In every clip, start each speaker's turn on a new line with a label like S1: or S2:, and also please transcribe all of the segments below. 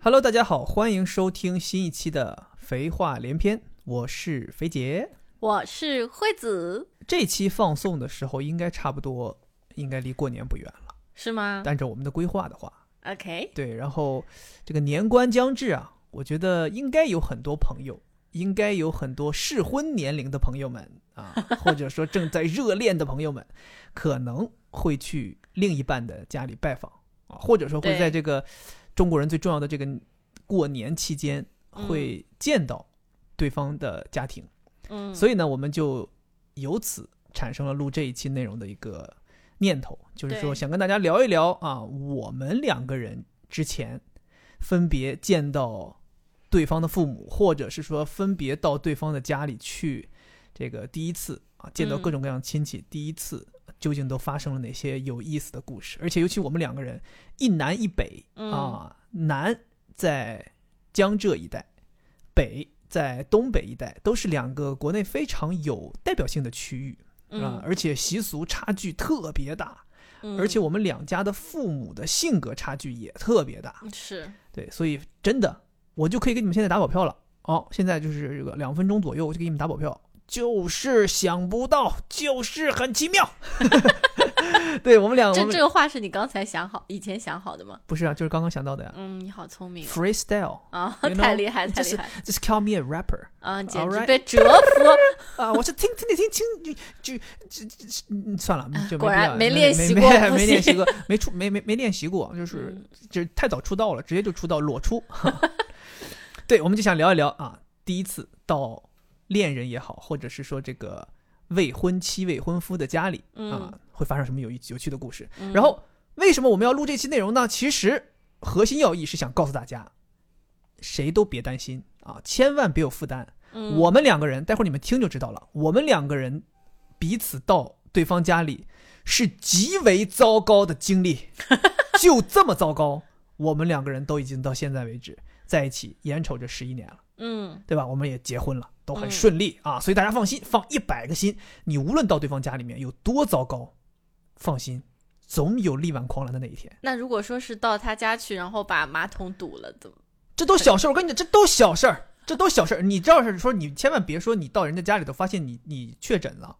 S1: Hello，大家好，欢迎收听新一期的《肥话连篇》，我是肥杰。
S2: 我是惠子，
S1: 这期放送的时候应该差不多，应该离过年不远了。
S2: 是吗
S1: 按照我们的规划的话，
S2: ？OK，
S1: 对，然后这个年关将至啊，我觉得应该有很多朋友，应该有很多适婚年龄的朋友们啊，或者说正在热恋的朋友们，可能会去另一半的家里拜访啊，或者说会
S2: 对
S1: 在这个中国人最重要的这个过年期间
S2: 嗯
S1: 会见到对方的家庭，
S2: 嗯，
S1: 所以呢，我们就由此产生了录这一期内容的一个念头，就是说
S2: 对
S1: 想跟大家聊一聊啊，我们两个人之前分别见到对方的父母，或者是说分别到对方的家里去，这个第一次啊见到各
S2: 嗯
S1: 种各样的亲戚，第一次究竟都发生了哪些有意思的故事？而且尤其我们两个人一南一北
S2: 嗯
S1: 啊，南在江浙一带，北在东北一带，都是两个国内非常有代表性的区域啊，
S2: 嗯，
S1: 而且习俗差距特别大，
S2: 嗯
S1: 而且我们两家的父母的性格差距也特别大，
S2: 是
S1: 对，所以真的我就可以给你们现在打保票了。哦，现在就是这个两分钟左右，我就给你们打保票，就是想不到，就是很奇 妙。对我们俩，我
S2: 这
S1: 们
S2: 这个话是你刚才想好，以前想好的吗？
S1: 不是啊，就是刚刚想到的呀。
S2: 嗯，你好聪明
S1: Freestyle,
S2: 啊，
S1: You know，
S2: 太厉害，
S1: 就
S2: 太
S1: 是
S2: 厉害
S1: just call me a rapper
S2: 啊，简
S1: Alright
S2: 直被折 服，
S1: 啊、我是听听听听就就就就嗯算了，就
S2: 啊果
S1: 没必
S2: 然
S1: 要没
S2: 没练习过
S1: 没
S2: 不
S1: 没练习
S2: 行
S1: 过，没出没没没练习过，就是
S2: 嗯
S1: 就是太早出道了，直接就出道裸出。 对，我们就想聊一聊啊，第一次到恋人也好，或者是说这个未婚妻、未婚夫的家里啊，
S2: 嗯，
S1: 会发生什么有意有趣的故事。
S2: 嗯
S1: 然后为什么我们要录这期内容呢？其实核心要义是想告诉大家，谁都别担心啊，千万别有负担。
S2: 嗯
S1: 我们两个人，待会儿你们听就知道了。我们两个人彼此到对方家里是极为糟糕的经 历，就这么糟糕。我们两个人都已经到现在为止在一起，眼瞅着十一年了，
S2: 嗯
S1: 对吧？我们也结婚了，都很
S2: 嗯
S1: 顺利、啊。所以大家放心，放一百个心，你无论到对方家里面有多糟糕，放心，总有力挽狂澜的那一天。
S2: 那如果说是到他家去，然后把马桶堵了，怎么？
S1: 这都小事儿，我跟你讲，这都小事儿，这都小事儿。你知道是说，你千万别说你到人家家里头发现你你确诊 了，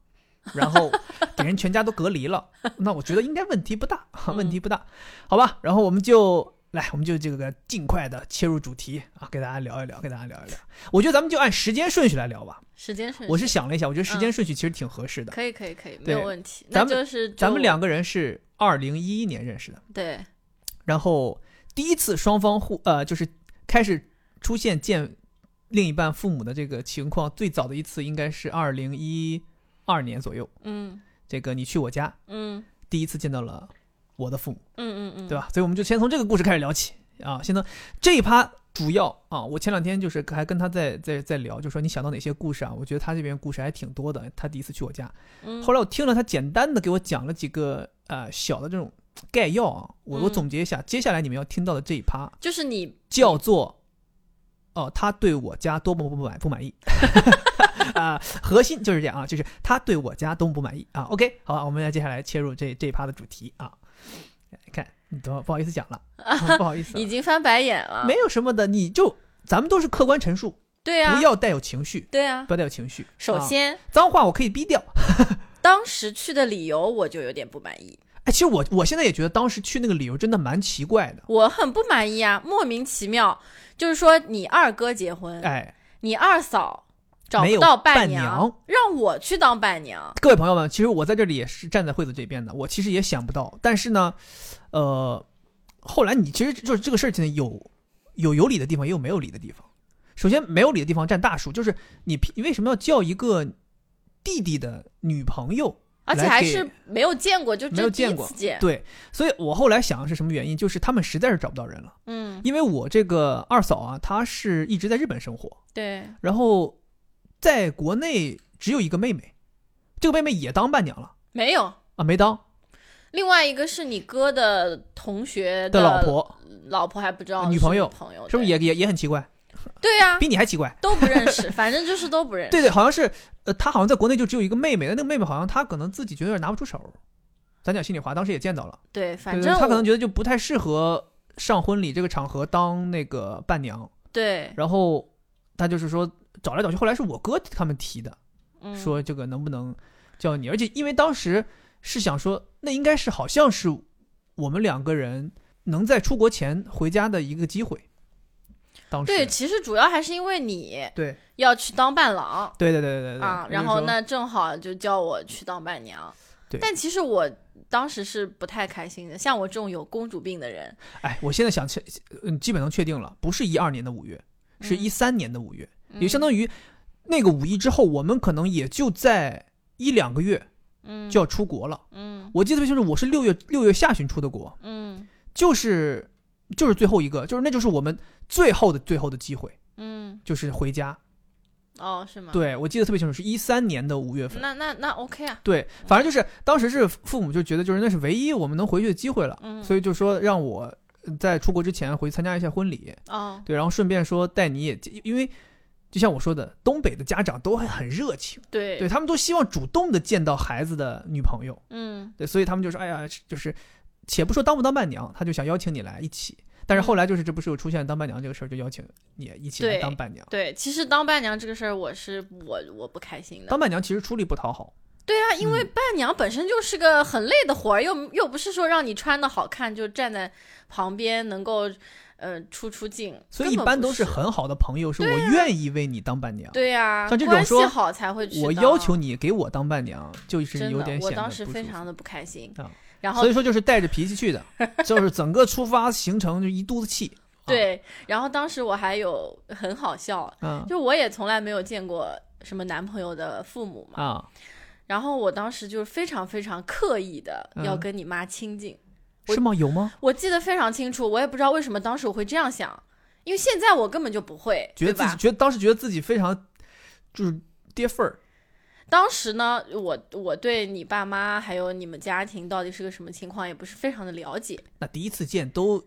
S1: 然后给人全家都隔离了，那我觉得应该问题不大，
S2: 嗯
S1: 问题不大，好吧？然后我们就来，我们就这个尽快的切入主题啊，给大家聊一聊，给大家聊一聊。我觉得咱们就按时间顺序来聊吧。
S2: 时间是
S1: 我是想了一下，我觉得时间顺序其实挺合适的。
S2: 嗯可以可以可以，没
S1: 对
S2: 有问题。
S1: 咱
S2: 那
S1: 们
S2: 就是就
S1: 咱们两个人是二零一一年认识的，
S2: 对，
S1: 然后第一次双方互呃就是开始出现见另一半父母的这个情况，最早的一次应该是二零一二年左右，
S2: 嗯
S1: 这个你去我家
S2: 嗯
S1: 第一次见到了我的父母，
S2: 嗯嗯嗯，
S1: 对？吧？所以我们就先从这个故事开始聊起啊，先从这一趴。主要啊，我前两天就是还跟他在在在聊，就说你想到哪些故事啊？我觉得他这边故事还挺多的。他第一次去我家，
S2: 嗯，
S1: 后来我听了他简单的给我讲了几个呃小的这种概要啊，我我
S2: 嗯
S1: 总结一下，接下来你们要听到的这一趴
S2: 就是你
S1: 叫做哦、他对我家多么不满不满意 啊、核心就是这样啊，就是他对我家多么不满意啊。OK，好吧，我们来接下来切入这这一趴的主题啊。看，你都不好意思讲了，啊不好意思
S2: 已
S1: 啊，
S2: 经翻白眼了，
S1: 没有什么的，你就咱们都是客观陈述，
S2: 对啊呀
S1: 不，要带有情绪，
S2: 对呀。
S1: 不要带有情绪。
S2: 首
S1: 啊
S2: 先，
S1: 脏话我可以逼掉，
S2: 当时去的理由我就有点不满意，
S1: 哎，其实我我现在也觉得当时去那个理由真的蛮奇怪的。
S2: 我很不满意啊，莫名其妙。就是说，你二哥结婚，
S1: 哎，
S2: 你二嫂找
S1: 没
S2: 不
S1: 有
S2: 到
S1: 伴
S2: 伴
S1: 娘
S2: 让我去当伴娘。
S1: 各位朋友们，其实我在这里也是站在惠子这边的，我其实也想不到，但是呢，呃，后来你其实就是这个事情有有有理的地方，也有没有理的地方。首先，没有理的地方占大数，就是你凭你为什么要叫一个弟弟的女朋友？
S2: 而且
S1: 来
S2: 还
S1: 给
S2: 是没有见过，就
S1: 没有
S2: 这第
S1: 见
S2: 一
S1: 过
S2: 次见。
S1: 对，所以我后来想的是什么原因？就是他们实在是找不到人了，
S2: 嗯，
S1: 因为我这个二嫂啊，她是一直在日本生活，
S2: 对，
S1: 然后在国内只有一个妹妹，这个妹妹也当伴娘了
S2: 没有。
S1: 啊，没当
S2: 另外一个是你哥的同学
S1: 的老，婆，
S2: 老婆还不知道
S1: 女朋友
S2: 是朋友
S1: 是不是也也也很奇怪？
S2: 对对呀、
S1: 比你还奇怪？
S2: 都不认识， 反正就是都不认识。
S1: 对对，好像是，呃，她好像在国内就只有一个妹妹，那个妹妹好像她可能自己觉得有点拿不出手。咱讲心里话，当时也见到了，
S2: 对，反
S1: 对
S2: 正
S1: 她可
S2: 我
S1: 能觉得就不太适合上婚礼这个场合当那个伴娘，
S2: 对，
S1: 然后他就是说找来找去，后来是我哥他们提的，
S2: 嗯
S1: 说这个能不能叫你，而且因为当时是想说那应该是好像是我们两个人能在出国前回家的一个机会，当时
S2: 对，其实主要还是因为你
S1: 对
S2: 要去当伴郎
S1: 对对对对对
S2: 啊，然后？那正好就叫我去当伴娘
S1: 对。
S2: 但其实我当时是不太开心的，像我这种有公主病的人，
S1: 我就说哎，我现在想确，嗯，基本能确定了，不是一二年的五月，
S2: 嗯
S1: 是一三年的五月，也相
S2: 于
S1: 当于那个五一之后，我们可能也就在一两个月就要出国了。
S2: 嗯
S1: 我记得特别清楚，我是六月六月下旬出的国，
S2: 嗯
S1: 就是就是最后一个，就是那就是我们最后的最后的机会，
S2: 嗯
S1: 就是回家。
S2: 哦，是吗？，
S1: 对我记得特别清楚，是一三年的五月份。
S2: 那那那 OK 啊，
S1: 对，反正就是当时是父母就觉得就是那是唯一我们能回去的机会了，
S2: 嗯
S1: 所以就说让我在出国之前回去参加一下婚礼，
S2: 哦，
S1: 对，然后顺便说带你也，因为就像我说的，东北的家长都很很热情，
S2: 对
S1: 对他们都希望主动的见到孩子的女朋友，
S2: 嗯
S1: 对，所以他们就说，哎呀，就是且不说当不当伴娘，他就想邀请你来一起。但是后来就是，这不是有出现当伴娘这个事儿，就邀请你一起来
S2: 对
S1: 当伴娘。
S2: 对，其实当伴娘这个事儿，我是我我不开心的。
S1: 当伴嗯娘其实出力不讨好，
S2: 对啊，因为伴娘本身就是个很累的活儿，又又不是说让你穿的好看就站在旁边能够，呃，出出镜。
S1: 所以
S2: 根
S1: 一
S2: 本
S1: 般都
S2: 不
S1: 是
S2: 是啊
S1: 很好的朋友，是我愿意为你当伴娘。
S2: 对呀、
S1: 像这种
S2: 关系
S1: 说
S2: 好才会去当。
S1: 我要求你给我当伴娘，就是
S2: 真
S1: 有
S2: 的
S1: 点，显
S2: 我
S1: 得
S2: 当
S1: 不
S2: 时
S1: 舒
S2: 非
S1: 服
S2: 常的不开心。
S1: 啊
S2: 然后
S1: 所以说就是带着脾气去 的，就是整个出发行程就一肚子气。
S2: 对，然后当时我还有 很好笑，
S1: 啊
S2: 就我也从来没有见过什么男朋友的父母嘛。
S1: 啊，
S2: 然后我当时就是非常非常刻意的要
S1: 嗯
S2: 跟你妈亲近。我
S1: 是吗？有吗？
S2: 我记得非常清楚，我也不知道为什么当时我会这样想，因为现在我根本就不会，
S1: 觉得
S2: 对
S1: 自己
S2: 吧？
S1: 觉得当时觉得自己非常就是跌份儿，
S2: 当时呢，我我对你爸妈还有你们家庭到底是个什么情况，也不是非常的了解。
S1: 那第一次见都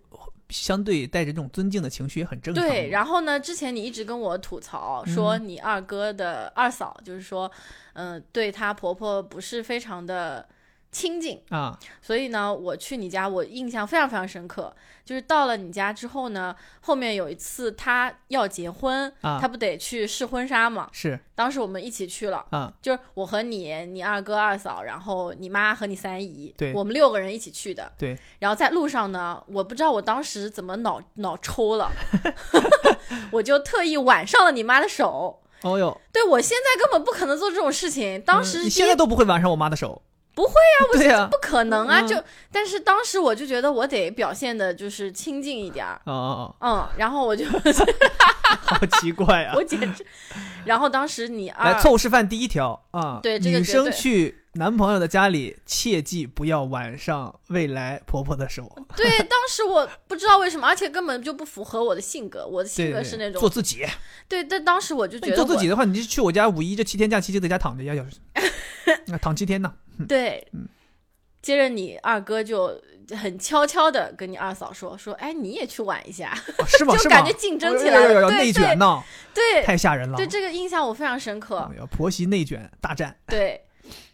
S1: 相对带着这种尊敬的嗯情绪也很正常嘛。
S2: 对，然后呢，之前你一直跟我吐槽说你二哥的二嫂，就是说，嗯、对她婆婆不是非常的亲近，
S1: 啊，
S2: 所以呢，我去你家，我印象非常非常深刻。就是到了你家之后呢，后面有一次她要结婚，
S1: 啊
S2: 她不得去试婚纱嘛？
S1: 是
S2: 当时我们一起去了，
S1: 啊，
S2: 就是我和你、你二哥、二嫂，然后你妈和你三姨，
S1: 对
S2: 我们六个人一起去的。
S1: 对，
S2: 然后在路上呢，我不知道我当时怎么脑脑抽了， 我就特意挽上了你妈的手。
S1: 哦哟，
S2: 对我现在根本不可能做这种事情，当
S1: 嗯
S2: 时、
S1: 你现在都不会挽上我妈的手，
S2: 不会啊
S1: 呀、我对呀、
S2: 不可能啊，
S1: 嗯
S2: 就但是当时我就觉得我得表现的就是亲近一点儿。
S1: 啊，哦
S2: 嗯，然后我就
S1: 哦，好奇怪啊
S2: 我！简 直，然后当时你二
S1: 来凑示范第一条啊，
S2: 对这个
S1: 女
S2: 绝
S1: 生
S2: 对
S1: 去男朋友的家里，切记不要挽上未来婆婆的手。
S2: 对，当时我不知道为什么，而且根本就不符合我的性格。我的性
S1: 对
S2: 格
S1: 对
S2: 是
S1: 对
S2: 那种
S1: 做自己。
S2: 对，但当时我就
S1: 那
S2: 觉
S1: 你
S2: 得
S1: 做自
S2: 我
S1: 己的话，你就去我家五一这七天假期就在家躺着一个 小时，那躺七天呢。
S2: 对
S1: 嗯。
S2: 接着你二哥就很悄悄的跟你二嫂说说，哎，你也去玩一下，
S1: 哦是吗？是 哎
S2: 就
S1: 吗
S2: 感觉？竞争
S1: 有
S2: 起来了，
S1: 有有有
S2: 对
S1: 内
S2: 对
S1: 卷呢，
S2: 对
S1: 太吓人了。
S2: 对，这个印象我非常深刻。
S1: 哎呦婆媳内卷大战，
S2: 对，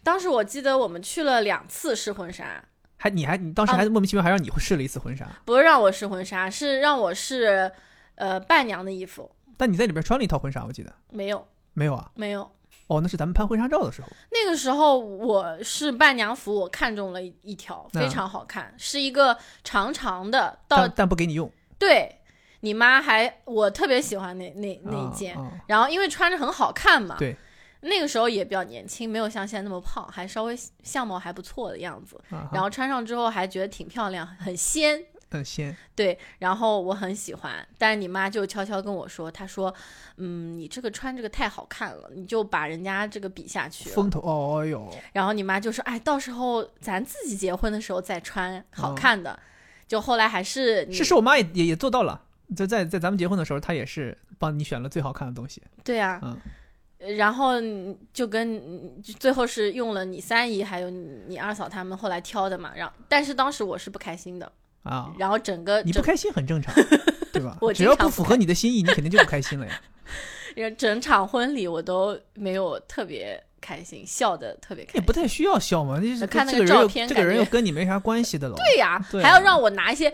S2: 当时我记得我们去了两次试婚纱，
S1: 还你还你当
S2: 啊
S1: 时还莫名其妙还让你试了一次婚纱，
S2: 不是让我试婚纱，是让我试呃伴娘的衣服，
S1: 但你在里边穿了一套婚纱，我记得
S2: 没有
S1: 没有啊？
S2: 没有。
S1: 哦，那是咱们拍婚纱照的时候
S2: 那个时候我是伴娘服，我看中了一一条，
S1: 嗯
S2: 非常好看，是一个长长的，到
S1: 但但不给你用
S2: 对你妈还我特别喜欢那那那一件，
S1: 啊啊
S2: 然后因为穿着很好看嘛，
S1: 对，
S2: 那个时候也比较年轻，没有像现在那么胖，还稍微相貌还不错的样子，
S1: 啊哈
S2: 然后穿上之后还觉得挺漂亮，很仙，
S1: 嗯先
S2: 对，然后我很喜欢，但是你妈就悄悄跟我说，她说，嗯，你这个穿这个太好看了，你就把人家这个比下去了
S1: 风头哦哎呦
S2: 然后你妈就说：“哎，到时候咱自己结婚的时候再穿
S1: 啊
S2: 好看的。就后来还是你
S1: 是是我妈也也也做到了，就在在咱们结婚的时候，她也是帮你选了最好看的东西，
S2: 对啊，
S1: 嗯
S2: 然后你就跟就最后是用了你三姨还有你你二嫂他们后来挑的嘛。然后但是当时我是不开心的，
S1: 啊，
S2: 然后整个
S1: 你不
S2: 整
S1: 开心很正 常，对吧
S2: 呃我？
S1: 只
S2: 经
S1: 要
S2: 常
S1: 不
S2: 不
S1: 符合你的心意，你肯定就不开心了 呀。
S2: 呃整场婚礼我都没有特别开心，笑的特别开
S1: 也
S2: 心。
S1: 不太需要笑嘛，就是
S2: 呃看那
S1: 这
S2: 个
S1: 人
S2: 照
S1: 又
S2: 片
S1: 这个
S2: 感
S1: 人
S2: 觉
S1: 又跟你没啥关系的了。
S2: 对呀、
S1: 对啊
S2: 还要让我拿一些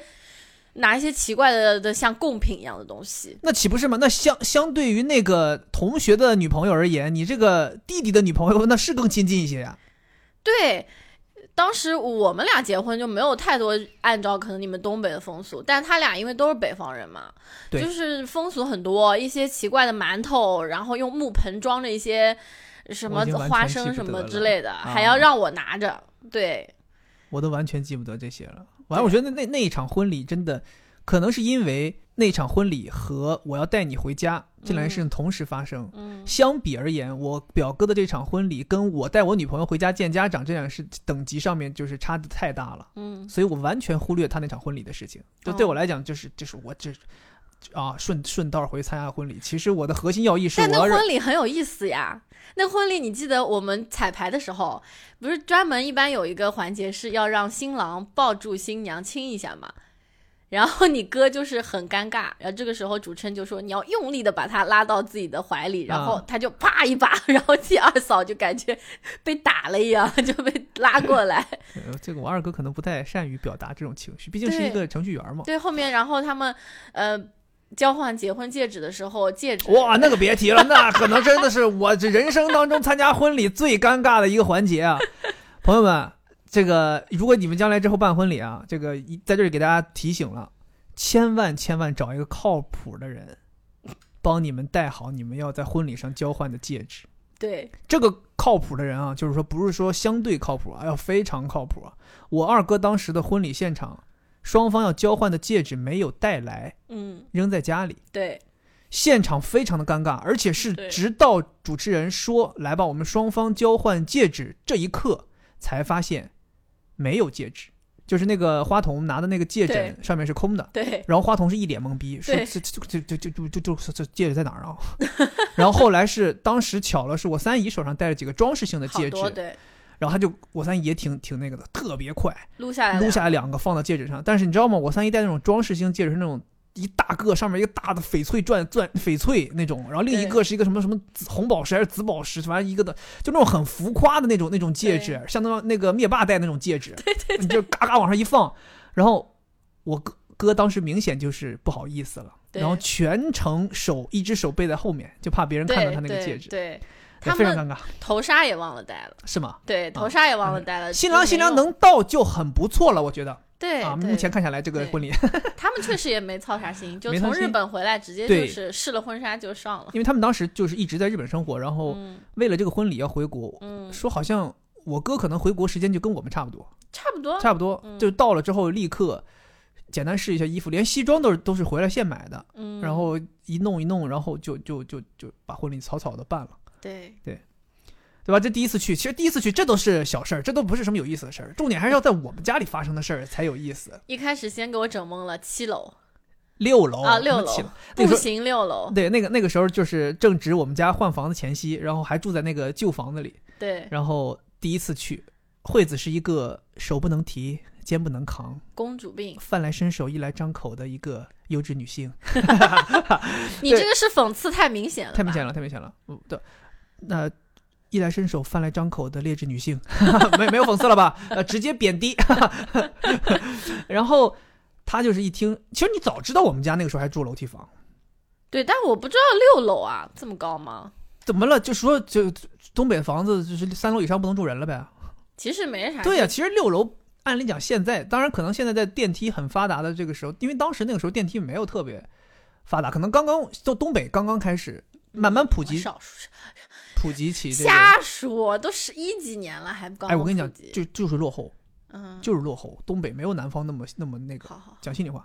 S2: 拿一些奇怪的的像贡品一样的东西。
S1: 那岂不是吗？那相相对于那个同学的女朋友而言，你这个弟弟的女朋友那是更亲近一些呀、
S2: 对，当时我们俩结婚就没有太多按照可能你们东北的风俗，但他俩因为都是北方人嘛，
S1: 对
S2: 就是风俗很多，一些奇怪的馒头，然后用木盆装着一些什
S1: 我
S2: 么
S1: 已经完全
S2: 花
S1: 记
S2: 生
S1: 不
S2: 什
S1: 得
S2: 么
S1: 了
S2: 之类的，
S1: 啊
S2: 还要让我拿着。对，
S1: 我都完全记不得这些了。
S2: 啊
S1: 完，我觉得那那一场婚礼真的，可能是因为那场婚礼和我要带你回家这两件事情同时发生。
S2: 嗯，
S1: 相比而言，我表哥的这场婚礼跟我带我女朋友回家见家长这两事等级上面就是差的太大了，
S2: 嗯，
S1: 所以我完全忽略他那场婚礼的事情。就
S2: 哦
S1: 对我来讲，就是就是我这啊顺顺道回参加婚礼。其实我的核心要义是
S2: 但
S1: 我
S2: 那
S1: 要让
S2: 婚礼很有意思呀。那婚礼你记得我们彩排的时候，不是专门一般有一个环节是要让新郎抱住新娘亲一下嘛？然后你哥就是很尴尬，然后这个时候主持人就说你要用力的把他拉到自己的怀里，然后
S1: 啊
S2: 他就啪一把， 然后替二嫂就感觉被打了一样，就被拉过来。
S1: 呃这个我二哥可能不太善于表达这种情绪，毕竟是一
S2: 对
S1: 个程序员嘛。
S2: 对，后面然后他们呃交换结婚戒指的时候，戒指
S1: 哇，那个别提了，那可能真的是我这人生当中参加婚礼最尴尬的一个环节啊！朋友们，这个如果你们将来之后办婚礼啊，这个一在这里给大家提醒了，千万千万找一个靠谱的人，啊帮你们带好你们要在婚礼上交换的戒指。
S2: 对
S1: 这个靠谱的人啊，就是说不是说相对靠谱啊，要非常靠谱啊。我二哥当时的婚礼现场，啊双方要交换的戒指没有带来，
S2: 嗯
S1: 扔在家里。
S2: 对
S1: 现场非常的尴尬，而且是
S2: 对
S1: 直到主持人说“来吧，我们双方交换戒指”这一刻，才发现没有戒指，就是那个花童拿的那个戒指
S2: 对
S1: 上面是空的。
S2: 对
S1: 然后花童是一脸懵逼，说
S2: 对
S1: 这这这这这这这这这这戒指在哪儿啊？然后后来是当时巧了，是我三姨手上戴了几个装饰性的
S2: 好
S1: 戒指，
S2: 多对
S1: 然后他就我三姨也挺挺那个的，特别快，
S2: 录下来
S1: 撸
S2: 了
S1: 下来两个放到戒指上。但是你知道吗？我三姨戴那种装饰性戒指是那种一大个，上面一个大的翡翠钻钻翟翠那种，然后另一
S2: 对
S1: 个是一个什么什么紫红宝石还是紫宝石，反正一个的，就那种很浮夸的那种那种戒指，相当于那个灭霸戴那种戒 指，对对你就嘎嘎往上一放。然后我哥哥当时明显就是不好意思了，
S2: 对
S1: 然后全程手一只手背在后面，就怕别人看到
S2: 对
S1: 他那个
S2: 对
S1: 戒指，
S2: 对，
S1: 对
S2: 他
S1: 非常
S2: 们
S1: 尴尬，
S2: 头纱也忘了戴了，
S1: 是吗？
S2: 对，头纱也忘了戴了。
S1: 啊嗯新
S2: 呃就
S1: 郎
S2: 没
S1: 新娘
S2: 用
S1: 能到就很不错了，我觉得
S2: 对
S1: 啊，
S2: 对
S1: 目前看下来这个
S2: 对
S1: 婚礼
S2: 他们确实也没操啥心，就
S1: 没操
S2: 从日
S1: 心
S2: 本回来直接就
S1: 对
S2: 是试了婚纱就上了。
S1: 因为他们当时就是一直在日本生活，然后
S2: 嗯
S1: 为了这个婚礼要回国，
S2: 嗯，
S1: 说好像我哥可能回国时间就跟我们差不多，
S2: 差不多。
S1: 差不多
S2: 嗯
S1: 就到了之后立刻简单试一下衣服，连西装都是都是回来现买的，
S2: 嗯，
S1: 然后一弄一弄，然后就就就就把婚礼草草的办了。
S2: 对
S1: 对吧？这第一次去，其实第一次去这都是小事儿，这都不是什么有意思的事儿。重点还是要在我们家里发生的事儿才有意思。
S2: 一开始先给我整懵了，七楼
S1: 六楼
S2: 啊六
S1: 他们起
S2: 楼
S1: 哦那个时
S2: 步
S1: 候
S2: 行六楼，
S1: 对，那个那个时候就是正值我们家换房的前夕，然后还住在那个旧房子里，
S2: 对
S1: 然后第一次去，惠子是一个手不能提、肩不能扛、
S2: 公主病。
S1: 饭来伸手、衣来张口的一个优质女性，
S2: 你
S1: 对
S2: 这个是讽刺太明显了，
S1: 太明显
S2: 了。
S1: 了，太明显了。嗯，对，那呃衣来伸手、饭来张口的劣质女性， 没没有讽刺了吧？呃，直接贬低。 然后她就是一听，其实你早知道我们家那个时候还住楼梯房，
S2: 对，但我不知道六楼啊这么高吗？
S1: 怎么了？就说就东北房子就是三楼以上不能住人了呗？
S2: 其实没啥。
S1: 对啊呀、其实六楼按理讲现在，当然可能现在在电梯很发达的这个时候，因为当时那个时候电梯没有特别发达，可能刚刚就东北刚刚开始慢慢普
S2: 我
S1: 及
S2: 嗯少数
S1: 普及起这个。
S2: 瞎说，都十一几年了还刚。
S1: 哎，我跟你讲，就就是落后，
S2: 嗯，
S1: 就是落后，东北没有南方那么那么那个。
S2: 好好，
S1: 讲心里话，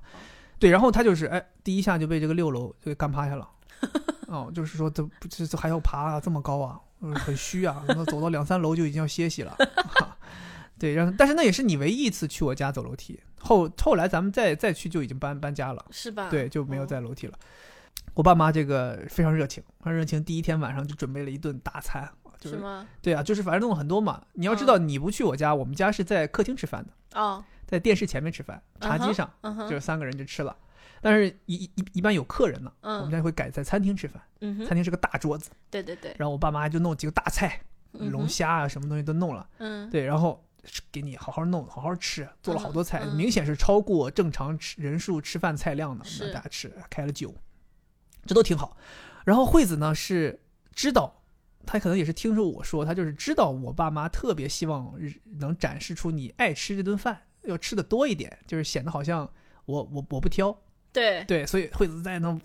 S1: 对，然后他就是哎，第一下就被这个六楼就给干趴下 了。哦，就是说这不这这还要爬啊，这么高啊，呃很虚啊，可能走到两三楼就已经要歇息了。 对，然后但是那也是你唯一一次去我家走楼梯，后后来咱们再再去就已经搬搬家了，
S2: 是吧？
S1: 对，就没有
S2: 哦
S1: 在楼梯了。我爸妈这个非常热情，非常热情，第一天晚上就准备了一顿大餐，哦就是是
S2: 吗？
S1: 对啊，就是反正弄了很多嘛。你要知
S2: 嗯
S1: 道，你不去我家，我们家是在客厅吃饭的，
S2: 哦，
S1: 在电视前面吃饭，茶
S2: 嗯
S1: 几
S2: 哼
S1: 上。
S2: 嗯
S1: 就
S2: 哼，
S1: 是三个人就吃了。但是一，一一一般有客人呢，我们
S2: 嗯
S1: 家会改在餐厅吃饭。
S2: 嗯哼，
S1: 餐厅是个大桌子，
S2: 对对对，
S1: 然后我爸妈就弄几个大菜，
S2: 嗯
S1: 龙
S2: 哼
S1: 虾啊，什么东西都弄了。
S2: 嗯
S1: 对，然后给你好好弄，好好吃，做了好多菜，
S2: 嗯嗯
S1: 明显是超过正常吃人数吃饭菜量的，
S2: 是
S1: 那大家吃开了酒，这都挺好。然后惠子呢是知道，她可能也是听说我说，她就是知道我爸妈特别希望日能展示出你爱吃这顿饭，要吃的多一点，就是显得好像我我我不挑，
S2: 对，
S1: 对，所以惠子在那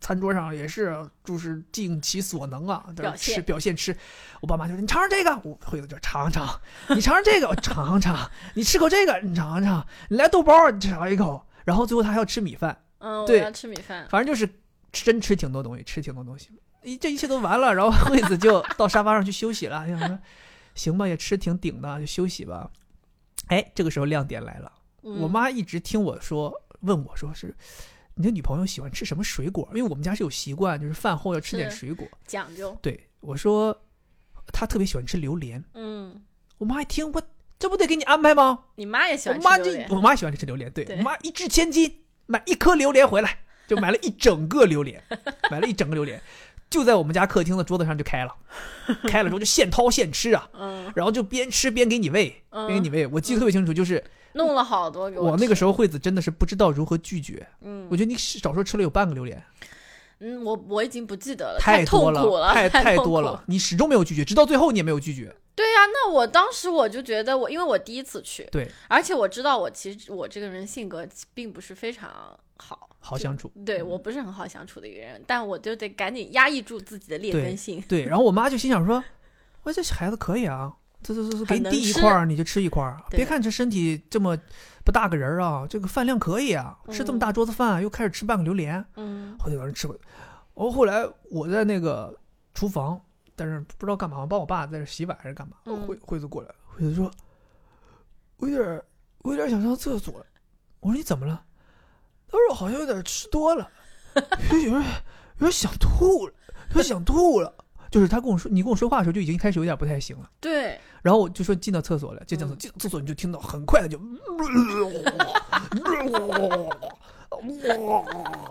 S1: 餐桌上也是就是尽其所能啊，就是
S2: 表现
S1: 吃表现吃。我爸妈就说你尝尝这个，我惠子就尝尝；你尝尝这个，我尝尝；你吃口这个，你尝尝；你来豆包儿，你尝一口。然后最后他还要吃米饭，
S2: 嗯，我
S1: 对
S2: 要吃米饭。
S1: 反正就是吃真吃挺多东西，吃挺多东西。一这一切都完了， 然后惠子就到沙发上去休息了。想说行吧，也吃挺顶的，就休息吧。哎，这个时候亮点来了。我
S2: 嗯
S1: 妈一直听我说，问我说是你的女朋友喜欢吃什么水果？因为我们家是有习惯，就是饭后要吃点
S2: 是
S1: 水果。
S2: 讲究，
S1: 对我说，她特别喜欢吃榴莲。
S2: 嗯，
S1: 我妈一听，我这不得给你安排吗？
S2: 你妈也喜
S1: 我
S2: 欢吃
S1: 妈
S2: 榴
S1: 就
S2: 莲
S1: 我妈喜欢吃榴莲，对
S2: 对
S1: 我妈一掷千金买一颗榴莲回来，就买了一整个榴莲，买了一整个榴莲，就在我们家客厅的桌子上就开了，开了之后就现掏现吃啊，
S2: 嗯，
S1: 然后就边吃边给你喂，边给你喂。我记得特别清楚，就是
S2: 弄了好嗯多给
S1: 我那个
S2: 吃，
S1: 时候惠子真的是不知道如何拒绝。
S2: 嗯
S1: 我觉得你少说吃了有半个榴莲，
S2: 嗯，我我已经不记得了，
S1: 多
S2: 呃痛苦
S1: 太
S2: 太
S1: 太
S2: 痛
S1: 多
S2: 苦
S1: 了。，你始终没有拒绝，直到最后你也没有拒绝。
S2: 对呀、那我当时我就觉得我，因为我第一次去，
S1: 对，
S2: 而且我知道我其实我这个人性格并不是非常好，
S1: 好相处。
S2: 对我不是很好相处的一个人，但我就得赶紧压抑住自己的劣
S1: 对
S2: 根性，
S1: 对，然后我妈就心想说：“我这孩子可以啊，这这这这给你
S2: 很能
S1: 递一
S2: 吃
S1: 块儿你就吃一块儿，啊
S2: 对
S1: 别看这身体这么不大个人儿啊，这个饭量可以啊，吃这么大桌子饭又开始吃半个榴莲，
S2: 嗯
S1: 后来有人吃过。哦，后来我在那个厨房，但是不知道干嘛，帮我爸在这洗碗还是干嘛。
S2: 嗯
S1: 惠惠子过来，惠子说：“我有点儿，我有点儿想上厕所。”我说：“你怎么了？”他说：“好像有点儿吃多了，有点儿有点儿想吐了，有点儿想吐了。”就是他跟我说，你跟我说话的时候就已经开始有点不太行了。
S2: 对，
S1: 然后我就说进到厕所了，进厕所，
S2: 嗯
S1: 进厕所你就听到很快的就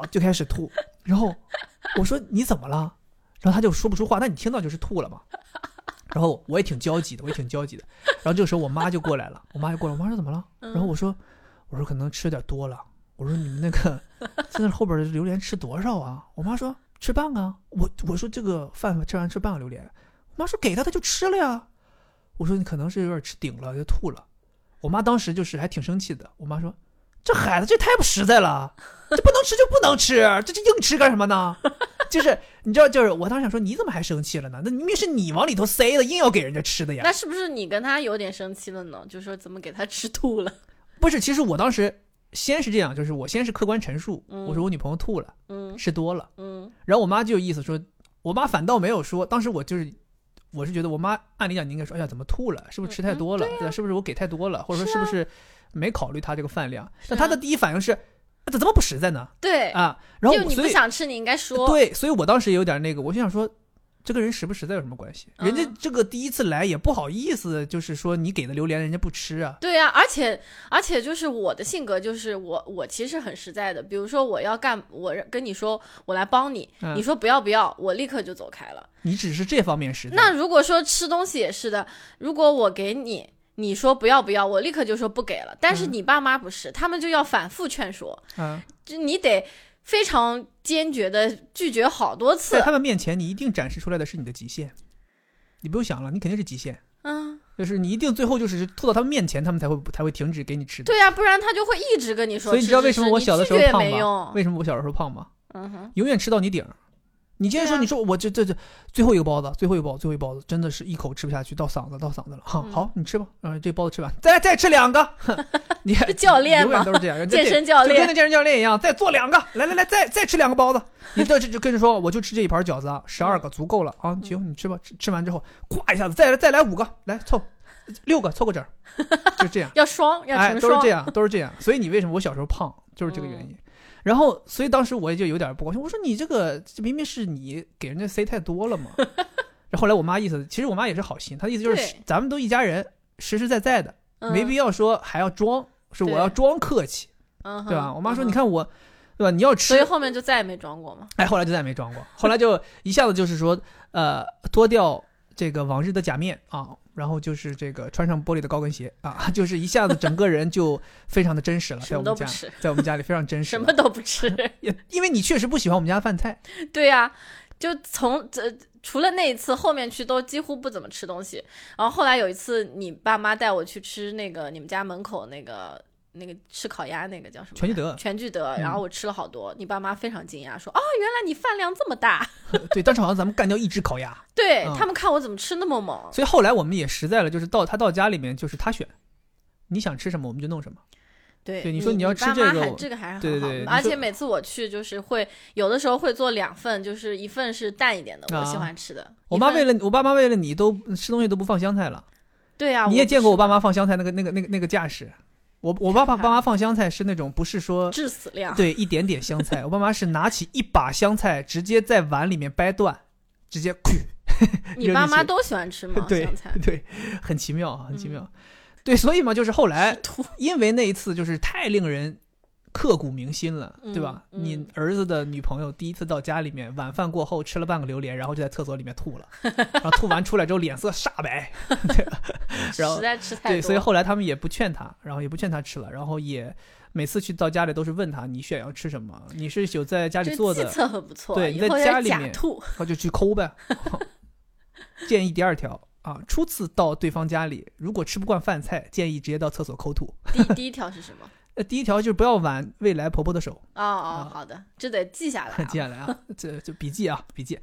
S1: 就开始吐，然后我说你怎么了？然后他就说不出话，但你听到就是吐了嘛。然后我也挺焦急的，我也挺焦急的。然后这个时候我妈就过来了，我妈就过来，我妈说怎么了？
S2: 嗯
S1: 然后我说我说可能吃有点多了，我说你们那个 在那后边的榴莲吃多少啊？我妈说吃半个啊。我我说这个饭吃完吃半个榴莲，我妈说给他他就吃了呀。我说你可能是有点吃顶了，就吐了。我妈当时就是还挺生气的，我妈说这孩子这太不实在了，这不能吃就不能吃，这这硬吃干什么呢？ 就是你知道，就是我当时想说你怎么还生气了呢？那明明是你往里头塞的，硬要给人家吃的呀。
S2: 那是不是你跟他有点生气了呢？就说怎么给他吃 吐了？
S1: 不是，其实我当时先是这样，就是我先是客观陈述，
S2: 嗯
S1: 我说我女朋友吐了，
S2: 嗯
S1: 吃多了，
S2: 嗯
S1: 然后我妈就有意思说，我妈反倒没有说，当时我就是。我是觉得我妈按理讲你应该说，哎呀，怎么吐了？是不是
S2: 嗯
S1: 吃太多了？对吧是不是我给太多了？或者说
S2: 是
S1: 是
S2: 啊
S1: 不是没考虑她这个饭量？
S2: 是
S1: 但她
S2: 啊
S1: 的第一反应是，哎怎么这么不实在呢？
S2: 对，
S1: 啊，然后
S2: 就
S1: 我
S2: 你
S1: 所
S2: 不
S1: 以
S2: 想吃，你应该说，
S1: 对，所以我当时也有点那个，我就想说，这个人实不实在有什么关系？人家
S2: 嗯
S1: 这个第一次来也不好意思，就是说你给的榴莲人家不吃啊。
S2: 对呀、而且而且就是我的性格就是我我其实很实在的，比如说我要干，我跟你说我来帮你，
S1: 嗯
S2: 你说不要不要，我立刻就走开了。
S1: 你只是这方面实在。
S2: 那如果说吃东西也是的，如果我给你，你说不要不要，我立刻就说不给了。但是
S1: 嗯
S2: 你爸妈不是，他们就要反复劝说，
S1: 啊，
S2: 就你得非常坚决的拒绝好多
S1: 在
S2: 次。
S1: 他们面前，你一定展示出来的是你的极限。你不用想了，你肯定是极限，
S2: 嗯，
S1: 就是你一定最后就是吐到他们面前，他们才会才会停止给你吃的。
S2: 对呀、不然他就会一直跟你说。
S1: 所以你知道为什么我小的时候
S2: 吃吃吃
S1: 胖
S2: 你拒绝也没
S1: 吗？
S2: 用。
S1: 为什么我小的时候胖吗？
S2: 嗯哼，
S1: 永远吃到你顶儿。你今天说，
S2: 对啊
S1: 你说我这这这最后一个包子，最后一个包子，最后一个包子，真的是一口吃不下去，到嗓子到嗓子了哈。
S2: 嗯
S1: 好，你吃吧，嗯、这包子吃完，再再吃两个。 哼你
S2: 这教练
S1: 永远
S2: 吗？
S1: 都是这样，人家
S2: 健
S1: 这
S2: 身教
S1: 就跟
S2: 练
S1: 那健身教练一样，再做两个，来来来，再再吃两个包子。你这这就跟着说，我就吃这一盘饺子啊，十二个足够了
S2: 嗯，
S1: 啊，行，你吃吧，吃吃完之后，咵一下子再来再来五个，来凑六个凑个整儿，就这样
S2: 要双，要
S1: 哎，
S2: 成
S1: 都是
S2: 双。嗯
S1: 这样，都是这样。所以你为什么我小时候胖，就是这个原因。然后，所以当时我也就有点不高兴，我说你这个这明明是你给人家塞太多了嘛。 然后后来我妈意思，其实我妈也是好心，她的意思就是
S2: 对
S1: 咱们都一家人，实实在在的，
S2: 嗯
S1: 没必要说还要装，是我
S2: 对
S1: 要装客气。
S2: 嗯，嗯哼
S1: 对吧？我妈说，
S2: 嗯哼
S1: 你看我，对吧？你要
S2: 所以
S1: 吃，
S2: 后面就再也没装过嘛。
S1: 哎，后来就再也没装过，后来就一下子就是说，呃，脱掉这个往日的假面啊，然后就是这个穿上玻璃的高跟鞋啊， 就是一下子整个人就非常的真实了，
S2: 什
S1: 啊在我
S2: 么都
S1: 们
S2: 不
S1: 家
S2: 吃，
S1: 在我们家里非常真实
S2: 什
S1: 了。
S2: 么都不吃。
S1: 也因为你确实不喜欢我们家的饭菜，
S2: 对呀、就从这、除了那一次，后面去都几乎不怎么吃东西。然后后来有一次，你爸妈带我去吃那个你们家门口那个那个吃烤鸭，那个叫什么？
S1: 全聚德
S2: 全聚德。
S1: 嗯
S2: 然后我吃了好多，你爸妈非常惊讶，说：“哦，原来你饭量这么大。
S1: 对，当时好像咱们干掉一只烤鸭，
S2: 对”
S1: 嗯
S2: 他们看我怎么吃那么猛，
S1: 所以后来我们也实在了，就是到他到家里面就是他选，你想吃什么我们就弄什么。
S2: 对
S1: 对你
S2: 你
S1: 说你要吃
S2: 爸
S1: 这
S2: 妈
S1: 个
S2: 还
S1: 我
S2: 这个还是
S1: 对
S2: 很
S1: 对
S2: 好
S1: 对
S2: 的
S1: 你
S2: 而且
S1: 说
S2: 每次我去就是会有的时候会做两份，就是一份是淡一点的，我喜
S1: 啊
S2: 欢吃的。
S1: 我
S2: 一
S1: 妈
S2: 份
S1: 为了我爸妈为了你都吃东西都不放香菜了，
S2: 对呀、
S1: 你也
S2: 啊不
S1: 见过
S2: 吃
S1: 我爸妈放香菜那个那个那个那个架势。我我爸爸
S2: 太
S1: 爸妈放香菜是那种不是说
S2: 致死量，
S1: 对一点点香菜，我爸妈是拿起一把香菜直接在碗里面掰断，直接
S2: 你
S1: 扔
S2: 爸
S1: 进
S2: 妈
S1: 去？
S2: 都喜欢吃 吗
S1: 对
S2: 香菜。
S1: 对，很奇妙，啊很奇妙。 对，所以嘛，就是后来
S2: 图
S1: 因为那一次就是太令人刻骨铭心了，
S2: 嗯
S1: 对吧？
S2: 嗯
S1: 你儿子的女朋友第一次到家里面，晚饭过后吃了半个榴莲，然后就在厕所里面吐了，然后吐完出来之后脸色煞白，然后
S2: 实在吃太多，
S1: 对，所以后来他们也不劝他，然后也不劝他吃了，然后也每次去到家里都是问他你选要吃什么，你是有在家里
S2: 这
S1: 做
S2: 计
S1: 的，
S2: 策很不错，啊
S1: 对
S2: 以
S1: 你在
S2: 后要
S1: 家里
S2: 假
S1: 面
S2: 吐，
S1: 他就去抠呗。建议第二条啊，初次到对方家里，如果吃不惯饭菜，建议直接到厕所抠吐。
S2: 第第一条是什么？
S1: 呃，第一条就是不要挽未来婆婆的手。
S2: 哦哦，好的，这得记下来啊。
S1: 啊接下来啊，这就笔记啊，笔记。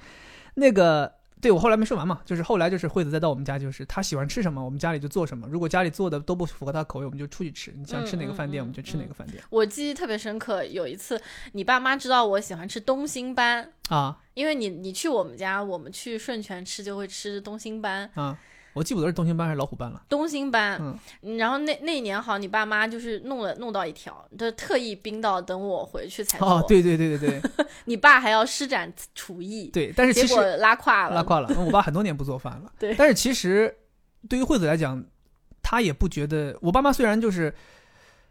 S1: 那个，对我后来没说完嘛，就是后来就是惠子再到我们家，就是她喜欢吃什么，我们家里就做什么。如果家里做的都不符合她口味，我们就出去吃。你想吃哪个饭店，我
S2: 嗯嗯
S1: 们就吃哪个饭店、
S2: 我记忆特别深刻，有一次你爸妈知道我喜欢吃东星斑，
S1: 啊
S2: 因为你你去我们家，我们去顺全吃就会吃东星斑，
S1: 啊！我记不得是东星斑还是老虎斑了。
S2: 东星斑。
S1: 嗯
S2: 然后那那一年好，你爸妈就是弄了弄到一条，就特意冰到等我回去才
S1: 哦，
S2: 做。
S1: 对对对对 对
S2: 你爸还要施展厨艺，
S1: 对，但是其
S2: 结
S1: 实
S2: 果拉胯了。
S1: 拉胯了。嗯我爸很多年不做饭了。
S2: 对
S1: 但是其实对于惠子来讲，她也不觉得。我爸妈虽然就是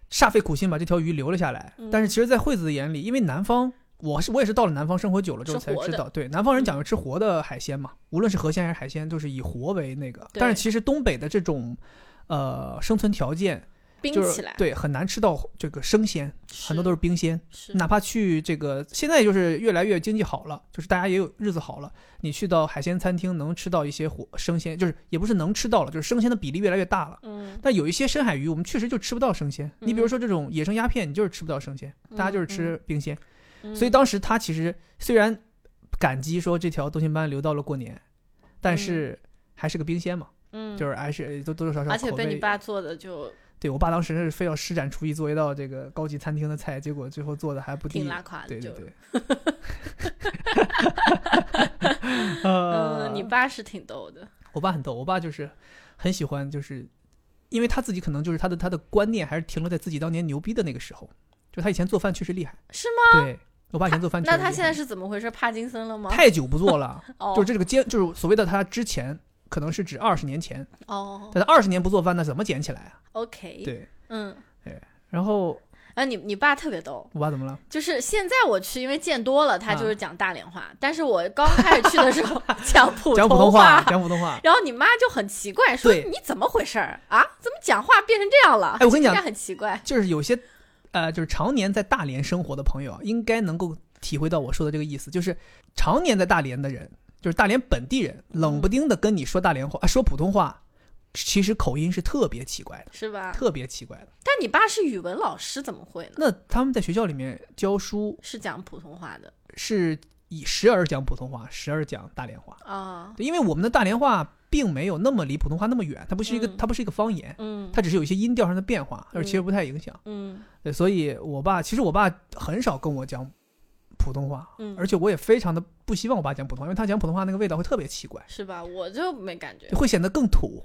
S1: 煞费苦心把这条鱼留了下来，
S2: 嗯
S1: 但是其实，在惠子的眼里，因为南方，我是我也是到了南方生活久了之后
S2: 吃
S1: 才
S2: 活
S1: 知
S2: 的嗯
S1: 道，对南方人讲究吃活的海鲜嘛，无论是河鲜还是海鲜，都是以活为那个。
S2: 对
S1: 但是其实东北的这种。呃，生存条件
S2: 冰
S1: 就
S2: 起
S1: 是
S2: 来，
S1: 对很难吃到这个生鲜，很多都
S2: 是
S1: 是冰鲜。
S2: 是
S1: 哪怕去这个现在就是越来越经济好了，就是大家也有日子好了，你去到海鲜餐厅能吃到一些活生鲜，就是也不是能吃到了，就是生鲜的比例越来越大了。
S2: 嗯，
S1: 但有一些深海鱼，我们确实就吃不到生鲜。你比如
S2: 嗯
S1: 说这种野生鸦片，你就是吃不到生鲜，大家就是吃冰鲜。
S2: 嗯
S1: 所以当时他其实虽然感激说这条东星斑留到了过年，但是还是个冰鲜嘛，
S2: 嗯，
S1: 就是还是多多少少
S2: 而且
S1: 口
S2: 被你
S1: 味。
S2: 爸做的就
S1: 对我爸当时是非要施展厨艺做一道这个高级餐厅的菜，结果最后做的还不低。
S2: 挺拉垮的，
S1: 对对
S2: 就
S1: 对。
S2: 嗯，你爸是挺逗的，
S1: 呃我爸很逗，我爸就是很喜欢，就是因为他自己可能就是他的他的观念还是停留在自己当年牛逼的那个时候，就他以前做饭确实厉害，
S2: 是
S1: 吗？对我爸以前做饭确
S2: 那
S1: 实
S2: 他
S1: 厉
S2: 现
S1: 害
S2: 在是怎么回事？帕金森了吗？
S1: 太久不做了，
S2: 哦
S1: 就是这个阶，就是所谓的他之前可能是指二十年前，
S2: 哦
S1: 但他二十年不做饭，那怎么捡起来啊？
S2: ，OK，
S1: 对，
S2: 嗯，
S1: 然后
S2: 啊，你你爸特别逗，
S1: 我爸怎么了？
S2: 就是现在我去，因为见多了，他
S1: 嗯
S2: 就是讲大连话，但是我刚开始去的 时候讲普
S1: 讲普
S2: 通
S1: 通话，讲普通 话。
S2: 然后你妈就很奇怪，说
S1: 对
S2: 你怎么回事儿啊？怎么讲话变成这样了？
S1: 哎我跟你讲
S2: 这很奇怪，
S1: 就是有些，呃，就是常年在大连生活的朋友啊，应该能够体会到我说的这个意思，就是常年在大连的人，就是大连本地人，冷不丁的跟你说大连话、啊说普通话，其实口音是特别奇怪的，
S2: 是吧？
S1: 特别奇怪的。
S2: 但你爸是语文老师，怎么会呢？
S1: 那他们在学校里面教书
S2: 是讲普通话的
S1: 是以时而讲普通话，时而讲大连话，
S2: 啊，
S1: 对因为我们的大连话并没有那么离普通话那么远，它不是一个、
S2: 嗯
S1: 它不是一个方言，
S2: 嗯
S1: 它只是有一些音调上的变化，而其实
S2: 嗯
S1: 不太影响。
S2: 嗯
S1: 对，所以我爸其实我爸很少跟我讲普通话，
S2: 嗯，
S1: 而且我也非常的不希望我爸讲普通话，因为他讲普通话那个味道会特别奇怪，
S2: 是吧？我就没感觉，
S1: 会显得更土。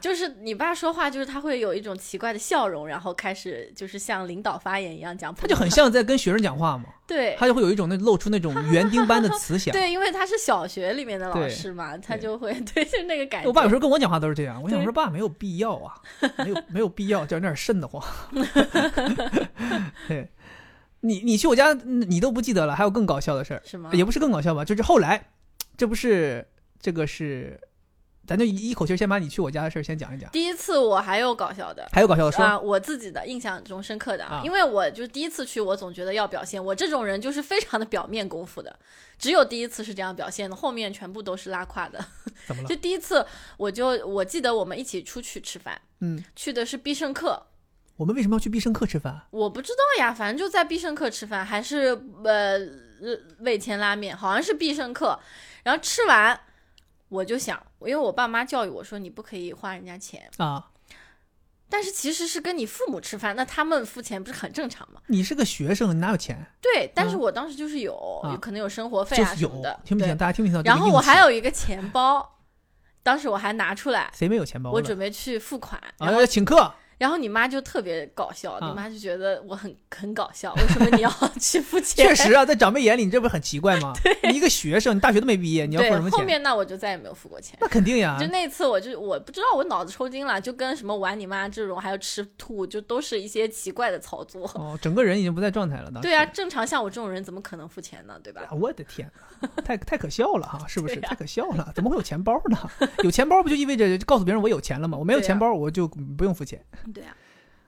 S2: 就是你爸说话，就是他会有一种奇怪的笑容，然后开始就是像领导发言一样讲普
S1: 他
S2: 通话，
S1: 就很像在跟学生讲话嘛，
S2: 对
S1: 他就会有一种那露出那种园丁般的 慈祥。
S2: 对，因为他是小学里面的老
S1: 对
S2: 师嘛，他
S1: 对
S2: 就会 对，就是那个感觉。
S1: 我爸有时候跟我讲话都是这样，我想
S2: 对
S1: 说爸没有必要啊，没有没有必要，就有点瘆得 慌。 对，你你去我家你都不记得了，还有更搞笑的事儿，
S2: 是吗？
S1: 也不是更搞笑吧，就是后来，这不是这个是，咱就一一口气儿先把你去我家的事儿先讲一讲。
S2: 第一次我还有搞笑的，
S1: 还有搞笑的说，
S2: 啊，我自己的印象中深刻的
S1: 啊
S2: 因为我就第一次去，我总觉得要表现，我这种人就是非常的表面功夫的，只有第一次是这样表现的，后面全部都是拉胯的。
S1: 怎么了？
S2: 就第一次，我就我记得我们一起出去吃饭，
S1: 嗯，
S2: 去的是必胜客，
S1: 我们为什么要去必胜客吃饭？啊
S2: 我不知道呀，反正就在必胜客吃饭，还是呃味千拉面，好像是必胜客。然后吃完，我就想，因为我爸妈教育我说你不可以花人家钱，
S1: 啊，
S2: 但是其实是跟你父母吃饭，那他们付钱不是很正常吗？
S1: 你是个学生，你哪有钱？
S2: 对，但是
S1: 嗯
S2: 我当时就是有，
S1: 啊
S2: 有可能有生活费
S1: 就
S2: 啊
S1: 是
S2: 什么
S1: 有
S2: 的，，
S1: 听没
S2: 对
S1: 听？大家听没听到这个
S2: 然
S1: 硬气？
S2: 后我还有一个钱包，当时我还拿出来，
S1: 谁没有钱包了？
S2: 我准备去付款，然
S1: 啊，
S2: 后
S1: 要请客，
S2: 然后你妈就特别搞笑，
S1: 啊
S2: 你妈就觉得我很很搞笑，为什么你要 去付钱？
S1: 确 实啊，在长辈眼里你这不是很奇怪吗？你一个学生，你大学都没毕业，你要付
S2: 对
S1: 什么，
S2: 后
S1: 钱？啊
S2: 面那我就再也没有付过钱。
S1: 那肯定呀
S2: 就，那次，我就我不知道我脑子抽筋了，就跟什么玩你妈这种，还有吃吐，就都是一些奇怪的操作。
S1: 哦，整个人已经不在状态了，当时
S2: 对啊，，正常像我这种人怎么可能付钱呢？对吧？
S1: 啊我的天，太太可笑了哈，是不是？
S2: 对呀
S1: 太可笑了，怎么会有钱包呢？有钱包不就意味着告诉别人我有钱了吗？我没有
S2: 对呀
S1: 钱包，我就不用付钱。
S2: 对啊，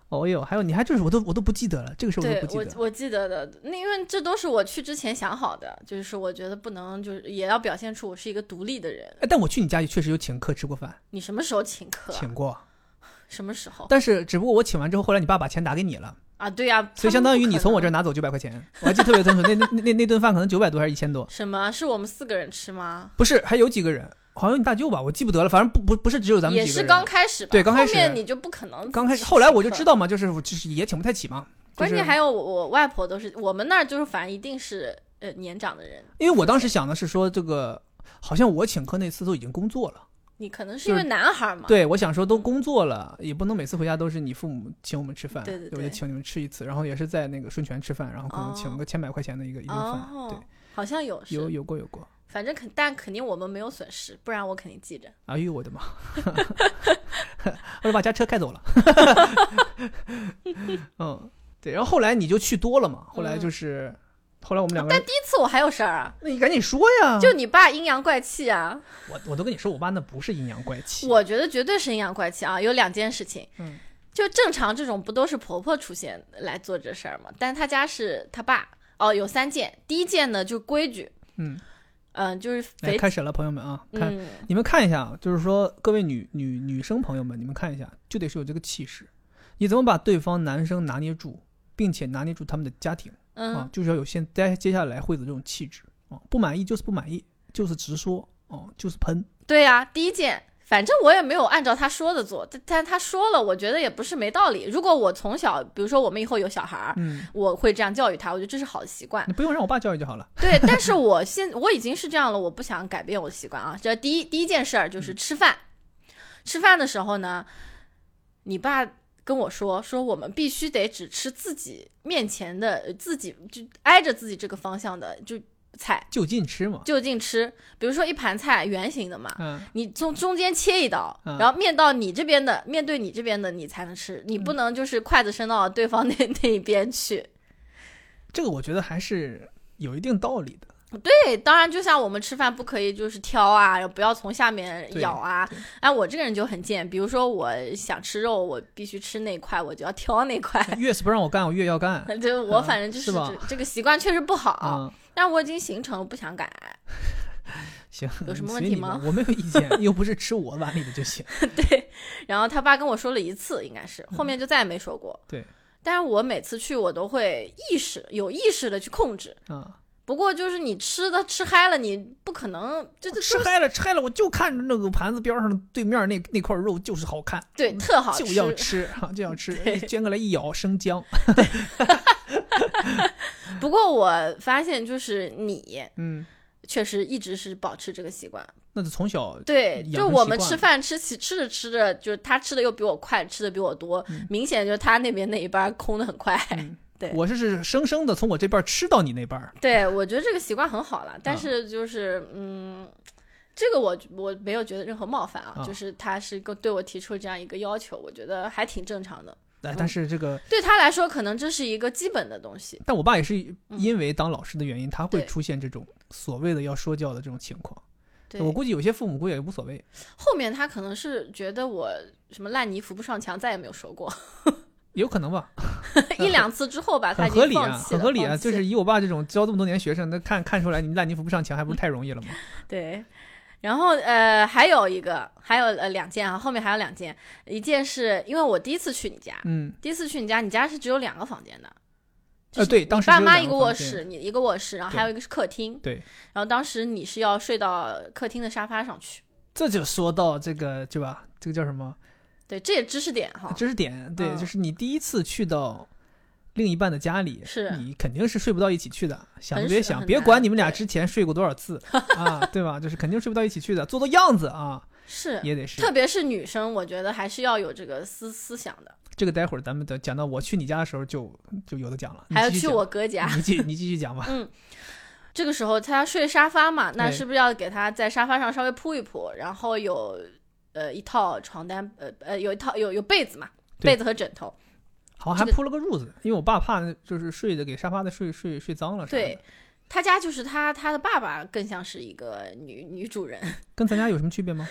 S1: 哦哟，还有你还就是我都我都不记得了，这个事儿我
S2: 对
S1: 都不
S2: 我
S1: 记得。
S2: 我记得的，那因为这都是我去之前想好的，就是我觉得不能，就是也要表现出我是一个独立的人。
S1: 哎，但我去你家里确实有请客吃过饭，
S2: 你什么时候请客啊？
S1: 请过，
S2: 什么时候
S1: 但是只不过我请完之后，后来你爸把钱打给你了，
S2: 啊？对呀、啊，
S1: 所以相当于你从我这儿
S2: 儿
S1: 拿走九百块钱，我还记得特别清楚。那那那那那顿饭可能九百多还是一千多，
S2: 什么？是我们四个人吃吗？
S1: 不是，还有几个人，好像有你大舅吧，我记不得了，反正不不不是只有咱们
S2: 也
S1: 几个
S2: 是
S1: 人。
S2: 刚开始吧，
S1: 对刚开始
S2: 后面你就不可能
S1: 刚开始，
S2: 请
S1: 后来我就知
S2: 客。
S1: 道嘛，就是我就是也请不太起嘛。
S2: 关
S1: 就
S2: 键
S1: 是
S2: 还有我我外婆都是，我们那儿就是反正一定是呃年长的人，
S1: 因为我当时想的是说，这个好像我请客那次都已经工作了，
S2: 你可能是
S1: 就
S2: 因
S1: 是
S2: 为男孩嘛，
S1: 对我想说都工作了，也不能每次回家都是你父母请我们吃饭，
S2: 对对
S1: 我
S2: 对
S1: 就请你们吃一次，然后也是在那个顺泉吃饭，然后可能请个千百块钱的一个、一顿饭，
S2: 哦
S1: 对，，
S2: 好像有
S1: 有
S2: 是，
S1: 有过有过，
S2: 反正肯但肯定我们没有损失，不然我肯定记着。
S1: 哎呦我的妈， 我就把家车开走了，嗯，对，然后后来你就去多了嘛，后来就是、后来我们两个人，
S2: 嗯第一次我还有事儿啊，
S1: 那你赶紧说呀，
S2: 就你爸阴阳怪气啊，
S1: 我我都跟你说，我爸那不是阴阳怪气，
S2: 我觉得绝对是阴阳怪气啊。有两件事情，
S1: 嗯，
S2: 就正常这种不都是婆婆出现来做这事儿吗？但他家是他爸哦，有三件。第一件呢，就规矩，
S1: 嗯，
S2: 嗯、就是
S1: 来
S2: 肥，
S1: 开始了，朋友们啊，看。
S2: 嗯，
S1: 你们看一下啊，就是说各位女女女生朋友们，你们看一下，就得是有这个气势。你怎么把对方男生拿捏住，并且拿捏住他们的家庭啊
S2: 嗯，？
S1: 就是要有现接接下来会的这种气质啊，不满意就是不满意，就是直说哦、就是喷。
S2: 对呀、第一件。反正我也没有按照他说的做，但但他说了，我觉得也不是没道理。如果我从小，比如说我们以后有小孩儿，
S1: 嗯，
S2: 我会这样教育他，我觉得这是好的习惯。
S1: 你不用让我爸教育就好了。
S2: 对，但是我现我已经是这样了，我不想改变我的习惯啊。这第一第一件事儿就是吃饭，吃饭的时候呢，你爸跟我说说我们必须得只吃自己面前的，呃自己就挨着自己这个方向的就菜，
S1: 就近吃嘛。
S2: 就近吃。比如说一盘菜圆形的嘛。
S1: 嗯，
S2: 你从中间切一刀，
S1: 嗯
S2: 然后面到你这边的，面对你这边的，你才能吃。你
S1: 嗯
S2: 不能就是筷子伸到对方那 那一边去。
S1: 这个我觉得还是有一定道理的。
S2: 对，当然，就像我们吃饭不可以就是挑啊，然后不要从下面
S1: 对
S2: 咬啊
S1: 对。
S2: 哎，我这个人就很贱，比如说我想吃肉，我必须吃那块，我就要挑 那块。
S1: 越是不让我干，我越要干。
S2: 就我反正就
S1: 嗯
S2: 是
S1: 是吧
S2: 这这个习惯确实不好，
S1: 啊、
S2: 但我已经形成了，不想改。
S1: 行，
S2: 有什么
S1: 随
S2: 问题
S1: 你吧
S2: 吗
S1: 我没有意见，又不是吃我碗里的就行。
S2: 然后他爸跟我说了一次，应该是后面就再也没说过。
S1: 嗯对，
S2: 但是我每次去我都会意识有意识的去控制。
S1: 啊，
S2: 不过就是你吃的吃嗨了，你不可能这 这
S1: 吃
S2: 这
S1: 嗨了，吃嗨了，我就看着那个盘子边上的对面那那块肉就是好看。
S2: 对特好吃，
S1: 嗯就要吃哈，就要 吃，
S2: 对
S1: 煎过来一咬生 姜，
S2: 不过我发现就是你
S1: 嗯，
S2: 确实一直是保持这个习惯。
S1: 那就从小
S2: 对，
S1: 养
S2: 就
S1: 成
S2: 我
S1: 习
S2: 们
S1: 惯
S2: 吃
S1: 了
S2: 饭吃起吃着吃着，就是他吃的又比我快，吃的比我多，
S1: 嗯
S2: 明显就是他那边那一半儿空的很快。 对
S1: 我是是生生的从我这边吃到你那边儿，
S2: 对，我觉得这个习惯很好了，但是就是、嗯。这个我我没有觉得任何冒犯啊，
S1: 啊
S2: 就是他是跟对我提出这样一个要求，我觉得还挺正常的。
S1: 哎，但是这个，
S2: 对他来说，可能这是一个基本的东西。
S1: 但我爸也是因为当老师的原因，他会
S2: 嗯对
S1: 出现这种所谓的要说教的这种情况，
S2: 对，
S1: 我估计有些父母估计也无所谓，
S2: 后面他可能是觉得我什么烂泥扶不上墙，再也没有 说过
S1: 有可能吧，
S2: 一两次之后吧，他
S1: 很
S2: 已
S1: 合
S2: 经
S1: 理啊，
S2: 放弃
S1: 很
S2: 了，
S1: 合理啊。
S2: 放弃
S1: 就是以我爸这种教这么多年学生，那看看出来你烂泥扶不上墙，还不是太容易了吗？
S2: 对。然后呃，还有一个，还有呃两件啊，后面还有两件，一件是因为我第一次去你家，
S1: 嗯，
S2: 第一次去你家，你家是只有两个房间的，就
S1: 呃，
S2: 是
S1: 对，当时
S2: 爸
S1: 只有
S2: 妈
S1: 两
S2: 一
S1: 个
S2: 个
S1: 房
S2: 卧
S1: 间，
S2: 室，你一个卧室，然后还有一个是客厅。
S1: 对。
S2: 然后当时你是要睡到客厅的沙发上去，
S1: 这就说到这个，对吧？这个叫什么？
S2: 对，这也知识点哈。
S1: 知识点，对，
S2: 嗯
S1: 就是你第一次去到另一半的家里，
S2: 是
S1: 你肯定是睡不到一起去的，想
S2: 很
S1: 都别
S2: 少
S1: 想，
S2: 很
S1: 别
S2: 难
S1: 管你们俩
S2: 对
S1: 之前睡过多少次 啊，对吧？就是肯定睡不到一起去的，做做样子啊，
S2: 是，
S1: 也得是
S2: 特。别是女生，我觉得还是要有这个思思想的。
S1: 这个待会儿咱们等讲到我去你家的时候就就有的讲了，你
S2: 还有
S1: 继续
S2: 去
S1: 讲
S2: 我，哥家，
S1: 你继你继续讲吧。
S2: 这个时候他睡沙发嘛，那
S1: 对
S2: 是不是要给他在沙发上稍微铺一铺，然后有呃一套床单，呃呃有一套有有被子嘛，
S1: 对
S2: 被子和枕头。
S1: 好，还
S2: 这个
S1: 铺了个褥子，因为我爸怕就是睡的给沙发的睡睡睡脏了啥的。
S2: 对，他家就是他他的爸爸更像是一个女女主人，
S1: 跟咱家有什么区别吗？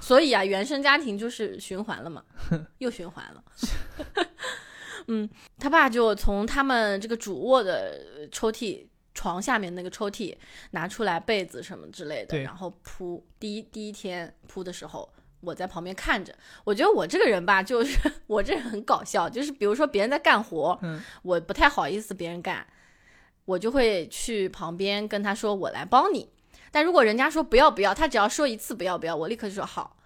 S2: 所以啊，原生家庭就是循 环了嘛，又循环了。 嗯，他爸就从他们这个主卧的呃抽屉。床下面那个抽屉拿出来被子什么之类的，
S1: 对
S2: 然后铺。第一第一天铺的时候，我在旁边看着。我觉得我这个人吧，就是 我这人很搞笑，就是比如说别人在干活，
S1: 嗯
S2: 我不太好意思别人干，我就会去旁边跟他说我来帮你。但如果人家说不要不要，他只要说一次不要不要，我立刻就说好。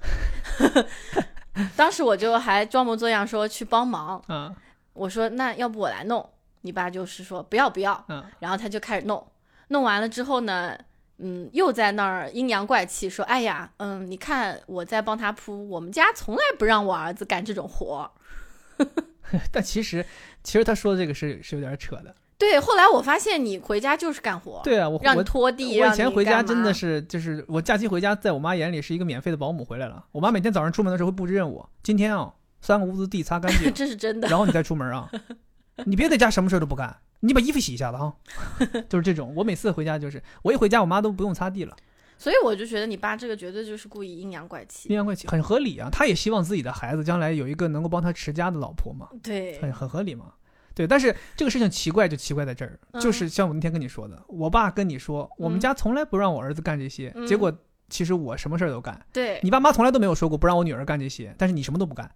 S2: 当时我就还装模作样说去帮忙，
S1: 啊
S2: 我说那要不我来弄，你爸就是说不要不要，
S1: 啊，
S2: 然后他就开始弄，弄完了之后呢，嗯，又在那儿阴阳怪气说，哎呀，嗯，你看我在帮他铺，我们家从来不让我儿子干这种活儿。
S1: 但其实其实他说的这个是是有点扯的。
S2: 对，后来我发现你回家就是干活，
S1: 对啊，我
S2: 让
S1: 我
S2: 你拖地，
S1: 我以
S2: 让
S1: 前
S2: 你
S1: 回家
S2: 干
S1: 真的
S2: 嘛
S1: 是，就是我假期回家，在我妈眼里是一个免费的保姆回来了。我妈每天早上出门的时候会布置任务，今天啊，三个屋子地擦干净，
S2: 这是 真的。
S1: 然后你再出门啊，你别在家什么事儿都不干，你把衣服洗一下子 哈，就是这种。我每次回家就是，我一回家我妈都不用擦地了，
S2: 所以我就觉得你爸这个绝对就是故意阴阳怪气。
S1: 阴阳怪气，很合理啊。她也希望自己的孩子将来有一个能够帮她持家的老婆嘛，
S2: 对，
S1: 很很合理嘛。对，但是这个事情奇怪就奇怪在这儿，
S2: 嗯
S1: 就是像我那天跟你说的，我爸跟你说，我们
S2: 嗯
S1: 家从来不让我儿子干这些，结
S2: 嗯哎
S1: 果其实我什么事儿都干。
S2: 对
S1: 你爸妈从来都没有说过不让我女儿干这些，但是你什么都不干。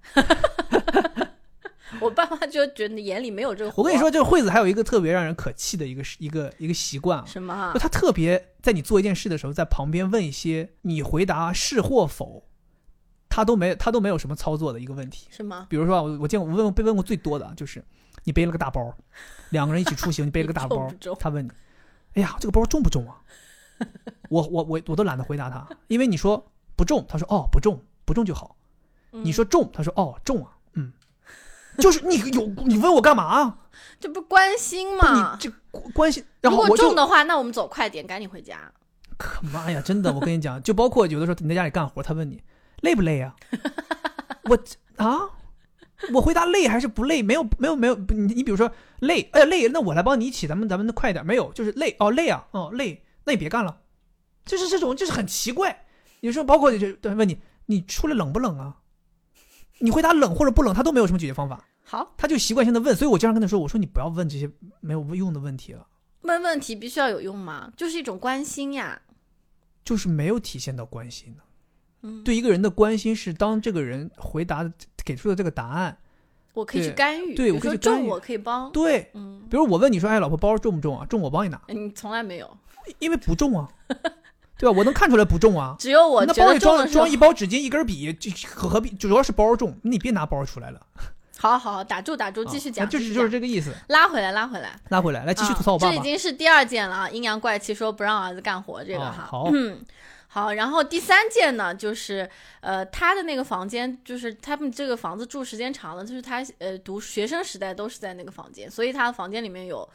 S2: 我爸妈就觉得你眼里没有这个活。
S1: 我跟你说，就是惠子还有一个特别让人可气的一个事一个一个习惯啊，
S2: 什么啊
S1: 就？她特别在你做一件事的时候，在旁边问一些你回答是或否，她都没她都没有什么操作的一个问题。
S2: 什么？
S1: 比如说啊，我我见过我问被问过最多的啊就是你背了个大包，两个人一起出行，你背了个大包
S2: 重不重，
S1: 他问你，哎呀，这个包重不 重啊？我我我我都懒得回答他，因为你说不重，他说哦不重不重就好。你
S2: 嗯
S1: 说重，他说哦重啊，嗯，就是你有你问我干嘛啊？
S2: 这不关心
S1: 不是你
S2: 吗？
S1: 这关关系，然
S2: 如
S1: 后
S2: 果
S1: 我
S2: 重
S1: 就
S2: 的话，那我们走快点，赶紧回家。
S1: 可 妈呀，真的，我跟你讲，就 包括有的时候你在家里干活，他问你累不累啊？ 我啊，我回答累还是不累？没有没有没有，不你你比如说累，哎累，那我来帮你一起，咱们咱们快点，没有就是累哦累啊哦累，那你别干了，就是这种就是很奇怪。有时候包括就是问你你出来冷不冷啊？你回答冷或者不冷，他都没有什么解决方法。
S2: 好，
S1: 他就习惯性的问，所以我经常跟他说，我说你不要问这些没有用的问题了，
S2: 问问题必须要有用吗？就是一种关心呀。
S1: 就是没有体现到关心的。
S2: 嗯，，
S1: 对一个人的关心是当这个人回答的给出的这个答案，
S2: 我可以
S1: 对
S2: 去干预。
S1: 对
S2: 比
S1: 我
S2: 如
S1: 可以
S2: 说
S1: 去干
S2: 重
S1: 预
S2: 我可以帮。
S1: 对，
S2: 嗯，哎
S1: 比如我问你说，哎，老婆包重不重啊？重我帮你拿，
S2: 你从来没有，
S1: 因为不重啊， 对吧？我能看出来不重啊。
S2: 只有我
S1: 那
S2: 觉
S1: 包
S2: 得
S1: 里
S2: 重的
S1: 装
S2: 时候
S1: 装，一包纸巾、一根笔，就何何必？主要是包重，你别拿包出来了。
S2: 好好好，打住打住，继续
S1: 啊
S2: 讲，
S1: 就
S2: 继
S1: 是
S2: 续
S1: 就是
S2: 讲
S1: 这个意思。
S2: 拉回来拉回来。
S1: 拉回来，来继续
S2: 啊
S1: 吐槽我爸
S2: 这已
S1: 爸。
S2: 经是第二件了啊，阴阳怪气说不让儿子干活这个
S1: 啊
S2: 哈。
S1: 好
S2: 嗯，好。然后第三件呢，就是呃，他的那个房间，就是他们这个房子住时间长了，就是他呃读学生时代都是在那个房间，所以他的房间里面有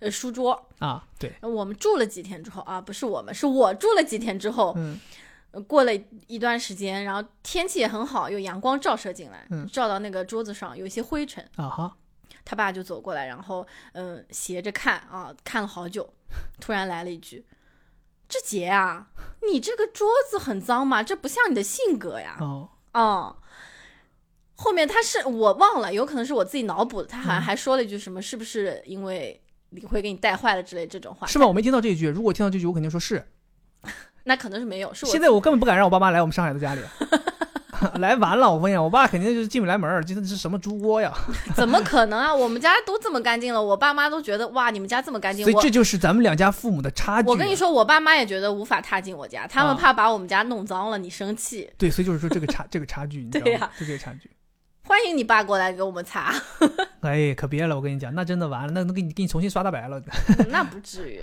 S2: 呃书桌。
S1: 啊，对，
S2: 我们住了几天之后啊，不是我们，是我住了几天之后，
S1: 嗯
S2: 呃过了一段时间，然后天气也很好，有阳光照射进来，
S1: 嗯
S2: 照到那个桌子上有一些灰尘。
S1: 啊哈，
S2: 他爸就走过来，然后嗯斜着看啊，看了好久，突然来了一句：“志杰啊，你这个桌子很脏嘛，这不像你的性格呀。
S1: 哦，
S2: 哦，后面他是我忘了，有可能是我自己脑补的，他好
S1: 嗯
S2: 像还说了一句什么，是不是因为李辉给你带坏了之类这种话？
S1: 是吗？我没听到这一句。如果我听到这句，我肯定说是。
S2: 那可能是没有，是我
S1: 现在我根本不敢让我爸妈来我们上海的家里， 来完了，我跟你讲，我爸肯定就是进不来门儿，这是什么猪窝呀？
S2: 怎么可能啊？我们家都这么干净了，我爸妈都觉得哇，你们家这么干净，
S1: 所以
S2: 我
S1: 这就是咱们两家父母的差距。
S2: 我跟你，说，我爸妈也觉得无法踏进我家，他们
S1: 啊
S2: 怕把我们家弄脏了，你生气。
S1: 对，所以就是说这个差这个差距，你知道
S2: 对
S1: 吗
S2: 呀？
S1: 就这个差距。
S2: 欢迎你爸过来给我们擦，
S1: 哎，可别了，我跟你讲，那真的完了，那那给你给你重新刷大白了。
S2: 那不至于。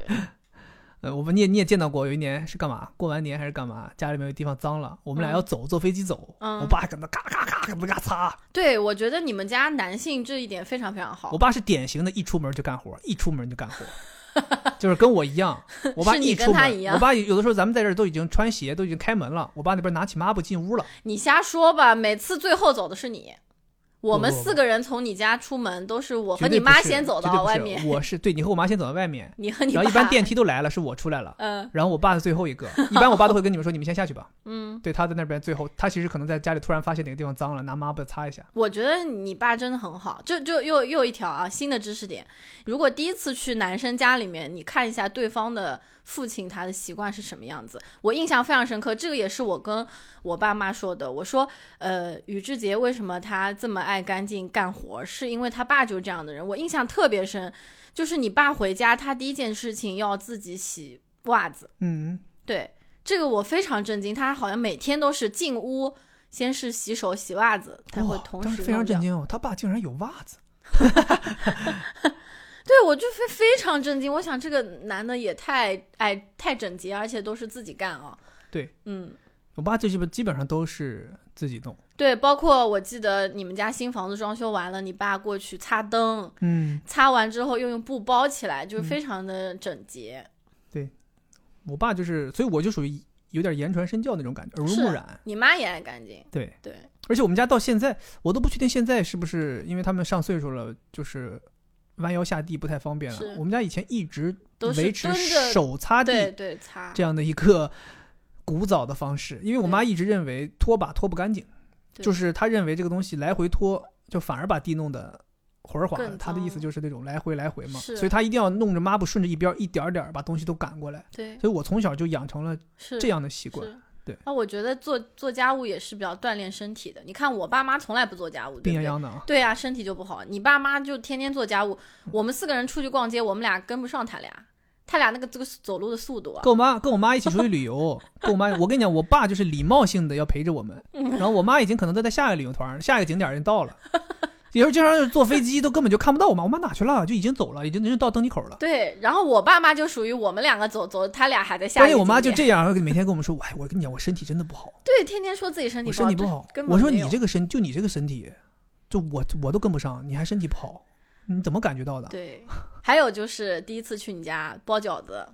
S1: 呃，我们你也你也见到过，有一年是干嘛？过完年还是干嘛？家里面有地方脏了，我们俩
S2: 嗯
S1: 要走，坐飞机走，
S2: 嗯
S1: 我爸搁那嘎嘎嘎搁那嘎擦。
S2: 对，我觉得你们家男性这一点非常非常好
S1: 我。爸是典型的一出门就干活，一出门就干活，就是跟我一 样。我爸
S2: 是你
S1: 一
S2: 跟
S1: 出
S2: 他
S1: 门，
S2: 一样
S1: 我爸有的时候咱们在这儿都已经穿鞋，都已经开门了，我爸那边拿起抹布进屋了。
S2: 你瞎说吧，每次最后走的是你。我们
S1: 不不不
S2: 四个人从你家出门，都是我和
S1: 绝
S2: 你
S1: 对不
S2: 妈
S1: 是
S2: 先走
S1: 绝对
S2: 到
S1: 不
S2: 外
S1: 是
S2: 面，
S1: 我是对你和我妈先走到外面，
S2: 你和你爸。
S1: 然后一般电梯都来了，是我出来 了。
S2: 嗯
S1: 然后我爸是最后一个，一般我爸都会跟你们说：“你们先下去吧。
S2: 嗯，”
S1: 对，他在那边最后，他其实可能在家里突然发现哪个地方脏了，拿抹布擦一下。
S2: 我觉得你爸真的很好。就就又又一条啊，新的知识点。如果第一次去男生家里面，你看一下对方的父亲他的习惯是什么样子。我印象非常深刻，这个也是我跟我爸妈说的。我说，呃，宇智杰为什么他这么爱干净干活，是因为他爸就是这样的人。我印象特别深，就是你爸回家，他第一件事情要自己洗袜子。
S1: 嗯，
S2: 对，这个我非常震惊，他好像每天都是进屋先是洗手、洗袜子，才会
S1: 哇
S2: 同
S1: 当
S2: 时
S1: 非常
S2: 弄掉
S1: 震惊哦，他爸竟然有袜子。
S2: 对，我就非非常震惊，我想这个男的也太哎太整洁，而且都是自己干啊。
S1: 对，
S2: 嗯，
S1: 我爸这基本基本上都是自己弄。
S2: 对，包括我记得你们家新房子装修完了，你爸过去擦灯，
S1: 嗯，
S2: 擦完之后又用布包起来，就是非常的整洁。
S1: 我爸就是，所以我就属于有点言传身教那种感觉，耳濡
S2: 是啊
S1: 目染。
S2: 你妈也爱干净，
S1: 对
S2: 对，
S1: 而且我们家到现在，我都不确定现在是不是因为他们上岁数了，就是弯腰下地不太方便
S2: 是
S1: 了。我们家以前一直
S2: 都是
S1: 维持
S2: 蹲着
S1: 手擦
S2: 对
S1: 地
S2: 对擦，
S1: 这样的一个古早的方式，因为我妈一直认为拖把拖不干净，
S2: 对
S1: 就是她认为这个东西来回拖，就反而把地弄得。滑儿滑
S2: 更
S1: 的，
S2: 脏
S1: 她的意思就是那种来回来回嘛，
S2: 是
S1: 所以她一定要弄着抹布顺着一边儿一点儿点儿把东西都赶过来。
S2: 对
S1: 所以我从小就养成了
S2: 是
S1: 这样的习惯，
S2: 是
S1: 对
S2: 啊，我觉得做做家务也是比较锻炼身体的。你看我爸妈从来不做家务，对
S1: 病
S2: 不
S1: 殃殃
S2: 对？
S1: 的啊。
S2: 对啊，身体就不好。你爸妈就天天做家务，
S1: 嗯
S2: 我们四个人出去逛街，我们俩跟不上他俩，他俩那个这个走路的速度啊，
S1: 跟我妈跟我妈一起出去旅游， 跟我妈，我跟你讲，我爸就是礼貌性的要陪着我们，
S2: 嗯
S1: 然后我妈已经可能都在下一个旅游团儿、下一个景点儿已经到了，有时候经常是坐飞机都根本就看不到我妈，我妈哪去了？就已经走了，已经已经到登机口了。
S2: 对。然后我爸妈就属于我们两个走走，他俩还在下
S1: 而
S2: 一个景点。
S1: 且我妈就这样，每天跟我们说，哎，我跟你讲，我身体真的不好，
S2: 对，天天说自己身体
S1: 我
S2: 不
S1: 身
S2: 好，
S1: 体不
S2: 这
S1: 好
S2: 根。本
S1: 我说
S2: 没
S1: 你
S2: 有
S1: 这个身，就你这个身体，就我我都跟不上，你还身体不好，你怎么感觉到的？
S2: 对。还有就是第一次去你家包饺子，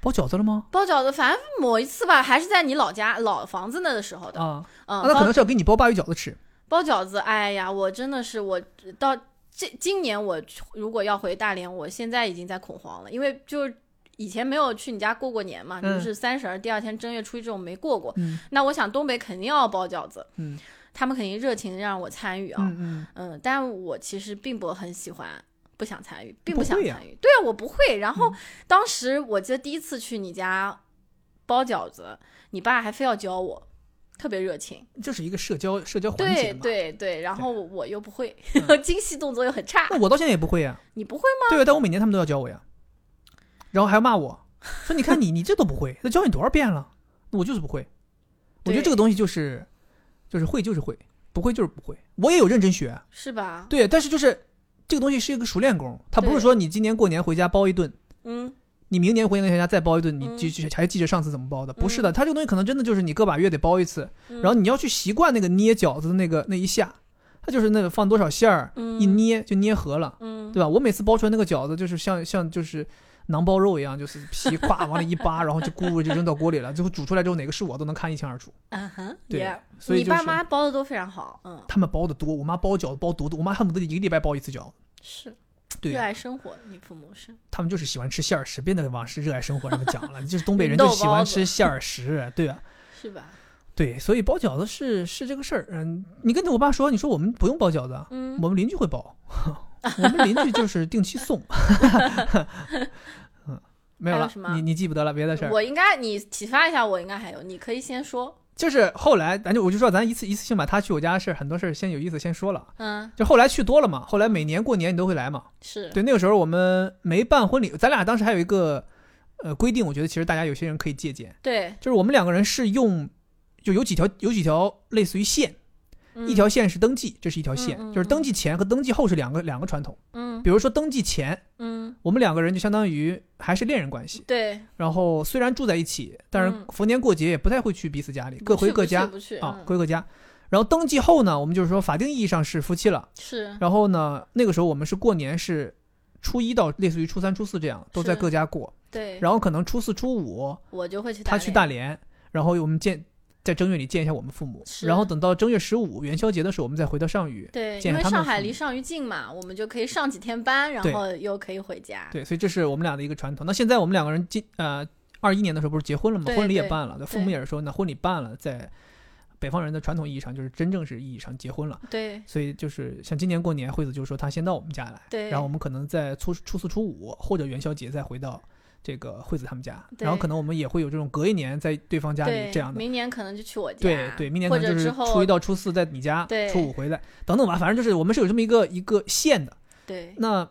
S1: 包饺子了吗？
S2: 包饺子，反正某一次吧，还是在你老家老房子那的时候的，
S1: 啊，
S2: 嗯，
S1: 啊那可
S2: 包
S1: 能是要给你包鲅鱼饺子吃。
S2: 包饺子，哎呀，我真的是我到这今年我如果要回大连，我现在已经在恐慌了，因为就是以前没有去你家过过年嘛，
S1: 嗯
S2: 就是三十儿第二天正月初一这种没过过。
S1: 嗯
S2: 那我想东北肯定要包饺子，
S1: 嗯
S2: 他们肯定热情地让我参与啊，
S1: 嗯嗯，
S2: 嗯，但我其实并不很喜欢，不想参与，并
S1: 不
S2: 想
S1: 会呀嗯
S2: 参与。对啊，我不会。然后、当时我记得第一次去你家包饺子，你爸还非要教我，特别热情。
S1: 这是一个社交社交环节
S2: 对
S1: 嘛。
S2: 对对，然后我又不会，
S1: 嗯
S2: 精细动作又很差。
S1: 那我到现在也不会呀、
S2: 你不会吗？
S1: 对啊，但我每年他们都要教我呀，然后还要骂我说：“你看你，你这都不会，都教你多少遍了，我就是不会。”我觉得
S2: 对
S1: 这个东西就是，就是会就是会，不会就是不会。我也有认真学，
S2: 是吧？
S1: 对，但是就是这个东西是一个熟练工，它不是
S2: 对
S1: 说你今年过年回家包一顿，
S2: 嗯，
S1: 你明年回家再包一顿，你
S2: 嗯
S1: 记记还记着上次怎么包的？不是的，它这个东西可能真的就是你个把月得包一次，
S2: 然
S1: 然后你要去习惯那个捏饺子的那个那一下，它就是那个放多少馅儿，一
S2: 嗯
S1: 捏就捏合了。
S2: 嗯，
S1: 对吧？我每次包出来那个饺子，就是像像就是囊包肉一样，就是 皮咵往里一扒，然后就咕噜就扔到锅里了。最后煮出来之后，哪个是我都能看一清二楚。
S2: 嗯哼，
S1: 对
S2: yeah
S1: 所以
S2: 你
S1: 就
S2: 爸
S1: 是
S2: 妈包的都非常好，嗯，
S1: 他们包的多，我妈包饺子包多多，我妈恨不得一个礼拜包一次饺子。
S2: 是
S1: 对
S2: 热
S1: 呀、
S2: 爱生活，你父母是
S1: 他们就是喜欢吃馅儿食，别的往是热爱生活上面讲 了，就是东北人
S2: 豆
S1: 就喜欢
S2: 包子
S1: 吃馅儿食，对吧？
S2: 是吧？
S1: 对，所以包饺子是是这个事儿。嗯，你跟我爸说，你说我们不用包饺子啊，
S2: 嗯，
S1: 我们邻居会 包，我们邻居就是定期送。嗯，没有
S2: 还有
S1: 了
S2: 什么，
S1: 你你记不得了别的事儿。
S2: 我应该你启发一下我，应该还有，你可以先说，
S1: 就是后来，咱就我就说，咱一次一次性把他去我家的事儿，很多事儿先有意思先说了。
S2: 嗯，
S1: 就后来去多了嘛，后来每年过年你都会来嘛。
S2: 是，
S1: 对，那个时候我们没办婚礼，咱俩当时还有一个呃规定，我觉得其实大家有些人可以借鉴，
S2: 对，
S1: 就是我们两个人是用就有几条有几条类似于线，
S2: 嗯
S1: 一条线是登记，这是一条线，
S2: 嗯嗯
S1: 就是登记前和登记后是两个两个传统。
S2: 嗯
S1: 比如说登记前，
S2: 嗯，
S1: 我们两个人就相当于还是恋人关系，
S2: 对，
S1: 然后虽然住在一起，但是
S2: 嗯
S1: 逢年过节也不太会去彼此家里，各
S2: 不
S1: 回
S2: 去
S1: 各
S2: 不去
S1: 家。
S2: 不去
S1: 啊，
S2: 嗯
S1: 归个家。然后登记后呢，我们就是说法定意义上是夫妻了。
S2: 是，
S1: 然后呢，那个时候我们是过年是初一到类似于初三、初四这样都在
S2: 是
S1: 各家过。
S2: 对，
S1: 然后可能初四、初五
S2: 我就会去
S1: 他去
S2: 连
S1: 大连，然后我们见在正月里见一下我们父母。
S2: 是
S1: 然后等到正月十五元宵节的时候，我们再回到上虞。
S2: 对，
S1: 见
S2: 因为
S1: 他们
S2: 上
S1: 父
S2: 海
S1: 母
S2: 离上虞近嘛，我们就可以上几天班，然
S1: 对
S2: 后又可以回家。
S1: 对，所以这是我们俩的一个传统。那现在我们两个人今呃二一年的时候不是结婚了吗？
S2: 对
S1: 婚礼也
S2: 对
S1: 办了，对父母也是说，那婚礼办了，在北方人的传统意义上，就是真正是意义上结婚了。
S2: 对
S1: 所以就是像今年过年，惠子就说她先到我们家来，
S2: 对
S1: 然后我们可能在初初四、初五或者元宵节再回到这个惠子他们家，
S2: 对
S1: 然后可能我们也会有这种隔一年在对方家里
S2: 对，
S1: 这样的。
S2: 明年可能就去我家。
S1: 对对，明年可
S2: 或
S1: 能
S2: 者
S1: 就
S2: 之
S1: 是
S2: 后
S1: 初一到初四在你家，
S2: 对
S1: 初五回来等等吧，反正就是我们是有这么一个一个线的。
S2: 对
S1: 那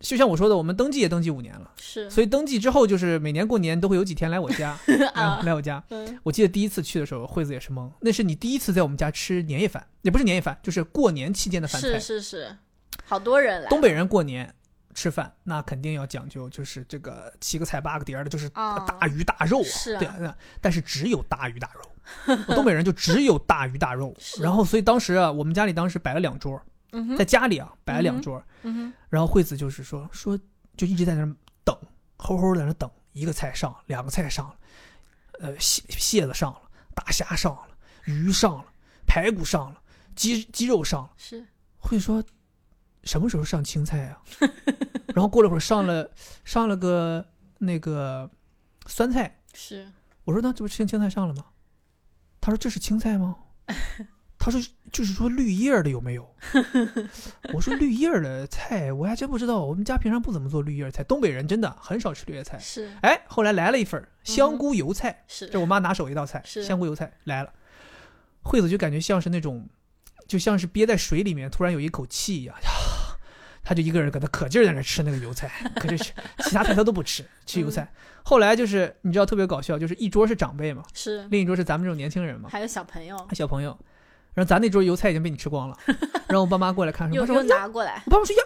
S1: 就像我说的，我们登记也登记五年了，
S2: 是
S1: 所以登记之后就是每年过年都会有几天来我家，然后
S2: 啊，
S1: 来我家。
S2: 嗯
S1: 我记得第一次去的时候，惠子也是懵，那是你第一次在我们家吃年夜饭，也不是年夜饭，就是过年期间的饭菜
S2: 是。是是，好多人来
S1: 东北人过年吃饭，那肯定要讲究，就是这个七个菜八个碟儿的，就是
S2: 啊，
S1: 大鱼大肉啊。
S2: 是啊
S1: 对那但是只有大鱼大肉，我东北人就只有大鱼大肉。
S2: 是
S1: 然后，所以当时啊，我们家里当时摆了两桌，
S2: 嗯哼
S1: 在家里啊摆了两桌，
S2: 嗯哼
S1: 然后惠子就是说说就一直在那儿等，齁齁在那儿等，一个菜上，两个菜上了，呃蟹蟹子上了，大虾上了，鱼上了，排骨上了，鸡鸡肉上了。
S2: 是
S1: 会说什么时候上青菜啊？ 然后过了会儿上了上了个那个酸菜，
S2: 是
S1: 我说那这不青青菜上了吗？他说这是青菜吗？他说就是说绿叶儿的有没有？我说绿叶儿的菜我还真不知道，我们家平常不怎么做绿叶儿菜，东北人真的很少吃绿叶菜。
S2: 是
S1: 哎，后来来了一份儿香菇油菜，这
S2: 是，
S1: 我妈拿手一道菜，
S2: 是
S1: 香菇油菜来了，惠子就感觉像是那种，就像是憋在水里面，突然有一口气一样， 呀她就一个人搁那可劲儿在那吃那个油菜，可劲儿吃，其他菜她都不吃，吃油菜。后来就是你知道特别搞笑，就是一桌是长辈嘛，
S2: 是
S1: 另一桌是咱们这种年轻人嘛，
S2: 还有小朋友
S1: 小朋友，然后咱那桌油菜已经被你吃光了，然后我爸妈过来看
S2: 又
S1: 说，
S2: 又
S1: 哎我说呀，
S2: 拿过来，
S1: 我爸妈说呀，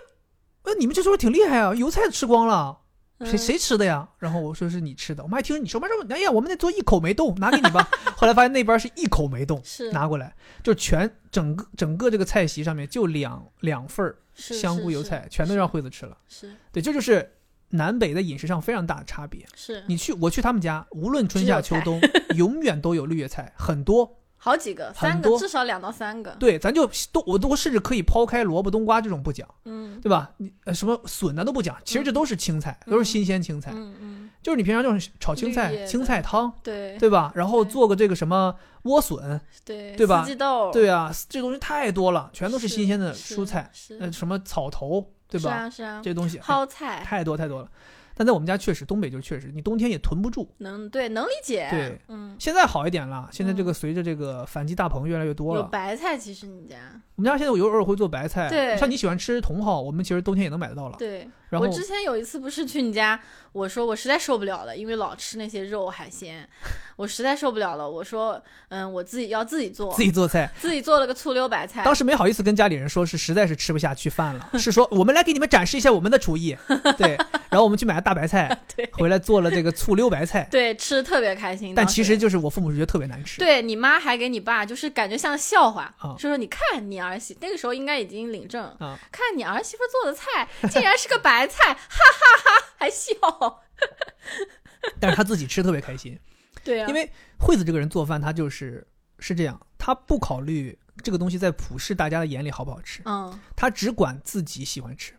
S1: 呃你们这桌挺厉害啊，油菜吃光了。谁
S2: 嗯
S1: 谁吃的呀？然后我说是你吃的，我妈一听你说，妈说哎呀，我们那桌一口没动，拿给你吧。 后来发现那边是一口没动，
S2: 是
S1: 拿过来就全整个整个这个菜席上面就两两份儿
S2: 是
S1: 香
S2: 是
S1: 菇油
S2: 是
S1: 菜，全都让惠子吃了。
S2: 是
S1: 对，这就是南北在饮食上非常大的差别。
S2: 是
S1: 你去我去他们家，无论春
S2: 嗯只有
S1: 夏秋
S2: 菜
S1: 冬，永远都有绿叶菜，很多。
S2: 好几个，三
S1: 很
S2: 个
S1: 多
S2: 至少两到三个，
S1: 对，咱就都我都甚至可以抛开萝卜冬瓜这种不讲，
S2: 嗯
S1: 对吧？你呃什么笋呢、都不讲，其实这都是青菜，
S2: 嗯
S1: 都是新鲜青菜。
S2: 嗯嗯
S1: 就是你平常这种炒青
S2: 绿叶
S1: 菜、
S2: 的
S1: 青菜汤，
S2: 对
S1: 对吧？然后
S2: 对
S1: 做个这个什么莴笋，
S2: 对
S1: 对吧
S2: 四季豆
S1: 对啊，这东西太多了，全都是新鲜的
S2: 是
S1: 蔬菜，
S2: 是
S1: 呃，什么草头，对
S2: 是
S1: 吧？
S2: 啊是啊，
S1: 这东西哎
S2: 蒿菜
S1: 太多太多了。但在我们家确实，东北就确实，你冬天也囤不住。
S2: 能对能理解，
S1: 对，
S2: 嗯，
S1: 现在好一点了，现在这
S2: 嗯
S1: 个随着这个反季大棚越来越多
S2: 有
S1: 了，
S2: 白菜，其实你家
S1: 我们家现在有偶尔会做白菜，
S2: 对
S1: 像你喜欢吃茼蒿，我们其实冬天也能买得到了。
S2: 对。
S1: 然
S2: 我
S1: 后
S2: 之前有一次不是去你家，我说我实在受不了了，因为老吃那些肉海鲜，我实在受不了了。我说，嗯，我自己要自己做，
S1: 自己做菜，
S2: 自己做了个醋溜白菜
S1: 当，时没好意思跟家里人说，是实在是吃不下去饭 了，是说我们来给你们展示一下我们的厨艺。对，然后我们去买了大白菜，
S2: 对
S1: 回来做了这个醋溜白菜，
S2: 对，吃的特别开心。
S1: 但
S2: 当
S1: 其
S2: 时
S1: 实就是我父母是觉得特别难吃。
S2: 对你妈还给你爸，就是感觉像笑话，
S1: 啊
S2: 说说你看你儿媳，那个时候应该已经领证，
S1: 啊
S2: 看你儿媳妇做的菜竟然是个白菜，哈哈哈，还笑。
S1: 但是他自己吃特别开心，
S2: 对啊，
S1: 因为惠子这个人做饭，他就是是这样，他不考虑这个东西在普世大家的眼里好不好吃，
S2: 嗯
S1: 他只管自己喜欢 吃，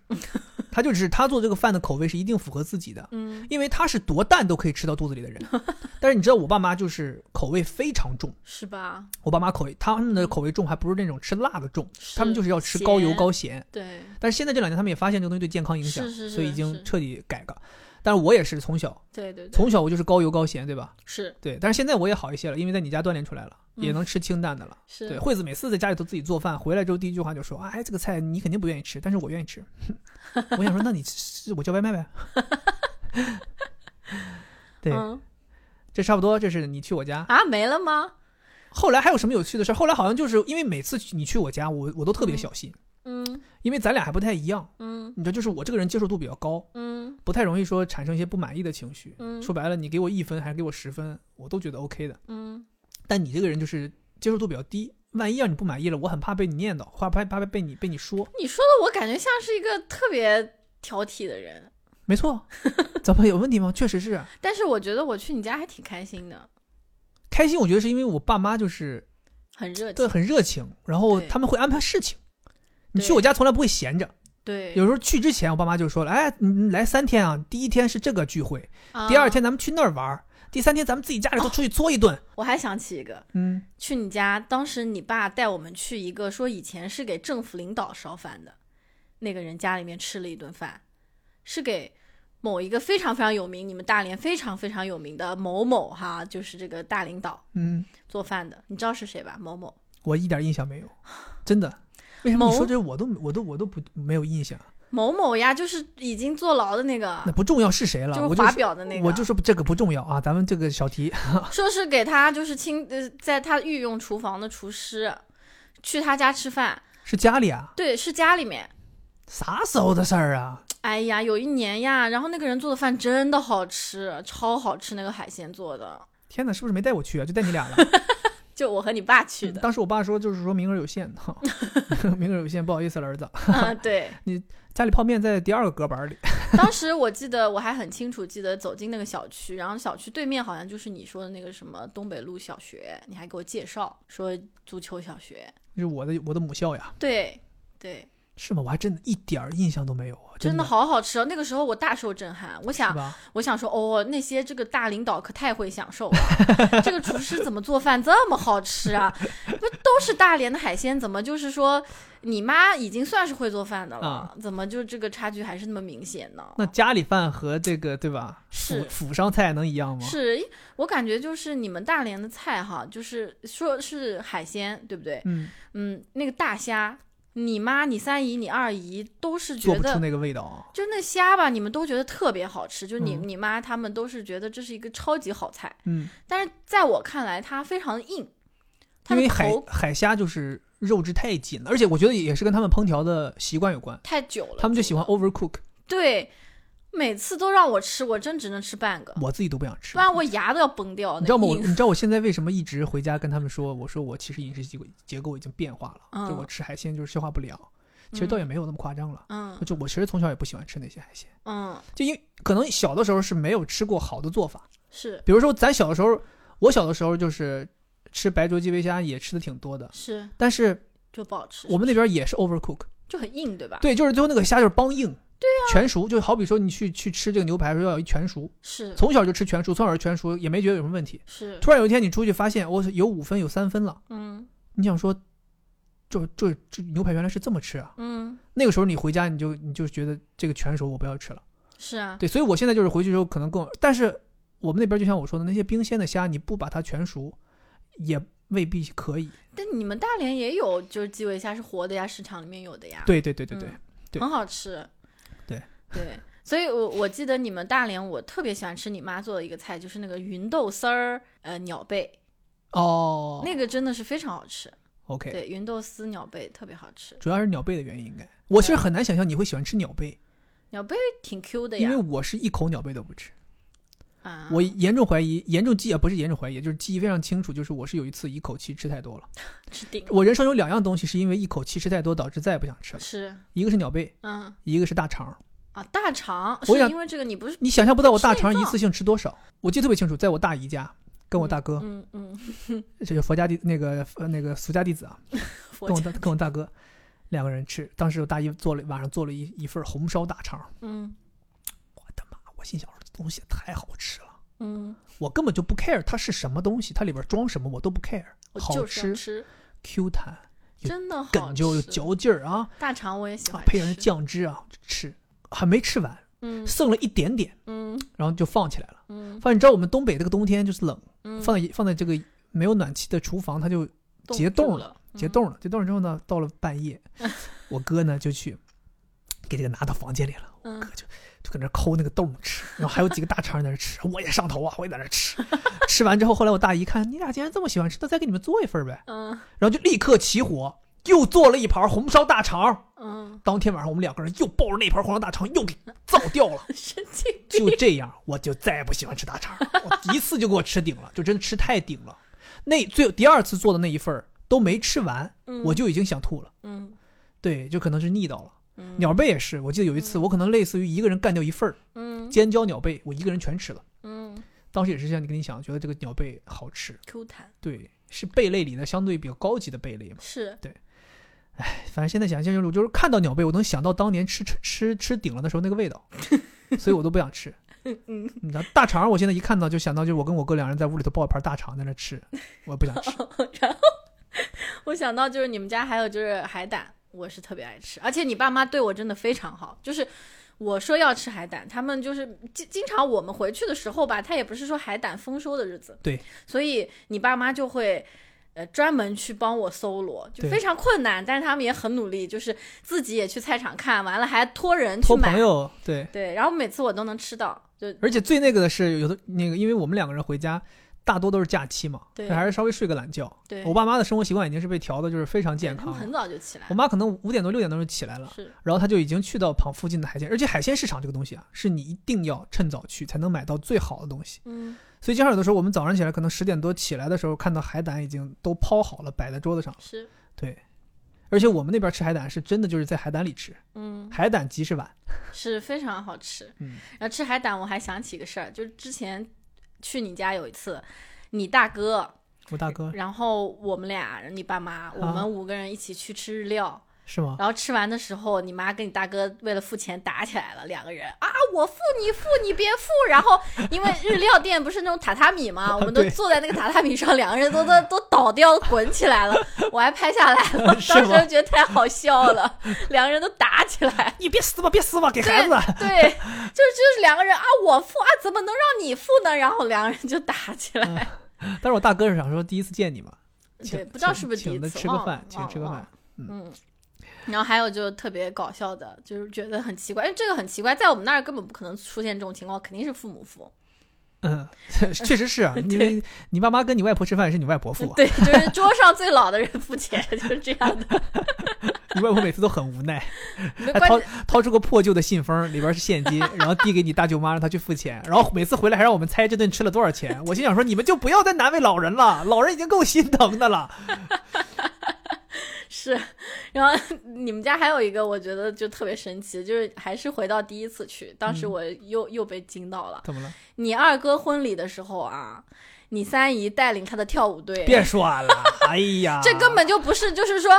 S1: 他就只是他做这个饭的口味是一定符合自己的，
S2: 嗯，
S1: 因为他是多淡都可以吃到肚子里的 人。但是你知道我爸妈就是口味非常重，
S2: 是吧？
S1: 我爸妈口味他们的口味重还不是那种吃辣的重，他们就是要吃
S2: 咸
S1: 高油高咸。
S2: 对，
S1: 但是现在这两年他们也发现这个东西对健康影响，
S2: 是是是
S1: 所以已
S2: 是
S1: 经彻底改革。但是我也是从小
S2: 对对对，
S1: 从小我就是高油高咸，对吧？
S2: 是
S1: 对，但是现在我也好一些了，因为在你家锻炼出来了，也
S2: 嗯
S1: 能吃清淡的了。
S2: 是，
S1: 对，惠子每次在家里头自己做饭，回来之后第一句话就说：“哎，这个菜你肯定不愿意吃，但是我愿意吃。” 我想说，那你吃我叫外卖呗。 对，
S2: 嗯
S1: 这差不多，这是你去我家。
S2: 啊，没了吗？
S1: 后来还有什么有趣的事儿？后来好像就是因为每次你去我家，我我都特别
S2: 嗯
S1: 小心，
S2: 嗯
S1: 因为咱俩还不太一样。
S2: 嗯
S1: 你知道，就是我这个人接受度比较高，
S2: 嗯
S1: 不太容易说产生一些不满意的情绪。
S2: 嗯
S1: 说白了，你给我一分还是给我十分，我都觉得 OK 的。
S2: 嗯
S1: 但你这个人就是接受度比较低，万一让你不满意了，我很怕被你念叨，或怕怕被你被你说。
S2: 你说的我感觉像是一个特别挑剔的人，
S1: 没 错，咱们有问题吗？确实是啊
S2: 但是我觉得我去你家还挺开心的，
S1: 开心，我觉得是因为我爸妈就是
S2: 很热
S1: 对
S2: 情，
S1: 很热情，然后
S2: 对
S1: 他们会安排事情。你去
S2: 对
S1: 我家从来不会闲着，
S2: 对，
S1: 有时候去之前，我爸妈就说了：“哎，你来三天啊，第一天是这个聚会，
S2: 啊
S1: 第二天咱们去那儿玩儿，第三天咱们自己家里头出去作一顿。
S2: 我还想起一个，
S1: 嗯，
S2: 去你家，当时你爸带我们去一个说以前是给政府领导烧饭的那个人家里面吃了一顿饭，是给某一个非常非常有名，你们大连非常非常有名的某某哈，就是这个大领导
S1: 嗯，
S2: 做饭的，你知道是谁吧？某某，
S1: 我一点印象没有，真的。为什么你
S2: 某
S1: 说这我都我都我都不没有印象？
S2: 某某呀，就是已经坐牢的那个
S1: 那，不重要是谁了，
S2: 就
S1: 我
S2: 是
S1: 就
S2: 华
S1: 是
S2: 表的那个，
S1: 我就说这个不重要啊，咱们这个小题，
S2: 说是给他就是亲呃，在他御用厨房的厨师去他家吃饭，
S1: 是家里啊，
S2: 对，是家里面。
S1: 啥时候的事儿啊？
S2: 哎呀，有一年呀，然后那个人做的饭真的好吃，超好吃，那个海鲜做的，
S1: 天哪，是不是没带我去啊？就带你 俩了。
S2: 就我和你爸去的。
S1: 当时我爸说，就是说名额有限， 哈名额有限，不好意思了，儿子。
S2: 啊，对，
S1: 家里泡面在第二个隔板里。
S2: 当时我记得我还很清楚，记得走进那个小区，然后小区对面好像就是你说的那个什么东北路小学，你还给我介绍说足球小学，
S1: 就是我的我的母校呀，
S2: 对对，
S1: 是吗？我还真的一点儿印象都没有啊，
S2: 真
S1: 的
S2: 的好好吃哦。那个时候我大受震撼，我
S1: 是
S2: 想
S1: 吧？
S2: 我想说，哦，那些这个大领导可太会享受了，这个厨师怎么做饭这么好吃啊？不都是大连的海鲜，怎么就是说你妈已经算是会做饭的了，
S1: 啊
S2: 怎么就这个差距还是那么明显呢？
S1: 那家里饭和这个对吧？
S2: 是
S1: 府府上菜能一样吗？
S2: 是我感觉就是你们大连的菜哈，就是说是海鲜，对不对？
S1: 嗯，
S2: 嗯，那个大虾，你妈、你三姨、你二姨都是
S1: 做
S2: 觉
S1: 不出
S2: 得。
S1: 那个味道啊。
S2: 就那虾吧，你们都觉得特别好吃，就你、
S1: 嗯
S2: 你妈他们都是觉得这是一个超级好菜。
S1: 嗯，
S2: 但是在我看来，它非常硬，它
S1: 因
S2: 的
S1: 为海
S2: 口
S1: 海虾就是肉质太紧了，而且我觉得也是跟他们烹调的习惯有关，
S2: 太久了，
S1: 他们就喜欢
S2: 煮的
S1: overcook，
S2: 对，每次都让我吃，我真只能吃半个，
S1: 我自己都不想吃
S2: 不。然我牙都要崩掉。
S1: 你知道吗？
S2: 那
S1: 我
S2: 硬
S1: 你知道我现在为什么一直回家跟他们说，我说我其实饮食结构结构已经变化了，就
S2: 嗯
S1: 我吃海鲜就是消化不良，其实倒也没有那么夸张了。
S2: 嗯
S1: 就我其实从小也不喜欢吃那些海鲜，
S2: 嗯
S1: 就因为可能小的时候是没有吃过好的做法，
S2: 是
S1: 比如说咱小的时候，我小的时候就是吃白灼基围虾也吃的挺多的，
S2: 是
S1: 但是
S2: 就不好吃，
S1: 我们那边也是 overcook，
S2: 就很硬，对吧？
S1: 对，就是最后那个虾就是梆硬，对
S2: 啊
S1: 呀、全熟，就好比说你去去吃这个牛排的时候要一全熟，
S2: 是
S1: 从小就吃全熟，从小就全熟也没觉得有什么问题，
S2: 是
S1: 突然有一天你出去发现我有五分有三分了。
S2: 嗯
S1: 你想说，这这这牛排原来是这么吃啊？
S2: 嗯
S1: 那个时候你回家你就你就觉得这个全熟我不要吃了。
S2: 是啊，
S1: 对，所以我现在就是回去之后可能更，但是我们那边就像我说的，那些冰鲜的虾你不把它全熟，也未必可以。
S2: 但你们大连也有，就是基围虾是活的呀，市场里面有的呀，
S1: 对对对对对，
S2: 嗯
S1: 对
S2: 很好吃，
S1: 对
S2: 对。所以我，我记得你们大连，我特别喜欢吃你妈做的一个菜，就是那个芸豆丝儿，呃，鸟贝，
S1: 哦，
S2: 那个真的是非常好吃，
S1: OK，
S2: 对，芸豆丝鸟贝特别好吃，
S1: 主要是鸟贝的原因应该。我其实很难想象你会喜欢吃鸟贝，
S2: 鸟贝挺 Q 的
S1: 因
S2: 呀
S1: 为。我是一口鸟贝都不吃。
S2: 啊，
S1: 我严重怀疑，严重记啊，不是严重怀疑，就是记忆非常清楚，就是我是有一次一口气吃太多了。
S2: 吃顶
S1: 我人生有两样东西是因为一口气吃太多导致再也不想吃了，
S2: 吃，
S1: 一个是鸟贝，
S2: 嗯
S1: 一个是大肠。
S2: 啊，大肠是
S1: 我想
S2: 因为这个你不是
S1: 你想象不到我大肠
S2: 内
S1: 一
S2: 脏
S1: 次性吃多少，我记得特别清楚，在我大姨家。跟我大哥，
S2: 嗯嗯
S1: 这是佛家弟那个呃那个俗家弟子啊，跟
S2: 佛
S1: 我
S2: 家
S1: 大跟我大哥两个人吃，当时我大姨做了晚上做了一一份红烧大肠，
S2: 嗯
S1: 我的妈！我心想这东西也太好吃了，
S2: 嗯，
S1: 我根本就不 care 它是什么东西，它里边装什么我都不 care，
S2: 我
S1: 好
S2: 就是
S1: 吃
S2: 要吃，
S1: Q 弹，有
S2: 真的好
S1: 梗就有
S2: 吃
S1: 嚼劲儿啊
S2: 大肠我也喜
S1: 啊
S2: 欢，
S1: 配上那
S2: 吃
S1: 酱汁啊吃，还没吃完，
S2: 嗯
S1: 剩了一点点，
S2: 嗯
S1: 然后就放起来了。
S2: 嗯
S1: 反正你知道我们东北这个冬天就是冷，
S2: 嗯，
S1: 放在放在这个没有暖气的厨房，它就结
S2: 冻
S1: 冻
S2: 住了，
S1: 结
S2: 嗯
S1: 冻了。结冻了之后呢，到了半 夜，我哥呢就去给这个拿到房间里了。
S2: 嗯
S1: 哥就就搁那抠那个冻吃，然后还有几个大肠在那吃，我也上头啊，我也在那 吃。吃完之后，后来我大姨看你俩既然这么喜欢吃，那再给你们做一份呗，
S2: 嗯
S1: 然后就立刻起火，又做了一盘红烧大肠。
S2: 嗯，
S1: 当天晚上，我们两个人又抱着那盘红烧大肠又给造掉了。
S2: 神经
S1: 就这样，我就再也不喜欢吃大肠了，我一次就给我吃顶了，就真的吃太顶了。那最第二次做的那一份儿都没吃完，
S2: 嗯
S1: 我就已经想吐了。
S2: 嗯
S1: 对，就可能是腻到了。
S2: 嗯
S1: 鸟贝也是，我记得有一次，我可能类似于一个人干掉一份儿
S2: 嗯
S1: 尖椒鸟贝，我一个人全吃了。
S2: 嗯
S1: 当时也是像你跟你想，觉得这个鸟贝好吃，
S2: Q 弹
S1: 对，是贝类里的相对比较高级的贝类嘛。
S2: 是
S1: 反正现在想想，就是我就是看到鸟贝，我能想到当年吃吃吃吃顶了的时候那个 味道，所以我都不想吃。
S2: 嗯
S1: 你知道大肠，我现在一看到就想到，就是我跟我哥两人在屋里头抱一盘大肠在那吃，我也不想 吃。
S2: 我想到就是你们家还有就是海胆，我是特别爱吃，而且你爸妈对我真的非常好，就是我说要吃海胆，他们就是经经常我们回去的时候吧，他也不是说海胆丰收的日子，
S1: 对，
S2: 所以你爸妈就会。呃，专门去帮我搜罗，就
S1: 对
S2: 非常困难，但是他们也很努力，就是自己也去菜场看，完了还托人去
S1: 托
S2: 买
S1: 朋，友对，
S2: 对，然后每次我都能吃到，就
S1: 而且最那个的是有的那个，因为我们两个人回家大多都是假期嘛，
S2: 对
S1: 还是稍微睡个懒觉。
S2: 对
S1: 我爸妈的生活习惯已经是被调的，就是非常健
S2: 他们
S1: 康
S2: 很
S1: 了。
S2: 早就起来
S1: 我，妈可能五点多六点多就起来了，
S2: 是
S1: 然后她就已经去到旁附近的海鲜，而且海鲜市场这个东西啊，是你一定要趁早去才能买到最好的东西。
S2: 嗯
S1: 所以经常有的时候我们早上起来，可能十点多起来的时候，看到海胆已经都抛好了，摆在桌子上了。
S2: 是
S1: 对，而且我们那边吃海胆是真的就是在海胆里吃，
S2: 嗯
S1: 海胆即是碗。
S2: 是非常好吃，
S1: 嗯，
S2: 然后吃海胆，我还想起一个事儿，就是之前去你家有一次，你大哥，
S1: 我大哥
S2: 然后我们俩，你爸
S1: 啊
S2: 妈，我们五个人一起去吃日料，
S1: 是吗？
S2: 然后吃完的时候，你妈跟你大哥为了付钱打起来了，两个人啊，我付你付你别付，然后因为日料店不是那种榻榻 米嘛，我们都
S1: 对
S2: 坐在那个榻榻米上，两个人都都都倒掉滚起来了，我还拍下来了，当
S1: 是吗
S2: 时就觉得太好笑了，两个人都打起来。
S1: 你别撕吧，别撕吧，给孩子。
S2: 对，就是就是两个人啊，我付啊，怎么能让你付呢？然后两个人就打起来。
S1: 但是我大哥是想说第一次见你嘛，
S2: 对，
S1: 请
S2: 不知道是不是第
S1: 请
S2: 一
S1: 请他
S2: 次，
S1: 吃个
S2: 忘
S1: 饭
S2: 了，
S1: 请吃个。
S2: 忘
S1: 饭
S2: 了。嗯。然后还有就是特别搞笑的，就是觉得很奇怪，因为这个很奇怪，在我们那儿根本不可能出现这种情况，肯定是父母付。
S1: 嗯， 确实 是啊，因为你爸妈跟你外婆吃饭是你外婆付啊，
S2: 对，就是桌上最老的人付钱， 就是这样的。
S1: 你外婆每次都很无奈，
S2: 没
S1: 还
S2: 关
S1: 掏
S2: 系，
S1: 掏出个破旧的信封，里边是现金，然后递给你大舅妈让她去付钱，然后每次回来还让我们猜这顿吃了多少钱。我心想说你们就不要再难为老人了，老人已经够心疼的了。
S2: 是。然后 你们家还有一个，我觉得就特别神奇，就是还是回到第一次去，当时
S1: 嗯
S2: 我又、又被惊到了。
S1: 怎么了？
S2: 你二哥婚礼的时候啊，你三姨带领他的跳舞队，
S1: 别说了，哎呀，
S2: 这根本就不是，就是说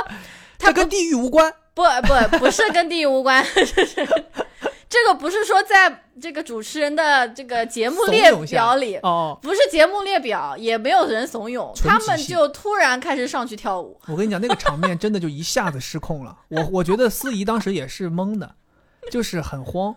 S2: 他
S1: 这跟地域无关。
S2: 不不不是跟地域无关， 这个不是说在这个主持人的这个节目列表里，
S1: 哦，
S2: 不是节目列表，也没有人怂恿，
S1: 纯即兴
S2: 他们就突然开始上去跳舞，
S1: 我跟你讲，那个场面真的就一下子失控了。我我觉得司仪当时也是懵的，就是很慌。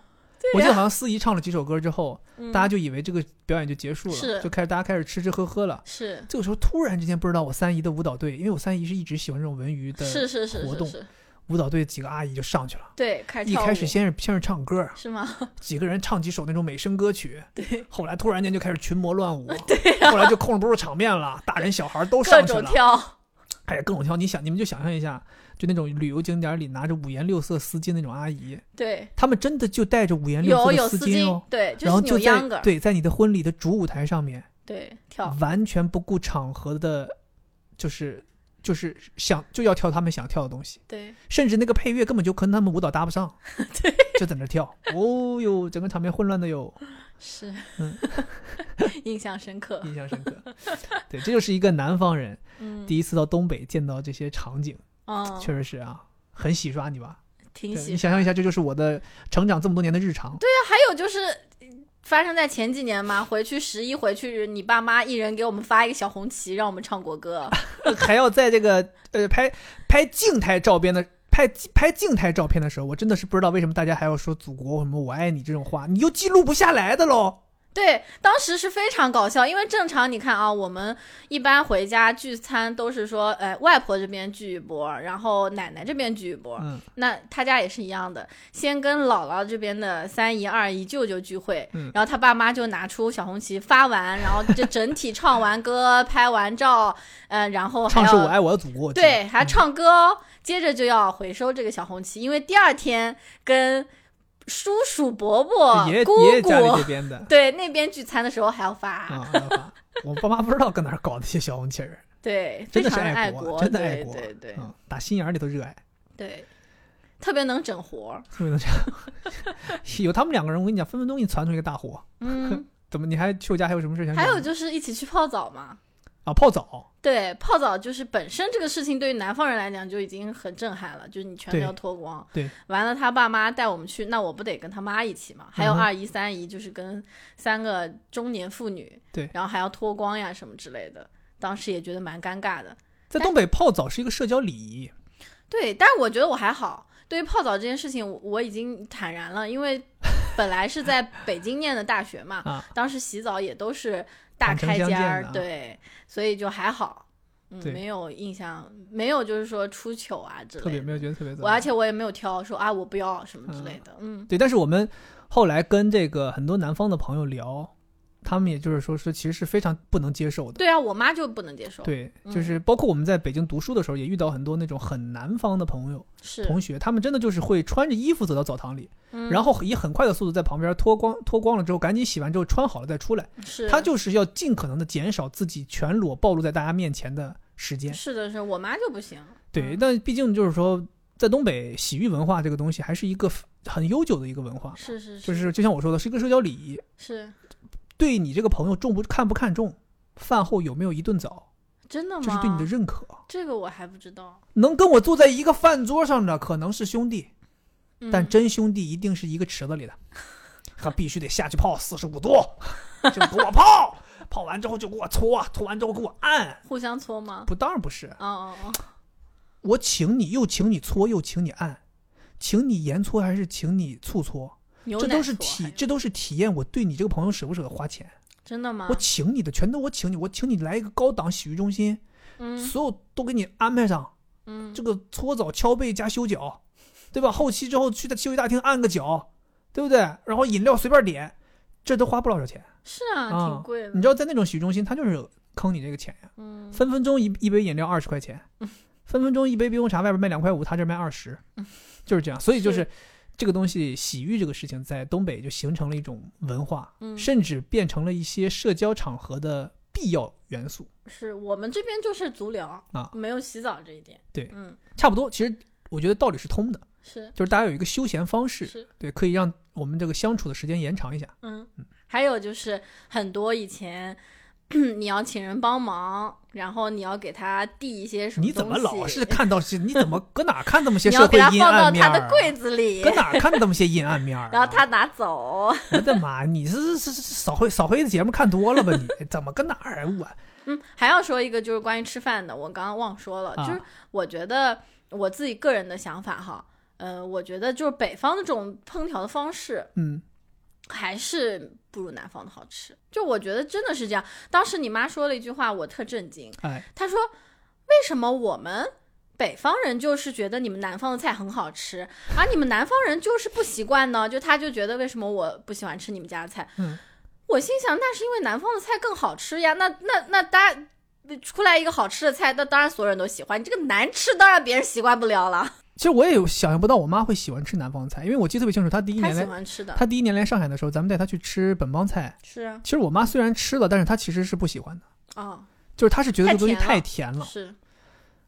S1: 我记得好像司仪唱了几首歌之后，大家就以为这个表演就结束了，
S2: 嗯是
S1: 就开始大家开始吃吃喝喝了。
S2: 是
S1: 这个时候突然之间不知道我三姨的舞蹈队，因为我三姨是一直喜欢这种文娱
S2: 是
S1: 的
S2: 是是
S1: 活
S2: 是
S1: 动
S2: 是，
S1: 舞蹈队，几个阿姨就上去了。
S2: 对，开始
S1: 一
S2: 跳舞
S1: 开始先是先是唱歌，
S2: 是吗？
S1: 几个人唱几首那种美声歌曲，
S2: 对，啊
S1: 后来突然间就开始群魔 乱舞，后来就控制不住场面了，大人小孩都
S2: 各
S1: 上去
S2: 种
S1: 了，
S2: 跳，
S1: 哎呀，各种跳，你想，你们就想象一下，就那种旅游景点里拿着五颜六色丝巾那种阿姨，
S2: 对，
S1: 她们真的就带着五颜六
S2: 有
S1: 色
S2: 有
S1: 的丝
S2: 丝
S1: 巾哦，
S2: 对，
S1: 然
S2: 就
S1: 后
S2: 是
S1: 就
S2: 扭秧歌
S1: 在，对，嗯在你的婚礼的主舞台上面，
S2: 对，跳，
S1: 完全不顾场合的，就是就是想就要跳他们想跳的东西，
S2: 对，
S1: 甚至那个配乐根本就跟他们舞蹈搭不上， 对，就在那跳，哦哟，整个场面混乱的哟，
S2: 是
S1: 嗯，
S2: 印象深刻，
S1: 印象深刻。对，这就是一个南方人
S2: 嗯，
S1: 第一次到东北见到这些场景，
S2: 嗯，
S1: 确实是啊，很洗刷你吧？
S2: 挺
S1: 对
S2: 喜
S1: 你想象一下，这就是我的成长这么多年的日常。对，
S2: 还有就是发生在前几年嘛，回去十一回去，你爸妈一人给我们发一个小红旗，让我们唱国歌。
S1: 还要在这个呃拍拍静态照片的。拍拍静态照片的时候，我真的是不知道为什么大家还要说“祖国”什么“我爱你”这种话，你又记录不下来的喽。
S2: 对，当时是非常搞笑，因为正常你看啊，我们一般回家聚餐都是说，哎，外婆这边聚一波，然后奶奶这边聚一波，
S1: 嗯
S2: 那他家也是一样的，先跟姥姥这边的三姨、二姨、舅舅聚会，
S1: 嗯
S2: 然后他爸妈就拿出小红旗发完，然后这整体唱完歌、 拍完照，嗯、然后还
S1: 唱是“我
S2: 要
S1: 爱我的祖国”，我记得
S2: 对，还唱歌哦、接着就要回收这个小红旗，因为第二天跟叔叔、伯伯
S1: 嗯、爷
S2: 姑
S1: 爷家里
S2: 姑
S1: 这边的
S2: 对那边聚餐的时候还要发，
S1: 啊。要发我爸妈 不知道搁哪儿搞那些小红旗儿，
S2: 对，
S1: 真的
S2: 非
S1: 是
S2: 常地爱
S1: 国，真的爱
S2: 对
S1: 国，
S2: 对对、
S1: 嗯，打心眼儿里头热爱。
S2: 对，特别能整活儿，
S1: 特别能这样， 有他们两个人，我跟你讲，分分钟给你传出一个大火。
S2: 嗯，
S1: 怎么？你还去我家还有什么事想讲
S2: 还
S1: 吗？
S2: 有就是一起去泡澡嘛。
S1: 啊，泡澡，
S2: 对，泡澡就是本身这个事情对于南方人来讲就已经很震撼了，就是你全都要脱光。
S1: 对
S2: 完了他爸妈带我们去，那我不得跟他妈一起嘛？还有
S1: 嗯哼
S2: 二姨、三姨，就是跟三个中年妇女，
S1: 对
S2: 然后还要脱光呀什么之类的。当时也觉得蛮尴尬的，
S1: 在东北泡澡是一个社交礼仪。
S2: 对，但是我觉得我还好。对于泡澡这件事情，我我已经坦然了，因为本来是在北京念的大学嘛，
S1: 啊
S2: 当时洗澡也都是大
S1: 坦诚
S2: 开
S1: 相
S2: 间儿，
S1: 见的啊
S2: 对，所以就还好，嗯，
S1: 对
S2: 没有印象，没有就是说出糗啊之
S1: 特别
S2: 类的。
S1: 没有觉得特别怎
S2: 我
S1: 么样
S2: 而且我也没有挑说啊我不要什么之类的，嗯
S1: 对，但是我们后来跟这个很多南方的朋友聊，他们也就是说是其实是非常不能接受的。
S2: 对啊，我妈就不能接受，
S1: 对，
S2: 嗯
S1: 就是包括我们在北京读书的时候，也遇到很多那种很南方的朋友、
S2: 是，
S1: 同学，他们真的就是会穿着衣服走到澡堂里，
S2: 嗯、
S1: 然后以很快的速度在旁边脱光，脱光了之后赶紧洗完之后穿好了再出来。
S2: 是，
S1: 他就是要尽可能的减少自己全裸暴露在大家面前的时间。
S2: 是的是，我妈就不行，
S1: 对，
S2: 嗯
S1: 但毕竟就是说，在东北，洗浴文化这个东西还是一个很悠久的一个文化，
S2: 是是
S1: 就是是就像我说的，是一个社交礼仪，
S2: 是
S1: 对你这个朋友重不看不看重，饭后有没有一顿澡，
S2: 真的吗？
S1: 这是对你的认可。
S2: 这个我还不知道，
S1: 能跟我坐在一个饭桌上的可能是兄弟，
S2: 嗯、
S1: 但真兄弟一定是一个池子里的，他必须得下去泡四十五度，就给我泡，泡完之后就给我搓，搓完之后给我按。
S2: 互相搓吗？
S1: 不，当然不是，
S2: 哦哦哦，
S1: 我请你，又请你搓，又请你按，请你盐搓还是请你醋搓？
S2: 牛
S1: 这
S2: 奶
S1: 都是
S2: 搓还
S1: 体，
S2: 有
S1: 这都是体验我对你这个朋友舍不舍得花钱。
S2: 真的吗
S1: 我？请你的，全都我请你，我请你来一个高档洗浴中心，
S2: 嗯
S1: 所有都给你安排上，
S2: 嗯，
S1: 这个搓澡、敲背加修脚，对吧？后期之后去休息大厅按个脚，对不对？然后饮料随便点，这都花不了少钱。
S2: 是啊，
S1: 啊
S2: 挺贵的
S1: 你，知道在那种洗浴中心，他就是坑你这个钱呀，
S2: 嗯，
S1: 分分钟一一杯饮料二十块钱，分分钟一杯冰红茶外边卖两块五，他这儿卖二十，就是这样。所以就是
S2: 嗯是
S1: 这个东西，洗浴这个事情在东北就形成了一种文化，
S2: 嗯
S1: 甚至变成了一些社交场合的必要元素。
S2: 是我们这边就是足疗
S1: 啊
S2: 没有洗澡这一点。
S1: 对
S2: 嗯，
S1: 差不多，其实我觉得道理是通的，
S2: 是
S1: 就是大家有一个休闲方式，
S2: 是，
S1: 对，可以让我们这个相处的时间延长一下。
S2: 嗯，还有就是很多以前 你要请人帮忙，然后你要给他递一些什么
S1: 你怎么
S2: 东西
S1: 老是看到是？你怎么搁哪看这么些
S2: 你
S1: 社
S2: 要
S1: 会
S2: 给他
S1: 阴
S2: 放到
S1: 暗面
S2: 他
S1: 儿
S2: 的
S1: 啊？
S2: 柜子里
S1: 搁，哪看这么些阴暗面儿啊？
S2: 然后他拿走。
S1: 我的妈！你是是是扫黑扫黑的节目看多了吧你？怎么搁哪儿啊？我
S2: 嗯，还要说一个就是关于吃饭的，我刚刚忘说了，
S1: 啊
S2: 就是我觉得我自己个人的想法哈，呃，我觉得就是北方的这种烹调的方式，
S1: 嗯，
S2: 还是不如南方的好吃。就我觉得真的是这样。当时你妈说了一句话，我特震惊。
S1: 哎，
S2: 她说：“为什么我们北方人就是觉得你们南方的菜很好吃，而你们南方人就是不习惯呢？”就她就觉得为什么我不喜欢吃你们家的菜？
S1: 嗯，
S2: 我心想那是因为南方的菜更好吃呀。那那那大家出来一个好吃的菜，那当然所有人都喜欢。你这个难吃，当然别人习惯不了了。
S1: 其实我也有想象不到我妈会喜欢吃南方菜，因为我记得特别清楚，她第一
S2: 她
S1: 年
S2: 喜
S1: 来，
S2: 欢吃的
S1: 她第一年来上海的时候，咱们带她去吃本帮菜。
S2: 是啊，
S1: 其实我妈虽然吃了，但是她其实是不喜欢的，
S2: 哦，
S1: 就是她是觉得这个东西
S2: 太
S1: 太甜了。
S2: 是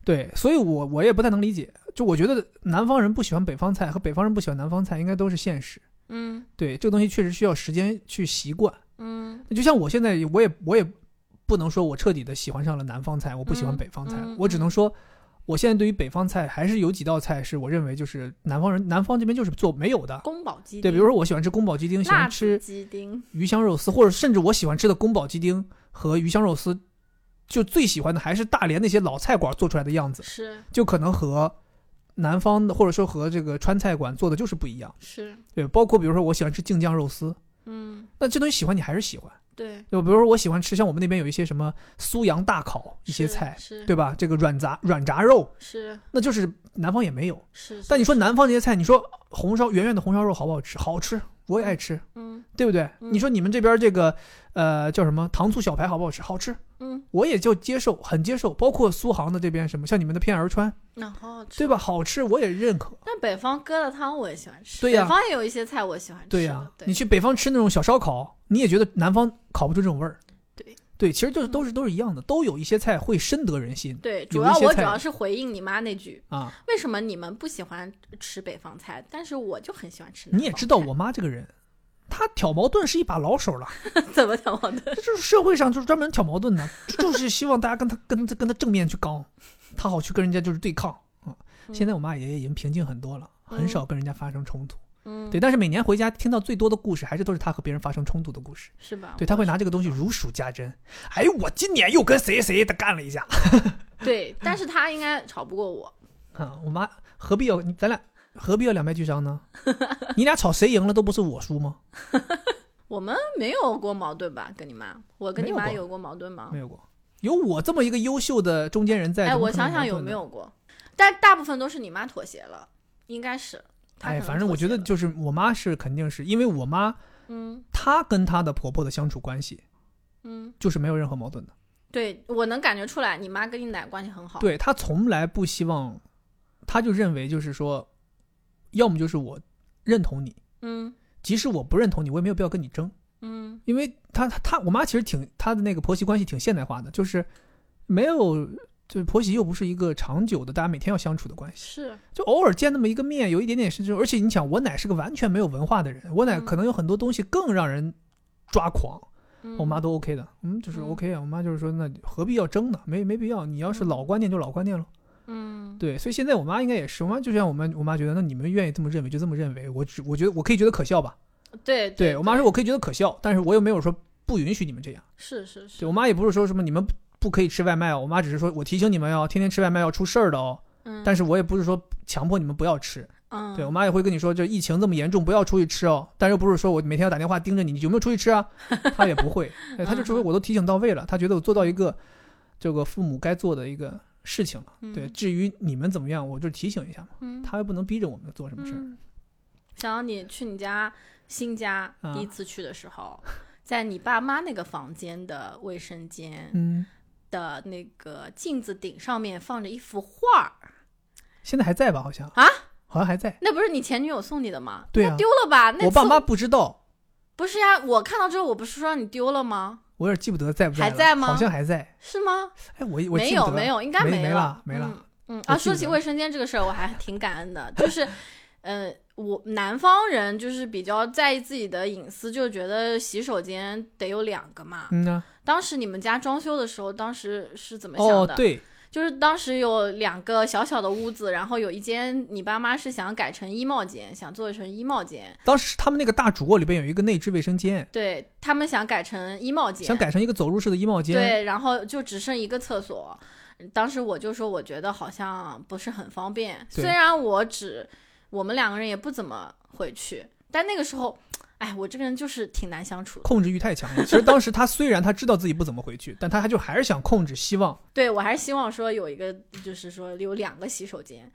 S1: 对，所以我我也不太能理解，就我觉得南方人不喜欢北方菜和北方人不喜欢南方菜应该都是现实。
S2: 嗯
S1: 对，这个东西确实需要时间去习惯。
S2: 嗯
S1: 就像我现在，我也我也不能说我彻底的喜欢上了南方菜，我不喜欢北方菜，
S2: 嗯嗯
S1: 我只能说，我现在对于北方菜还是有几道菜是我认为就是南方人南方这边就是做没有的。
S2: 宫保鸡丁，
S1: 对，比如说我喜欢吃宫保鸡丁，喜
S2: 辣
S1: 欢
S2: 子
S1: 吃
S2: 鸡丁，
S1: 鱼香肉丝，或者甚至我喜欢吃的宫保鸡丁和鱼香肉丝，就最喜欢的还是大连那些老菜馆做出来的样子，
S2: 是
S1: 就可能和南方的或者说和这个川菜馆做的就是不一样。
S2: 是，
S1: 对，包括比如说我喜欢吃净酱肉丝，
S2: 嗯，
S1: 那这东西喜欢你还是喜欢。
S2: 对，
S1: 就比如说我喜欢吃像我们那边有一些什么苏阳大烤一些
S2: 是
S1: 菜，
S2: 是，
S1: 对吧？这个软炸软炸肉，
S2: 是
S1: 那就是南方也没有。
S2: 是，
S1: 但你
S2: 是
S1: 说南方这些菜，你说红烧圆圆的红烧肉好不好吃？好吃，我也爱吃，
S2: 嗯
S1: 对不对？
S2: 嗯
S1: 你说你们这边这个呃叫什么糖醋小排好不好吃？好吃，
S2: 嗯，
S1: 我也就接受，很接受。包括苏杭的这边什么，像你们的片儿川，
S2: 那好好吃，
S1: 对吧？？好吃，我也认可。
S2: 但北方疙瘩汤我也喜欢吃，
S1: 对呀
S2: 北方也有一些菜我喜欢吃的，
S1: 对呀、
S2: 对
S1: 你去北方吃那种小烧烤，你也觉得南方烤不出这种味儿。
S2: 对嗯
S1: 对，其实就是都是都是一样的，都有一些菜会深得人心
S2: 对，
S1: 一
S2: 主要
S1: 些
S2: 我
S1: 菜
S2: 主要是回应你妈那句，
S1: 啊。
S2: 为什么你们不喜欢吃北方菜，但是我就很喜欢吃南方菜？
S1: 你也知道我妈这个人，她挑矛盾是一把老手了，
S2: 怎么讲我的？
S1: 这就是社会上就是专门挑矛盾的，就就是希望大家跟她跟她跟她正面去刚，她好去跟人家就是对抗啊。
S2: 嗯
S1: 现在我妈也已经平静很多了，很少跟人家发生冲突。
S2: 嗯，
S1: 对，但是每年回家听到最多的故事，还是都是她和别人发生冲突的故事。
S2: 啊是吧？
S1: 对，她会拿这个东西如数家珍。哎，我今年又跟谁谁的干了一架
S2: 对，但是他应该吵不过我，
S1: 啊！我妈何必要你咱俩何必要两败俱伤 呢？你俩吵谁赢了都不是我输吗？
S2: 我们没有过矛盾吧？跟你妈，我跟你妈
S1: 没有过
S2: 有过矛盾吗
S1: 没？有过。有我这么一个优秀的中间人在，
S2: 啊哎，
S1: 怎么
S2: 我
S1: 可能
S2: 想想有
S1: 矛盾呢
S2: 没？有过，但大部分都是你妈妥协了，应该是。她
S1: 哎，
S2: 可能
S1: 反正我
S2: 妥协
S1: 觉得
S2: 了
S1: 就是我妈是肯定是因为我妈
S2: 嗯
S1: 她跟她的婆婆的相处关系
S2: 嗯，
S1: 就是没有任何矛盾的，
S2: 对我能感觉出来，你妈跟你奶关系很好。
S1: 对她从来不希望，她就认为就是说，要么就是我认同你，
S2: 嗯
S1: 即使我不认同你，我也没有必要跟你争，
S2: 嗯
S1: 因为她她她我妈其实挺她的那个婆媳关系挺现代化的，就是没有就是婆媳又不是一个长久的大家每天要相处的关系。
S2: 是
S1: 就偶尔见那么一个面，有一点点是这种。而且你想，我奶是个完全没有文化的人，我奶
S2: 嗯
S1: 可能有很多东西更让人抓狂，
S2: 嗯
S1: 我妈都 OK 的，嗯，就是
S2: 嗯
S1: OK 啊。我妈就是说，那何必要争呢？没没必要。你要是
S2: 嗯
S1: 老观念就老观念了，
S2: 嗯
S1: 对。所以现在我妈应该也是，我妈就像我们我妈觉得，那你们愿意这么认为就这么认为，我只我觉得我可以觉得可笑吧。
S2: 对
S1: 对我妈说，我可以觉得可笑，但是我又没有说不允许你们这样。
S2: 是是是
S1: 对我妈也不是说什么你们不不可以吃外卖哦，我妈只是说我提醒你们要天天吃外卖要出事儿的哦，
S2: 嗯，
S1: 但
S2: 是
S1: 是我也不是说强迫你们不要吃。
S2: 嗯
S1: 对我妈也会跟你说，就疫情这么严重，不要出去吃哦。但又不是说我每天要打电话盯着你，你有没有出去吃啊？她也不 会，对
S2: 嗯
S1: 她就说我都提醒到位了，她觉得我做到一个这个父母该做的一个事情了。对，
S2: 嗯
S1: 至于你们怎么样，我就提醒一下嘛，
S2: 嗯
S1: 她又不能逼着我们做什么事儿。
S2: 嗯，想到你去你家新家
S1: 啊
S2: 第一次去的时候，在你爸妈那个房间的卫生间
S1: 嗯，
S2: 的那个镜子顶上面放着一幅画儿，
S1: 现在还在吧？好像
S2: 啊，
S1: 好像还在。
S2: 那不是你前女友送你的吗？
S1: 对啊
S2: 那，丢了吧？那
S1: 我爸
S2: 次
S1: 妈不知道，
S2: 不是呀，我看到之后我不是说让你丢了吗？
S1: 我有点记不得在不在
S2: 还
S1: 了
S2: 在吗
S1: 好像还在。
S2: 是吗？
S1: 哎，我我
S2: 没
S1: 记不
S2: 有
S1: 得
S2: 没有，应该
S1: 没
S2: 没
S1: 了没了
S2: 嗯嗯
S1: 我
S2: 啊，
S1: 记不
S2: 说
S1: 得
S2: 起卫生间这个事儿，我还挺感恩的，就是，呃，我南方人就是比较在意自己的隐私，就觉得洗手间得有两个嘛。
S1: 嗯呢。
S2: 当时你们家装修的时候，当时是怎么想
S1: 哦
S2: 的？，
S1: 对，
S2: 就是当时有两个小小的屋子，然后有一间你爸妈是想改成衣帽间，想做成衣帽间，
S1: 当时他们那个大主卧里边有一个内置卫生间，
S2: 对他们想改成衣帽间，
S1: 想改成一个走入式的衣帽间。
S2: 对，然后就只剩一个厕所。当时我就说，我觉得好像不是很方便。
S1: 对
S2: 虽然我只我们两个人也不怎么回去，但那个时候，哎，我这个人就是挺难相处的。
S1: 控制欲太强了。其实当时他虽然他知道自己不怎么回去，但他就还是想控制，希望。
S2: 对我还是希望说有一个，就是说有两个洗手间。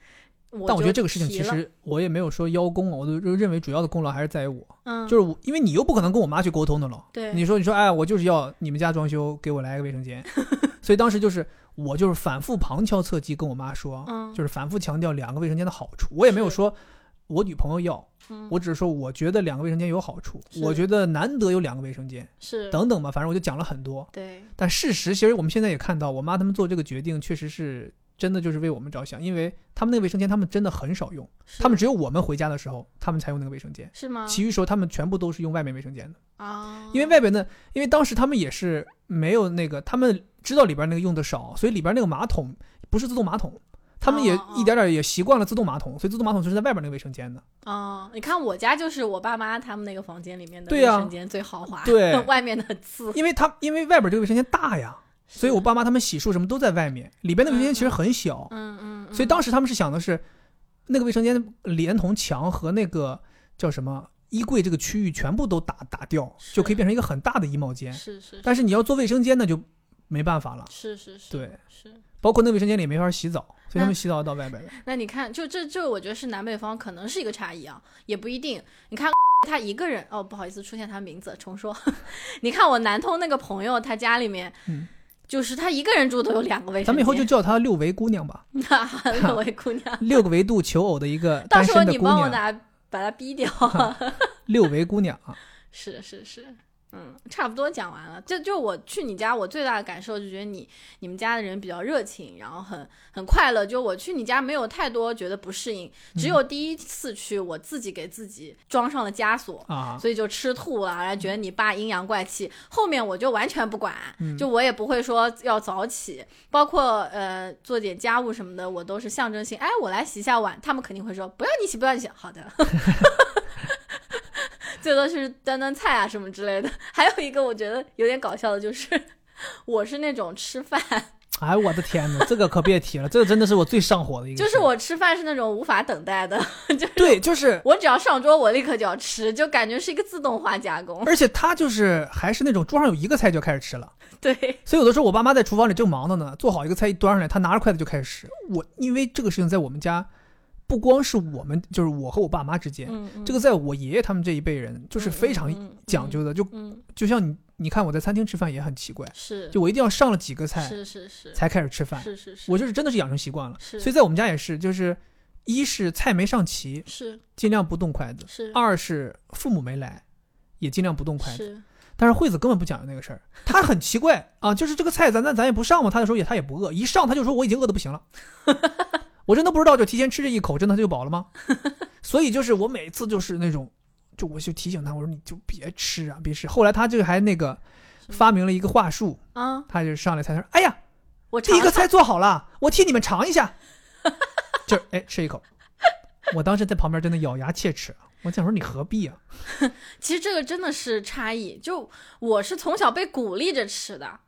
S2: 我
S1: 但我觉得
S2: 就
S1: 这个事情
S2: 提
S1: 其
S2: 了，
S1: 实我也没有说邀功啊，我就认为主要的功劳还是在于我，
S2: 嗯，
S1: 就是我，因为你又不可能跟我妈去沟通的了。
S2: 对，
S1: 你说你说，哎，我就是要你们家装修，给我来个卫生 间。所以当时就是我就是反复旁敲侧击跟我妈说，
S2: 嗯
S1: 就是反复强调两个卫生间的好处。我也没有
S2: 是
S1: 说我女朋友要，
S2: 嗯
S1: 我只是说我觉得两个卫生间有好处，
S2: 是
S1: 我觉得难得有两个卫生间，
S2: 是
S1: 等等吧，反正我就讲了很多。
S2: 对，
S1: 但事实其实我们现在也看到，我妈他们做这个决定确实是真的就是为我们着想，因为他们那个卫生间他们真的很少用，
S2: 是啊
S1: 他们只有我们回家的时候他们才用那个卫生间，
S2: 是吗？
S1: 其余时候他们全部都是用外面卫生间的，
S2: 啊，
S1: 因为外边的，因为当时他们也是没有那个，他们知道里边那个用的少，所以里边那个马桶不是自动马桶，他们也
S2: 哦哦
S1: 一点点也习惯了自动马桶，所以自动马桶就是在外边那个卫生间的。
S2: 哦，你看我家就是我爸妈他们那个房间里面的
S1: 对
S2: 卫
S1: 呀
S2: 生间最豪华，
S1: 对
S2: 外面的很次，
S1: 因为他因为外边这个卫生间大呀，所以我爸妈他们洗漱什么都在外面，里边的卫生间其实很小，
S2: 嗯嗯，嗯
S1: 所以当时他们是想的是，那个卫生间连同墙和那个叫什么衣柜这个区域全部都打打掉，
S2: 是
S1: 就可以变成一个很大的衣帽间。
S2: 是是
S1: 但是你要做卫生间那就没办法了，
S2: 是是是，
S1: 对，
S2: 是。
S1: 包括那卫生间里也没法洗澡，所以他
S2: 那
S1: 们洗澡到外边来。
S2: 那你看，就这这，我觉得是南北方可能是一个差异啊，也不一定。你看他一个人，哦，不好意思，出现他名字，重说。 你看我南通那个朋友，他家里面，
S1: 嗯
S2: 就是他一个人住都有两个卫生间。
S1: 咱们以后 就叫她六维姑娘吧，
S2: 那位姑娘，
S1: 六个维度求偶的一 个
S2: 到
S1: 单
S2: 时候
S1: 身的
S2: 你
S1: 姑
S2: 帮我
S1: 娘，
S2: 拿把他逼掉。
S1: 六维姑娘啊，
S2: 是是是，嗯，差不多讲完了。就就我去你家，我最大的感受就觉得你你们家的人比较热情，然后很很快乐。就我去你家没有太多觉得不适应，只有第一次去，我自己给自己装上了枷锁。
S1: 啊，
S2: 所以就吃吐了，然后觉得你爸阴阳怪气。后面我就完全不管，
S1: 嗯
S2: 就我也不会说要早起，包括呃做点家务什么的，我都是象征性，哎，我来洗一下碗，他们肯定会说不要你洗，不要你洗，好的。 最多是端端菜啊什么之类的。还有一个我觉得有点搞笑的就是，我是那种吃饭，
S1: 哎，我的天哪，这个可别提了，这个真的是我最上火的一个事
S2: 就
S1: 儿。
S2: 是我吃饭是那种无法等待的，
S1: 对，就是，
S2: 我只要上桌我立刻就要吃，就感觉是一个自动化加工。
S1: 而且他就是还是那种桌上有一个菜就开始吃了，
S2: 对，
S1: 所以有的时候我爸妈在厨房里正忙着呢，做好一个菜一端上来，他拿着筷子就开始吃。我因为这个事情在我们家，不光是我们，就是我和我爸妈之间，
S2: 嗯，嗯
S1: 这个在我爷爷他们这一辈人就是非常讲，究的，就
S2: 嗯嗯嗯嗯嗯，
S1: 就像你你看我在餐厅吃饭也很奇怪，
S2: 是，
S1: 就我一定要上了几个菜
S2: 是是是
S1: 才开始吃饭，
S2: 是是是，
S1: 我就是真的是养成习惯了。
S2: 是
S1: 所以在我们家也是，就是一是菜没上齐，
S2: 是
S1: 尽量不动筷子；
S2: 是
S1: 二是父母没来，也尽量不动筷子。
S2: 是
S1: 但是惠子根本不讲究那个事儿，她很奇怪啊，就是这个菜咱咱咱也不上嘛，她的时候也她也不饿，一上她就说我已经饿得不行了， 我真的不知道就提前吃这一口，真的她就饱了吗？ 所以就是我每次就是那种，就我就提醒她，我说你就别吃啊，别吃。后来她这个还那个
S2: 是
S1: 发明了一个话术，
S2: 啊，
S1: 她就上来才说，哎呀，
S2: 我
S1: 第一
S2: 尝
S1: 个菜做好了，我替你们尝一下， 就是哎吃一口，我当时在旁边真的咬牙切齿，我想说你何必啊？
S2: 其实这个真的是差异，就我是从小被鼓励着吃的。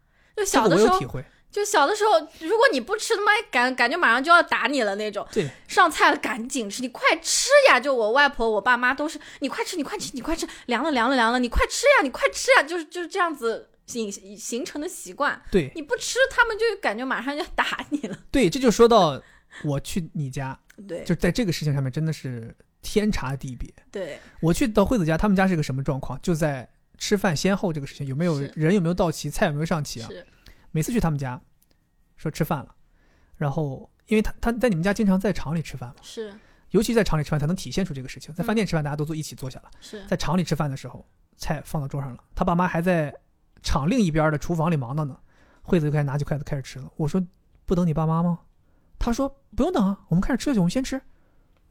S1: 这
S2: 就小
S1: 个
S2: 的
S1: 我
S2: 时
S1: 有
S2: 候
S1: 体，会，
S2: 就小的时候，如果你不吃，他妈感感觉马上就要打你了那种。
S1: 对，
S2: 上菜了赶紧吃，你快吃呀！就我外婆、我爸妈都是，你快吃，你快吃，你快吃，凉了凉了凉了，你快吃呀，你快吃呀，就是就是这样子形形成的习惯。
S1: 对。
S2: 你不吃，他们就感觉马上就要打你了。
S1: 对，这就说到我去你家，
S2: 对
S1: 就在这个事情上面真的是天差地别。
S2: 对，
S1: 我去到惠子家，他们家是个什么状况？就在吃饭先后这个事情，有没有
S2: 是
S1: 人有没有到齐，菜有没有上齐啊？
S2: 是
S1: 每次去他们家，说吃饭了，然后因为他他在你们家经常在厂里吃饭嘛，
S2: 是
S1: 尤其在厂里吃饭才能体现出这个事情。在饭
S2: 嗯
S1: 店吃饭，大家都坐一起坐下了，
S2: 是，
S1: 在厂里吃饭的时候，菜放到桌上了，他爸妈还在厂另一边的厨房里忙着呢。惠子就开始拿起筷子开始吃了。我说：“不等你爸妈吗？”他说：“不用等啊，我们开始吃就行，我们先吃。”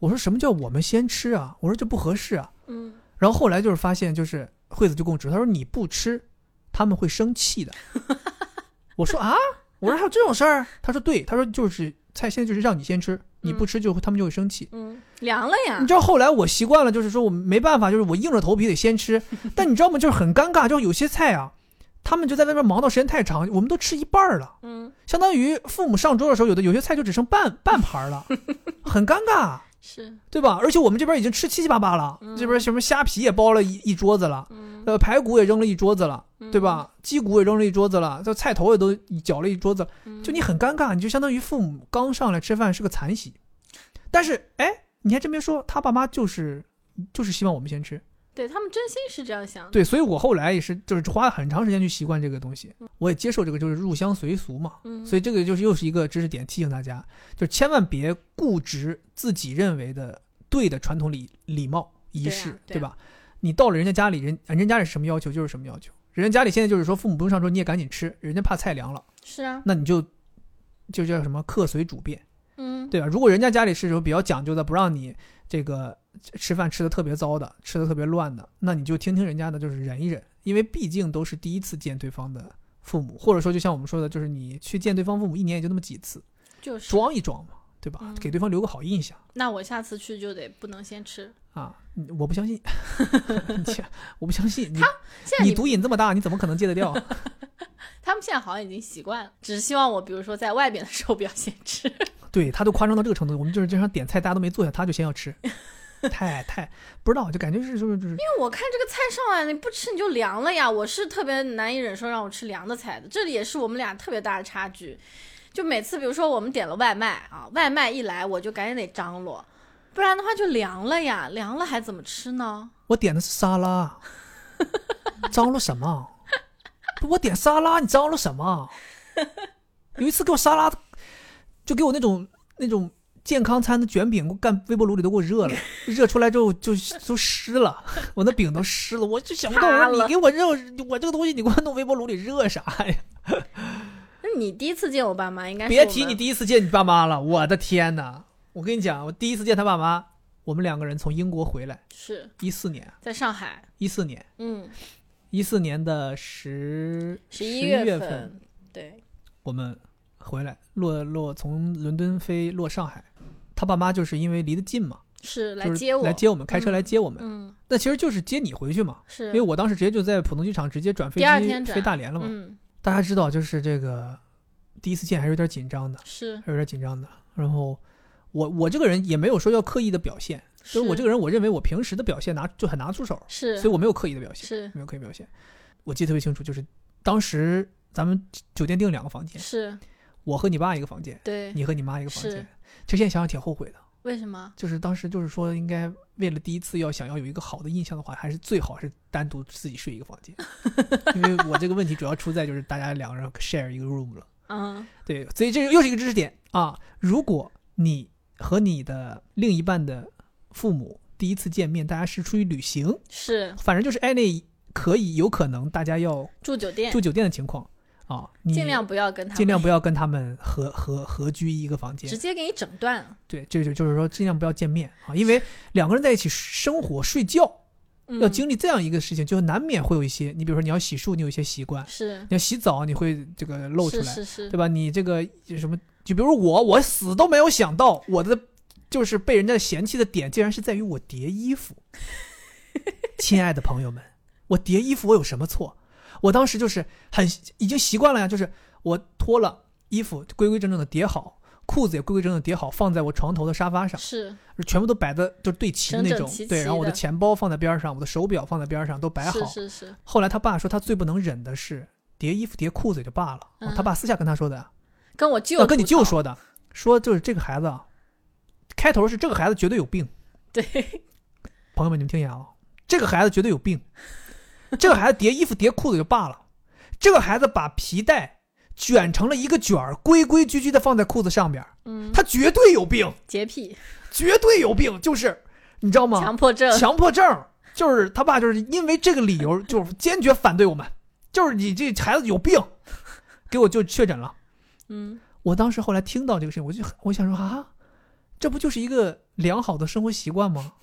S1: 我说：“什么叫我们先吃啊？”我说：“这不合适啊。
S2: 嗯。”
S1: 然后后来就是发现，就是惠子就跟我指出，他说：“你不吃，他们会生气的。”我说：“啊，我说还有这种事儿？”他说：“对，他说就是菜现在就是让你先吃，你不吃就会他们就会生气。”
S2: 嗯，凉了呀
S1: 你。知道后来我习惯了，就是说我没办法，就是我硬着头皮得先吃。但你知道吗？就是很尴尬，就是有些菜啊，他们就在外面忙到时间太长，我们都吃一半儿了，
S2: 嗯，
S1: 相当于父母上桌的时候，有的有些菜就只剩半半盘儿了，很尴尬，
S2: 是，
S1: 对吧？而且我们这边已经吃七七八八了，这边什么虾皮也包了一一桌子了，
S2: 嗯
S1: 呃，排骨也扔了一桌子了，对吧？鸡骨也扔了一桌子了，这菜头也都搅了一桌子了
S2: 嗯？
S1: 就你很尴尬，你就相当于父母刚上来吃饭是个残席，但是哎，你还真别说，他爸妈就是就是希望我们先吃，
S2: 对他们真心是这样想的。
S1: 对，所以我后来也是就是花了很长时间去习惯这个东西，我也接受这个就是入乡随俗嘛，
S2: 嗯，
S1: 所以这个就是又是一个知识点，提醒大家，就千万别固执自己认为的对的传统礼礼貌仪
S2: 对啊
S1: 式，
S2: 对啊
S1: 吧？你到了人家家里，人人家是什么要求就是什么要求。人家家里现在就是说，父母不用上桌，你也赶紧吃，人家怕菜凉了，
S2: 是啊，
S1: 那你就就叫什么客随主便，
S2: 嗯，
S1: 对吧？如果人家家里是说比较讲究的，不让你这个吃饭吃的特别糟的，吃的特别乱的，那你就听听人家的，就是忍一忍，因为毕竟都是第一次见对方的父母，或者说就像我们说的，就是你去见对方父母一年也就那么几次，
S2: 就是
S1: 装一装嘛，对吧
S2: 嗯？
S1: 给对方留个好印象
S2: 那我下次去就得不能先吃。
S1: 啊！你我不相信， 切我不相信你，
S2: 现在
S1: 你
S2: 啊你
S1: 毒瘾这么大，你怎么可能戒得掉？
S2: 他们现在好像已经习惯了，只是希望我比如说在外边的时候不要先吃。
S1: 对，他都夸张到这个程度，我们就是经常点菜，大家都没坐下，他就先要吃，太太不知道，就感觉是就是就是
S2: 因为我看这个菜上来，你不吃你就凉了呀。我是特别难以忍受让我吃凉的菜的，这里也是我们俩特别大的差距。就每次比如说我们点了外卖啊，外卖一来我就赶紧得张罗，不然的话就凉了呀，凉了还怎么吃呢？
S1: 我点的是沙拉，张罗什么？不我点沙拉，你张罗什么？有一次给我沙拉，就给我那种那种健康餐的卷饼，给我干微波炉里都给我热了，热出来之后就都湿了，我那饼都湿了，我就想不通，
S2: 塌
S1: 我
S2: 了
S1: 说你给我热，我这个东西你给我弄微波炉里热啥呀？
S2: 那你第一次见我爸妈，应该是
S1: 别
S2: 我
S1: 提
S2: 们
S1: 你第一次见你爸妈了，我的天哪！我跟你讲，我第一次见他爸妈，我们两个人从英国回来，
S2: 是
S1: 一四年，
S2: 在上海，
S1: 一四年，
S2: 嗯，
S1: 一四年的十
S2: 十
S1: 一
S2: 一
S1: 月份，
S2: 份，对，
S1: 我们回来落落从伦敦飞落上海，他爸妈就是因为离得近嘛，
S2: 是来
S1: 就是
S2: 接我，
S1: 来接我们，开车来接我们。
S2: 嗯，
S1: 那其实就是接你回去嘛，因
S2: 是
S1: 为，我当时直接就在浦东机场直接转飞
S2: 第二天
S1: 机
S2: 转
S1: 飞大连了嘛。
S2: 嗯，
S1: 大家知道，就是这个第一次见还是有点紧张的，
S2: 是，
S1: 还是有点紧张的。然后我我这个人也没有说要刻意的表现，就是我这
S2: 个
S1: 个人，我认为我平时的表现拿就很拿出手，所以
S2: 是
S1: 我没有刻意的表现。
S2: 是
S1: 没有可以表现。我记得特别清楚，就是当时咱们酒店订了两个房间，
S2: 是，
S1: 我和你爸一个房间，
S2: 对，
S1: 你和你妈一个房
S2: 是
S1: 间。其实现在想想挺后悔的，
S2: 为什么？
S1: 就是当时就是说，应该为了第一次要想要有一个好的印象的话，还是最好是单独自己睡一个房 间，因为我这个问题主要出在就是大家两个人 share 一个 room 了。
S2: 嗯，
S1: 对，所以这又是一个知识点啊！如果你和你的另一半的父母第一次见面，大家是出于旅行，
S2: 是
S1: 反正就是哎那可以有可能大家要
S2: 住酒店，
S1: 住酒店的情况啊，你
S2: 尽量不要跟他们
S1: 尽量不要跟他们合合合居一个房
S2: 直
S1: 间。
S2: 接给你整断了。
S1: 对，这就就是说尽量不要见面啊，因为两个人在一起生活睡觉，
S2: 嗯
S1: 要经历这样一个事情，就难免会有一些，你比如说你要洗漱，你有一些习惯，
S2: 是
S1: 你要洗澡，你会这个露出来，
S2: 是是
S1: 对
S2: 是，
S1: 吧？你这个什么，就比如我，我死都没有想到我的就是被人家嫌弃的点，竟然是在于我叠衣 服。亲爱的朋友们，我叠衣服我有什么错？我当时就是很已经习惯了呀，就是我脱了衣服，规规整整的叠好，裤子也规规整整地叠好，放在我床头的沙发上，
S2: 是
S1: 全部都摆的就对齐的那
S2: 整
S1: 种。
S2: 整齐齐
S1: 对，然后我的
S2: 的
S1: 钱包放在边上，我的手表放在边上，都摆好。
S2: 是是是，
S1: 后来他爸说他最不能忍的是叠衣服叠裤子也就罢了，哦
S2: 嗯
S1: 他爸私下跟他说的啊。
S2: 跟我舅
S1: 要跟你
S2: 吐
S1: 舅，
S2: 槽
S1: 说的，说就是这个孩子，啊，开头是这个孩子绝对有病。
S2: 对，
S1: 朋友们，你们听一下啊，这个孩子绝对有病。这个孩子叠衣服叠裤子就罢了，这个孩子把皮带卷成了一个卷儿，规规矩矩的放在裤子上边儿，
S2: 嗯，
S1: 他绝对有病，
S2: 洁癖、
S1: 绝对有病，就是你知道吗？
S2: 强迫症，
S1: 强迫症，就是他爸就是因为这个理由，就是坚决反对我们，就是你这孩子有病，给我就确诊了。
S2: 嗯，
S1: 我当时后来听到这个事情，我就很我想说啊，这不就是一个良好的生活习惯吗？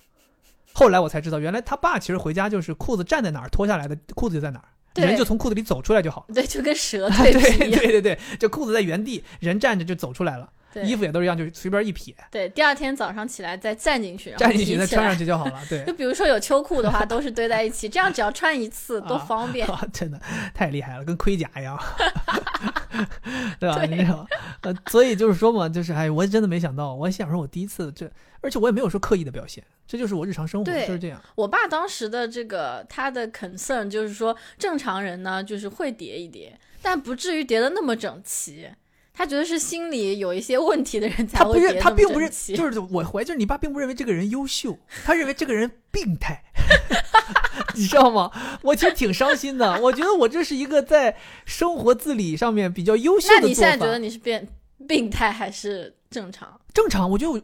S1: 后来我才知道，原来他爸其实回家就是裤子站在哪儿脱下来的，裤子就在哪儿，
S2: 对
S1: 人就从裤子里走出来就好了。
S2: 对，就跟 蛇
S1: 对
S2: 皮
S1: 哎对
S2: 一样，
S1: 对对，就裤子在原地，人站着就走出来了，衣
S2: 对
S1: 服也都是一样，就随便一撇，
S2: 对，第二天早上起来再站进去，然后
S1: 站进去
S2: 提
S1: 再
S2: 起
S1: 穿上
S2: 来
S1: 去就好了。对
S2: 就，比如说有秋裤的话，都是堆在一起，这样只要穿一次 多
S1: 啊
S2: 方便。
S1: 啊，真的太厉害了，跟盔甲一样， 对吧？
S2: 对
S1: 你知道，呃，所以就是说嘛，就是哎，我真的没想到，我想说，我第一次这，而且我也没有说刻意的表现，这就是我日常生活，
S2: 对
S1: 就是这样。
S2: 我爸当时的这个他的 concern 就是说，正常人呢就是会叠一叠，但不至于叠的那么整齐。他觉得是心里有一些问题的人才
S1: 他不
S2: 会叠
S1: 认，
S2: 得
S1: 他
S2: 那么
S1: 并不认，
S2: 整齐。
S1: 就是我怀，就是你爸并不认为这个人优秀，他认为这个人病态。 你知道吗？我其实挺伤心的。我觉得我这是一个在生活自理上面比较优秀的做
S2: 那
S1: 法。
S2: 你现在觉得你是变病态还是正常？
S1: 正常？我觉得我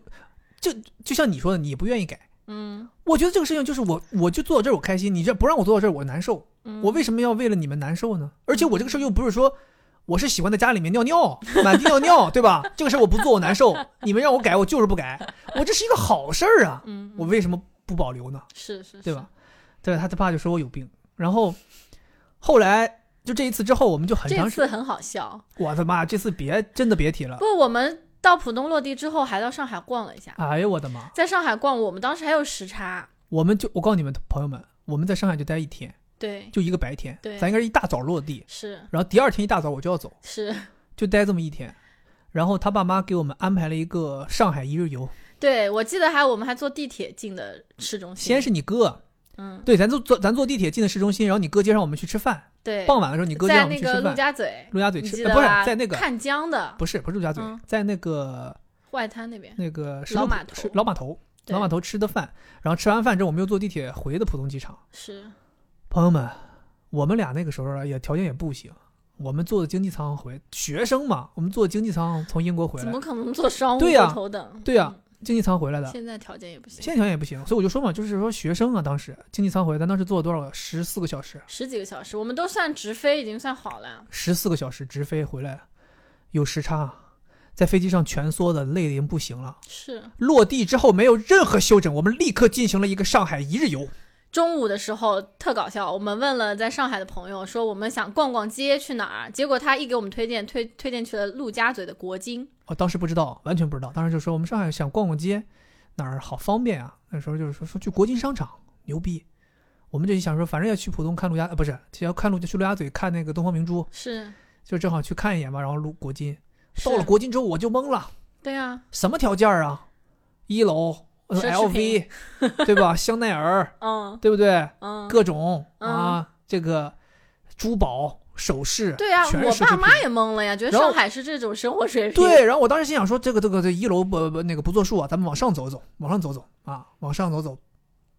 S1: 就就像你说的，你不愿意改，
S2: 嗯，
S1: 我觉得这个事情就是我，我就做到这儿我开心，你这不让我做到这儿我难受，
S2: 嗯
S1: 我为什么要为了你们难受呢？而且我这个事儿又不是说我是喜欢在家里面尿尿，满地尿尿，对 吧？这个事儿我不做我难受，你们让我改我就是不改，我这是一个好事儿啊，
S2: 嗯，
S1: 我为什么不保留呢？
S2: 是是，
S1: 对吧？对，他他爸就说我有病，然后后来就这一次之后，我们就很
S2: 是？这
S1: 长时啊
S2: 次很好笑，
S1: 我他妈这次别真的别提了
S2: 不，，我们到浦东落地之后，还到上海逛了一下。
S1: 哎呦我的妈！
S2: 在上海逛，我们当时还有时差，
S1: 我们就我告诉你们朋友们，我们在上海就待一天，
S2: 对，
S1: 就一个白天，
S2: 哎对
S1: 咱应该是一大早落地，
S2: 是
S1: 然后第二天一大早我就要走，
S2: 是，
S1: 就待这么一天。然后他爸妈给我们安排了一个上海一日游，
S2: 对我记得还我们还坐地铁进的市中心，
S1: 先是你哥，
S2: 嗯，
S1: 对，咱坐坐咱坐地铁进的市中心，然后你哥接上我们去吃饭，
S2: 对，
S1: 傍晚的时候你哥接
S2: 在
S1: 上我们
S2: 那
S1: 去吃
S2: 个陆
S1: 饭，
S2: 家嘴，
S1: 陆家嘴
S2: 你
S1: 吃，
S2: 记
S1: 呃
S2: 得
S1: 不是
S2: 吧
S1: 在那个
S2: 看江的
S1: 不是不是陆家嘴
S2: 嗯，
S1: 在那个
S2: 外滩那边，
S1: 那个石
S2: 老
S1: 头
S2: 码
S1: 是
S2: 头
S1: 老码头
S2: 对
S1: 老码头吃的饭，然后吃完饭之后我们又坐地铁回的浦东机场。
S2: 是
S1: 朋友们，我们俩那个时候啊也条件也不行，我们坐的经济舱回，学生嘛，我们坐经济舱从英国回
S2: 怎
S1: 来
S2: 么，可能坐商务
S1: 对呀
S2: 或头等？
S1: 对呀经济舱回来的
S2: 嗯，，现在条件也不
S1: 现
S2: 行，
S1: 在条件也不行，所以我就说嘛，就是说学生啊，当时经济舱回来，咱当时坐了多少个？十四个小时，
S2: 十几个小时，我们都算直飞已经算好了，
S1: 十四个小时直飞回来，有时差，啊在飞机上蜷缩的，累的已经不行了。
S2: 是
S1: 落地之后没有任何休整，我们立刻进行了一个上海一日游。
S2: 中午的时候特搞笑，我们问了在上海的朋友，说我们想逛逛街去哪儿，结果他一给我们推荐，推推荐去了陆家嘴的国金。
S1: 我、哦当时不知道，完全不知道，当时就说我们上海想逛逛街，哪儿好方便啊？那时候就是说说去国金商场，牛逼。我们就想说，反正要去浦东看陆家，呃，不是，要看陆去陆家嘴看那个东方明珠，
S2: 是，
S1: 就正好去看一眼嘛。然后路国金，
S2: 是
S1: 到了国金之后我就懵了，
S2: 对啊，
S1: 什么条件啊？一楼呃
S2: 奢侈品
S1: LV，对 吧？香奈儿，
S2: 嗯
S1: 对不对？
S2: 嗯，
S1: 各种
S2: 嗯
S1: 啊，这个珠宝首饰，
S2: 对啊，
S1: 全是
S2: 我
S1: 奢侈
S2: 爸
S1: 品
S2: 妈也懵了呀，觉得
S1: 然后
S2: 上海是这种生活水平。
S1: 对，然后我当时心想说，这个这个这一楼不不那个不作数啊，咱们往上走走，往上走走啊，往上走走，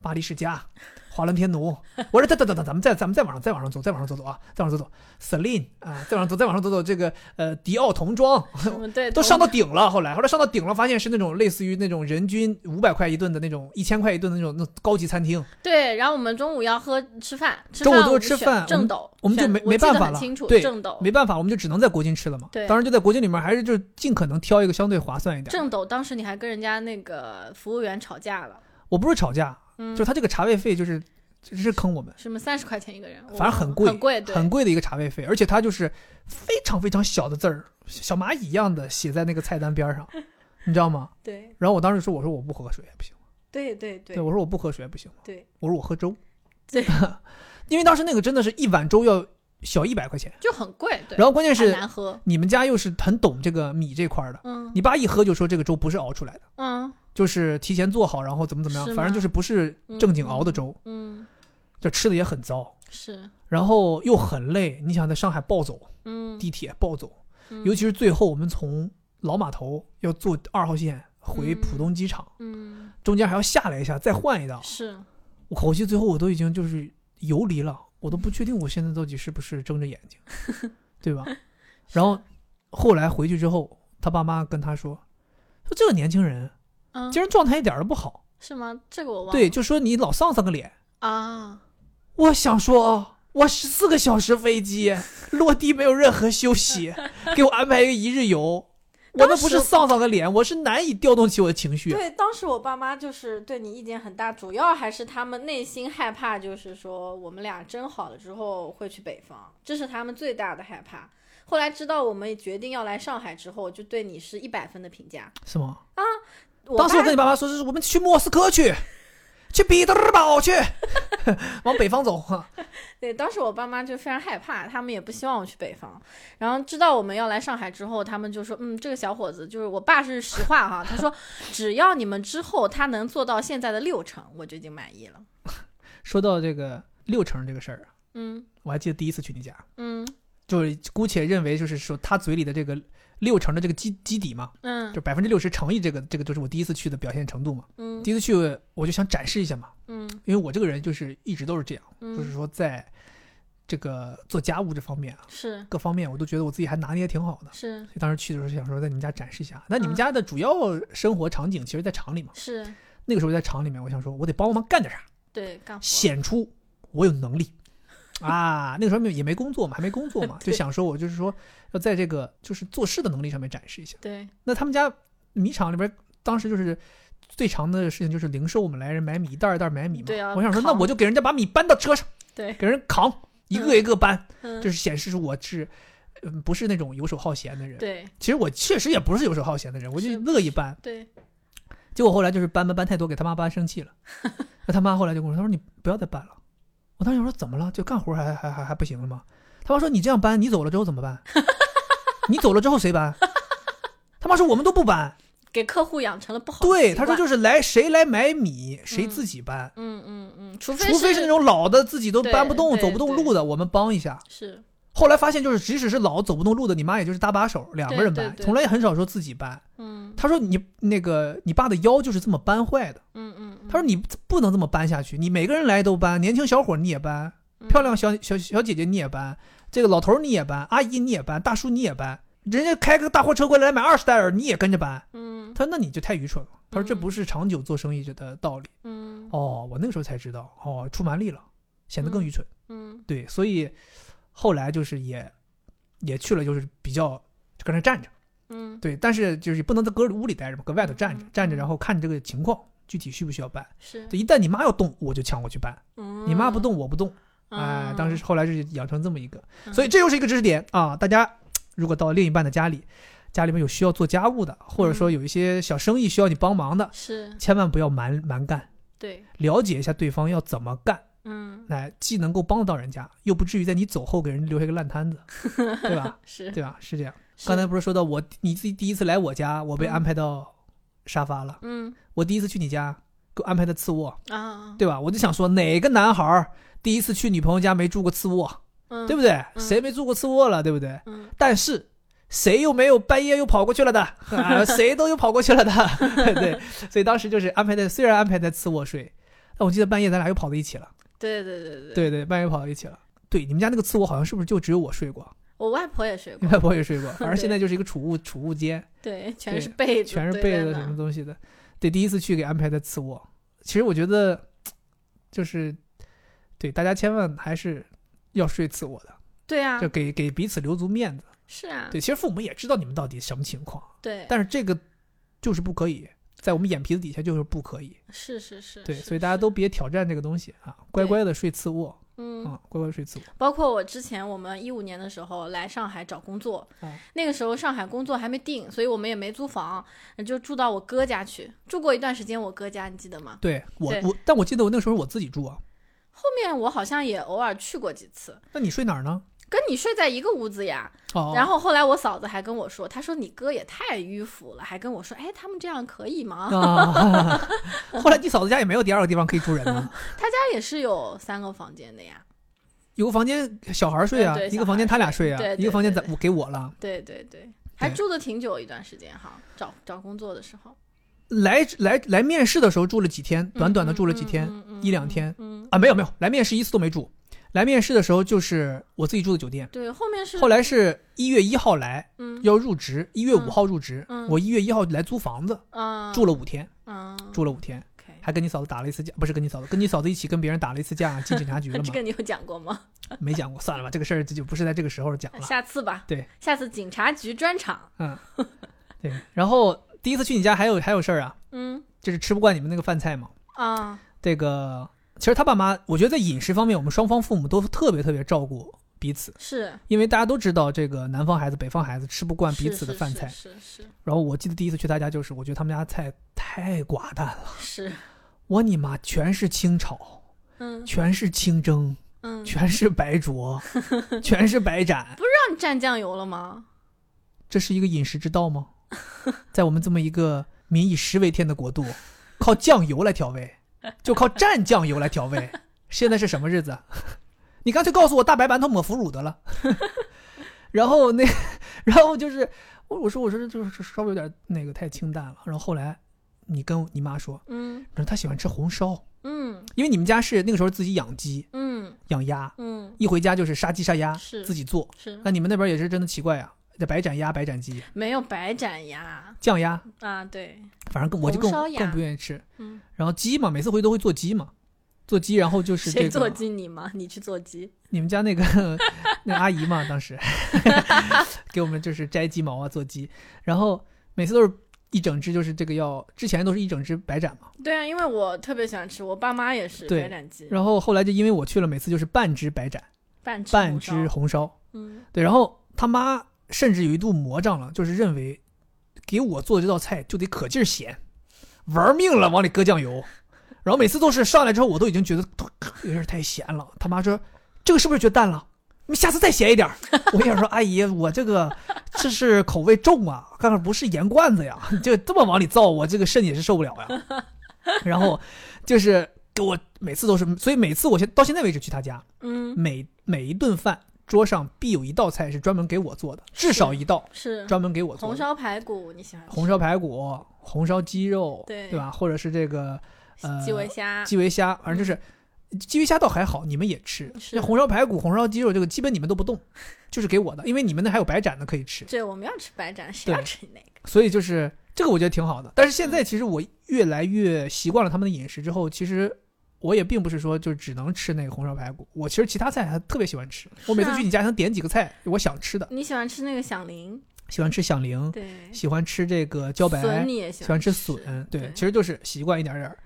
S1: 巴黎世家，华伦天奴。我说等等等等，咱们再咱们再往上再往上走，再往上走走啊，再往上走走，Celine 啊，再往上走再往上走走，这个呃迪奥童装
S2: 嗯，对，
S1: 都
S2: 懂
S1: 上到顶了。后来后来上到顶了，发现是那种类似于那种人均五百块一顿的那种一千块一顿的那种那种高级餐
S2: 哦
S1: 厅，
S2: 对，然后我们中午要喝吃饭，吃
S1: 中午
S2: 饭
S1: 都
S2: 我们
S1: 是吃
S2: 选
S1: 饭我
S2: 正
S1: 们
S2: 斗，
S1: 我们就
S2: 选
S1: 没
S2: 我
S1: 没
S2: 记得
S1: 办法
S2: 很
S1: 了
S2: 清楚，
S1: 对
S2: 正斗，
S1: 没办法，我们就只能在国金吃了嘛。
S2: 对
S1: 当然就在国金里面，还是就是尽可能挑一个相对划算一点。
S2: 正斗。当时你还跟人家那个服务员吵架了，
S1: 我不是吵架，
S2: 嗯
S1: 就是他这个茶位费就是就是坑我们，
S2: 什么三十块钱一个人，我
S1: 反正很贵
S2: 很贵，对，
S1: 很贵的一个茶位费，而且他就是非常非常小的字儿，小蚂蚁一样的写在那个菜单边 上，你知道吗？
S2: 对，
S1: 然后我当时说，我说我不喝水不行，
S2: 对，对，
S1: 对
S2: 对，
S1: 我说我不喝水不行，
S2: 对，
S1: 我说我喝粥，
S2: 对，
S1: 因为当时那个真的是一碗粥要小一百块钱，
S2: 就很贵，对，
S1: 然后关键
S2: 很
S1: 是
S2: 难喝，
S1: 你们家又是很懂这个米这块儿的，
S2: 嗯
S1: 你爸一喝就说这个粥不是熬出来的，
S2: 嗯
S1: 就是提前做好，然后怎么怎么
S2: 是
S1: 样，
S2: 吗
S1: 反正就是不是正经熬的粥，
S2: 嗯，
S1: 这吃的也很糟。
S2: 是，
S1: 然后又很累，你想在上海暴走
S2: 嗯，
S1: 地铁暴走，
S2: 嗯
S1: 尤其是最后我们从老码头要坐二号线回
S2: 嗯
S1: 浦东机场，
S2: 嗯
S1: 中间还要下来一下再换一道。
S2: 是，
S1: 我口气最后我都已经就是游离了，我都不确定我现在到底是不是睁着眼睛， 对吧？然后后来回去之后，他爸妈跟他说，说这个年轻人
S2: 嗯
S1: 竟然状态一点儿都不好，
S2: 是吗？这个我忘了，
S1: 对，就说你老丧丧个脸。
S2: 啊，
S1: 我想说，啊我十四个小时飞机落地没有任何休 息，给我安排一个一日游，我那不是
S2: 当时
S1: 丧丧的脸，我是难以调动起我的情绪。
S2: 对，当时我爸妈就是对你意见很大，主要还是他们内心害怕，就是说我们俩争好了之后会去北方，这是他们最大的害怕。后来知道我们决定要来上海之后，就对你是一百分的评价。
S1: 是吗？
S2: 我
S1: 当时我
S2: 爸
S1: 跟你爸妈说，是我们去莫斯科去，去彼得堡去， 往北方走。啊哈
S2: 对，当时我爸妈就非常害怕，他们也不希望我去北方。然后知道我们要来上海之后，他们就说：“嗯，这个小伙子就是我爸是实话哈、 他说只要你们之后他能做到现在的六成，我就已经满意了。
S1: 说到这个六成这个事儿啊，
S2: 嗯”
S1: 我还记得第一次去你家，
S2: 嗯
S1: 就是姑且认为就是说他嘴里的这个六成的这个基基底嘛，
S2: 嗯
S1: 就百分之六十乘以这个这个就是我第一次去的表现程度嘛。
S2: 嗯
S1: 第一次去我就想展示一下嘛，
S2: 嗯
S1: 因为我这个人就是一直都是这样，就
S2: 嗯
S1: 是，说在这个做家务这方面啊，
S2: 是
S1: 各方面我都觉得我自己还拿捏得挺好的。
S2: 是，
S1: 所以当时去的时候是想说在你们家展示一下。那你们
S2: 嗯
S1: 家的主要生活场景其实，在厂里嘛。
S2: 是
S1: 那个时候在厂里面，我想说我得帮忙干点啥，
S2: 对干活，
S1: 显出我有能力。啊，那个时候也没工作嘛，还没工作嘛，就
S2: 对
S1: 想说我就是说要在这个就是做事的能力上面展示一下。
S2: 对，
S1: 那他们家米厂里边当时就是最常的事情就是零售我们来人买米，一袋儿一袋儿买米嘛。
S2: 对啊
S1: 我想说，那
S2: 扛
S1: 我就给人家把米搬到车上，
S2: 对
S1: 给人扛，一个一个搬，
S2: 嗯，
S1: 就是显示出我是嗯不是那种游手好闲的人。
S2: 对
S1: 其实我确实也不是游手好闲的人，我就是乐意搬。
S2: 对，
S1: 结果后来就是搬搬搬太多，给他妈搬生气 了。那他妈后来就跟我说：“他说你不要再搬了。”我当时我说：“怎么了？就干活还还还还不行了吗？”他妈说：“你这样搬，你走了之后怎么办？你走了之后谁搬？”他妈说：“我们都不 搬。
S2: 给客户养成了不”好的
S1: 对，
S2: 习
S1: 他说
S2: 惯
S1: 就是来谁来买米，谁
S2: 嗯
S1: 自己搬，
S2: 嗯嗯嗯，除非
S1: 除非是那种老的自己都
S2: 对
S1: 搬不动、
S2: 对
S1: 走不动路的，我们帮一下。
S2: 是
S1: 后来发现，就是即使是老走不动路的，你妈也就是搭把手，两个人
S2: 对
S1: 搬，
S2: 对对
S1: 从来也很少说自己搬。
S2: 嗯
S1: 他说你那个你爸的腰就是这么搬坏的。
S2: 嗯嗯，
S1: 他说你不能这么搬下去，你每个人来都搬，年轻小伙你也搬，
S2: 说
S1: 漂亮小小小姐姐你也搬，这个老头你也搬，阿姨你也搬，大叔你也搬，人家开个大货车过来买二十袋儿你也跟着搬。
S2: 嗯
S1: 他说那你就太愚蠢了。他说这
S2: 嗯
S1: 不是长久做生意的道理。
S2: 嗯
S1: 哦，我那个时候才知道，哦，出蛮力了，显得更愚蠢。
S2: 嗯
S1: 对，所以后来就是也也去了，就是比较就跟那站着，
S2: 嗯
S1: 对，但是就是也不能在搁屋里待着嘛，搁外头站着
S2: 嗯，
S1: 站着然后看你这个情况，具体需不需要搬。
S2: 是，
S1: 对，一旦你妈要动，我就抢过去搬；
S2: 嗯
S1: 你妈不，动，我不动。哎，
S2: 嗯
S1: 当时后来是养成这么一个，
S2: 嗯
S1: 所以这又是一个知识点啊！大家如果到另一半的家里，家里面有需要做家务的，或者
S2: 嗯
S1: 说有一些小生意需要你帮忙的，
S2: 是
S1: 千万不要蛮蛮干，
S2: 对，
S1: 了解一下对方要怎么干。
S2: 嗯
S1: 哎，既能够帮得到人家，又不至于在你走后给人留下一个烂摊子，对 吧？
S2: 是，
S1: 对吧？是这样。
S2: 是
S1: 刚才不是说到我你自己第一次来我家，我被
S2: 嗯
S1: 安排到沙发了；
S2: 嗯
S1: 我第一次去你家，给我安排的次卧，
S2: 啊，
S1: 对吧？我就想说，哪个男孩儿第一次去女朋友家没住过次卧，
S2: 嗯
S1: 对不对？
S2: 嗯
S1: 谁没住过次卧了，对不对？
S2: 嗯
S1: 但是。谁又没有半夜又跑过去了 的？啊、谁都有跑过去了的， 对，所以当时就是安排在，虽然安排在次卧睡，但我记得半夜咱俩又跑到一起了。
S2: 对对对对，
S1: 对对，半夜跑到一起了。对，你们家那个次卧好像是不是就只有我睡过？
S2: 我外婆也睡
S1: 你
S2: 过，
S1: 外婆也 睡过，反正现
S2: 对
S1: 在就是一个储物储物间，
S2: 对，全是
S1: 对
S2: 被子，
S1: 全是
S2: 堆
S1: 被
S2: 在
S1: 子
S2: 那
S1: 什
S2: 儿
S1: 么东西的。对，第一次去给安排在次卧。其实我觉得，就是对大家千万还是要睡次卧的，
S2: 对啊
S1: 就，给给彼此留足面子。
S2: 是啊，
S1: 对，其实父母也知道你们到底什么情况，
S2: 对，
S1: 但是这个就是不可以，在我们眼皮子底下就是不可以。
S2: 是是是，
S1: 对，
S2: 嗯是
S1: 所以大家
S2: 是
S1: 都别挑战这个东西啊，乖
S2: 对
S1: 乖的睡次卧
S2: 嗯，
S1: 啊，乖乖地睡次卧。
S2: 包括我之前，我们一五年的时候来上海找工作，
S1: 嗯
S2: 那个时候上海工作还没定，所以我们也没租房，就住到我哥家去，住过一段时间我哥家，你记得吗？
S1: 对我
S2: 对
S1: 我，但我记得我那时候我自己住啊。
S2: 后面我好像也偶尔去过几次，
S1: 那你睡哪儿呢？
S2: 跟你睡在一个屋子呀。
S1: 哦，
S2: 然
S1: 后
S2: 后后来我嫂子还跟我说，她说你哥也太迂腐了，还跟我说，哎，他们这样可以吗？
S1: 啊， 后来你嫂子家也没有第二个地方可以住人呢，
S2: 他家也是有三个房间的呀。
S1: 有个房间小孩儿睡啊
S2: 对，对
S1: 一个房间他俩睡啊
S2: 小孩儿，睡
S1: 一个房间
S2: 对
S1: 咱
S2: 对
S1: 我给我了。
S2: 对对对，还住的挺久一段时间哈，找找工作的时候，
S1: 来来来面试的时候住了几天，短短的
S2: 嗯
S1: 住了几天，
S2: 嗯嗯嗯
S1: 一两天
S2: 嗯，
S1: 啊，没有没有，来面试一次都没住。来面试的时候就是我自己住的酒店，
S2: 对，后面是
S1: 后来是一月一号来
S2: 嗯
S1: 要入职，一月五号入职
S2: 嗯，
S1: 我一月一号来租房子，
S2: 啊
S1: 住了五天，
S2: 啊
S1: 住了五天，
S2: OK，
S1: 还跟你嫂子打了一次架，不是跟你嫂子，跟你嫂子一起跟别人打了一次架，进警察局了嘛
S2: 这。个你有讲过吗？
S1: 没讲过，算了吧，这个事儿就不是在这个时候讲了。
S2: 下次吧。
S1: 对，
S2: 下次警察局专场。
S1: 嗯，对。然后第一次去你家还有还有事儿啊，
S2: 嗯
S1: 就是吃不惯你们那个饭菜嘛。
S2: 啊，
S1: 这个其实他爸妈，我觉得在饮食方面，我们双方父母都特别特别照顾彼此，
S2: 是
S1: 因为大家都知道这个南方孩子、北方孩子吃不惯彼
S2: 是
S1: 此的
S2: 是
S1: 饭菜。
S2: 是是
S1: 然后我记得第一次去他家，就是我觉得他们家菜太寡淡了，
S2: 是，是
S1: 我你妈全是清炒，
S2: 嗯
S1: 全是清蒸，
S2: 嗯，
S1: 全是白 灼，全是白斩。
S2: 让你蘸酱油了吗？
S1: 这是一个饮食之道 吗？在我们这么一个民以食为天的国度，靠酱油来调味，就靠蘸酱油来调味。现在是什么日子？你干脆告诉我大白馒头抹腐乳得 了。然后那，然后就是我我说我说就是稍微有点那个太清淡了。然后后来你跟你妈说，
S2: 嗯
S1: 然后她喜欢吃红烧，
S2: 嗯
S1: 因为你们家是那个时候自己养鸡
S2: 嗯
S1: 养鸭，
S2: 嗯，
S1: 一回家就是杀鸡杀鸭，
S2: 是嗯
S1: 自己做。
S2: 是
S1: 那你们那边也是真的奇怪呀、这白斩鸭、白斩鸡、
S2: 没有白斩呀？
S1: 酱鸭。
S2: 啊，对，
S1: 反正更我就
S2: 红
S1: 更
S2: 烧鸭
S1: 更不愿意吃。
S2: 嗯，
S1: 然后鸡嘛，每次回去都会做鸡嘛，做鸡，然后就是这
S2: 谁做
S1: 个
S2: 鸡你吗？你去做鸡？
S1: 你们家那个 那阿姨嘛，当 时给我们就是摘鸡毛啊，做鸡，然后每次都是一整只，就是这个要之前都是一整只白斩嘛，
S2: 对啊，因为我特别喜欢吃，我爸妈也是
S1: 对
S2: 白斩鸡，
S1: 然后后来就因为我去了，每次就是半只白斩，
S2: 半只
S1: 半
S2: 红烧
S1: 只红烧，
S2: 嗯
S1: 对，然后他妈甚至有一度魔怔了，就是认为给我做的这道菜就得可劲儿咸，玩命了往里搁酱油，然后每次都是上来之后我都已经觉得有点太咸了。他妈说这个是不是觉得淡了？你下次再咸一点儿。 我想说，阿姨，我这个这是口味重啊，看看不是盐罐子呀， 你就这么往里造，我这个肾也是受不了呀。 然后就是给我每次都是，所以每次我现到现在为止去他家，
S2: 嗯，
S1: 每每一顿饭桌上必有一道菜是专门给我做的，至少一道
S2: 是嗯
S1: 专门给我做
S2: 红
S1: 的。
S2: 烧排骨，你喜欢吃
S1: 红烧排骨、红烧鸡肉，
S2: 对
S1: 吧？或者是这个呃
S2: 鸡尾虾，嗯
S1: 基围虾，反正就是基围虾倒还好，你们也吃。
S2: 是
S1: 那呃红烧排骨、红烧鸡肉这个基本你们都不动，就是给我的，因为你们那还有白斩的可以吃，
S2: 对，我们要吃白斩，谁要
S1: 对
S2: 吃你那个？
S1: 所以就是这个我觉得挺好的。但是现
S2: 嗯
S1: 在其实我越来越习惯了他们的饮食之后，其实。我也并不是说就只能吃那个红烧排骨，我其实其他菜还特别喜欢吃。我每次
S2: 是啊
S1: 去你家想点几个菜，我想吃的，
S2: 你喜欢吃那个响铃？
S1: 喜欢吃响铃，
S2: 对，
S1: 喜欢吃这个茭白，
S2: 哎笋你也喜
S1: 喜欢
S2: 欢
S1: 吃笋，对
S2: 对，
S1: 其实就是习惯一点点儿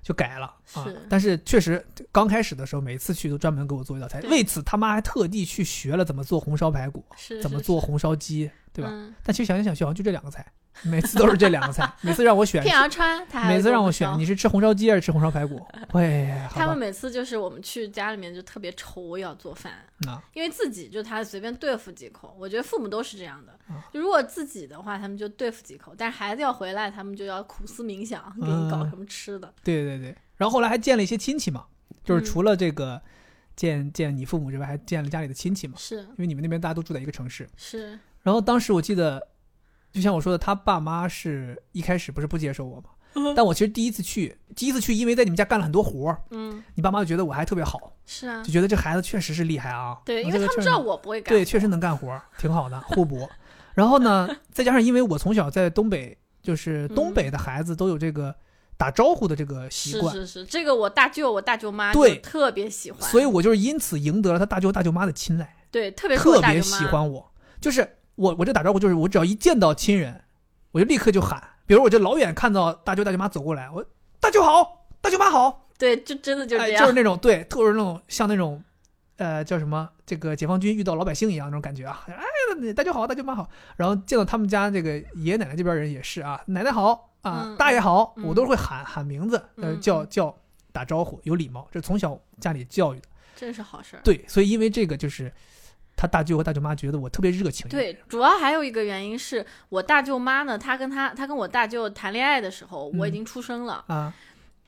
S1: 就改了啊
S2: 是。
S1: 但是确实刚开始的时候，每次去都专门给我做一道菜，
S2: 对
S1: 为此他妈还特地去学了怎么做红烧排骨，
S2: 是
S1: 怎么
S2: 是
S1: 做
S2: 是
S1: 红烧鸡，对吧？
S2: 嗯，
S1: 但其实想一想去，好像就这两个菜，每次都是这两个菜，每次让我 选，
S2: 片儿川，他还
S1: 每
S2: 会
S1: 次
S2: 跟
S1: 让我
S2: 们
S1: 选，
S2: 说
S1: 你是吃红烧鸡还是吃红烧排骨？ 喂，好
S2: 他们
S1: 吧，
S2: 每次就是我们去家里面就特别愁要做饭，
S1: 啊，
S2: 因为自己就他随便对付几口，我觉得父母都是这样的
S1: 啊。
S2: 就如果自己的话，他们就对付几口，但是孩子要回来，他们就要苦思冥想，给你搞
S1: 嗯
S2: 什么吃的。
S1: 对对对。然后后来还见了一些亲戚嘛，就是
S2: 嗯
S1: 除了这个见见你父母之外，还见了家里的亲戚嘛，
S2: 是
S1: 因为你们那边大家都住在一个城市。
S2: 是，
S1: 然后当时我记得，就像我说的，他爸妈是一开始不是不接受我嘛，
S2: 嗯
S1: 但我其实第一次去，第一次去，因为在你们家干了很多活儿，
S2: 嗯，
S1: 你爸妈就觉得我还特别好，
S2: 是啊
S1: 就，觉得这孩子确实是厉害啊。
S2: 对，因
S1: 啊
S2: 为
S1: 这个
S2: 他们
S1: 事儿
S2: 知道我不会干，
S1: 对，确实能干活儿，挺好的，互 补。然后呢，再加上因为我从小在东北，就是东北的孩子都有这个打招呼的这个习
S2: 嗯是
S1: 惯，
S2: 是是，这个我大舅我大舅妈
S1: 对
S2: 就特别喜欢，
S1: 所以我就是因此赢得了他大舅大舅妈的青睐。
S2: 对特别是
S1: 特
S2: 我大舅
S1: 别
S2: 妈
S1: 喜欢我，就是我我这打招呼就是我只要一见到亲人，我就立刻就喊，比如我这老远看到大舅大舅妈走过来，我大舅好，大舅妈好，
S2: 对，就真的就是这
S1: 哎，
S2: 样，
S1: 就是那种对，特别是那种像那种，呃，叫什么这个解放军遇到老百姓一样那种感觉啊，哎，大舅好，大舅妈好，然后见到他们家这个爷爷奶奶这边人也是啊，奶奶好啊，
S2: 嗯
S1: 大爷好，
S2: 嗯
S1: 我都会喊喊名字，呃，
S2: 嗯
S1: 叫
S2: 嗯
S1: 叫打招呼，有礼貌，这从小家里教育的，
S2: 真是好事儿。
S1: 对，所以因为这个就是。他大舅和大舅妈觉得我特别热情，
S2: 对，主要还有一个原因是我大舅妈呢，她跟她她跟我大舅谈恋爱的时候，我已
S1: 嗯
S2: 经出生了，
S1: 啊，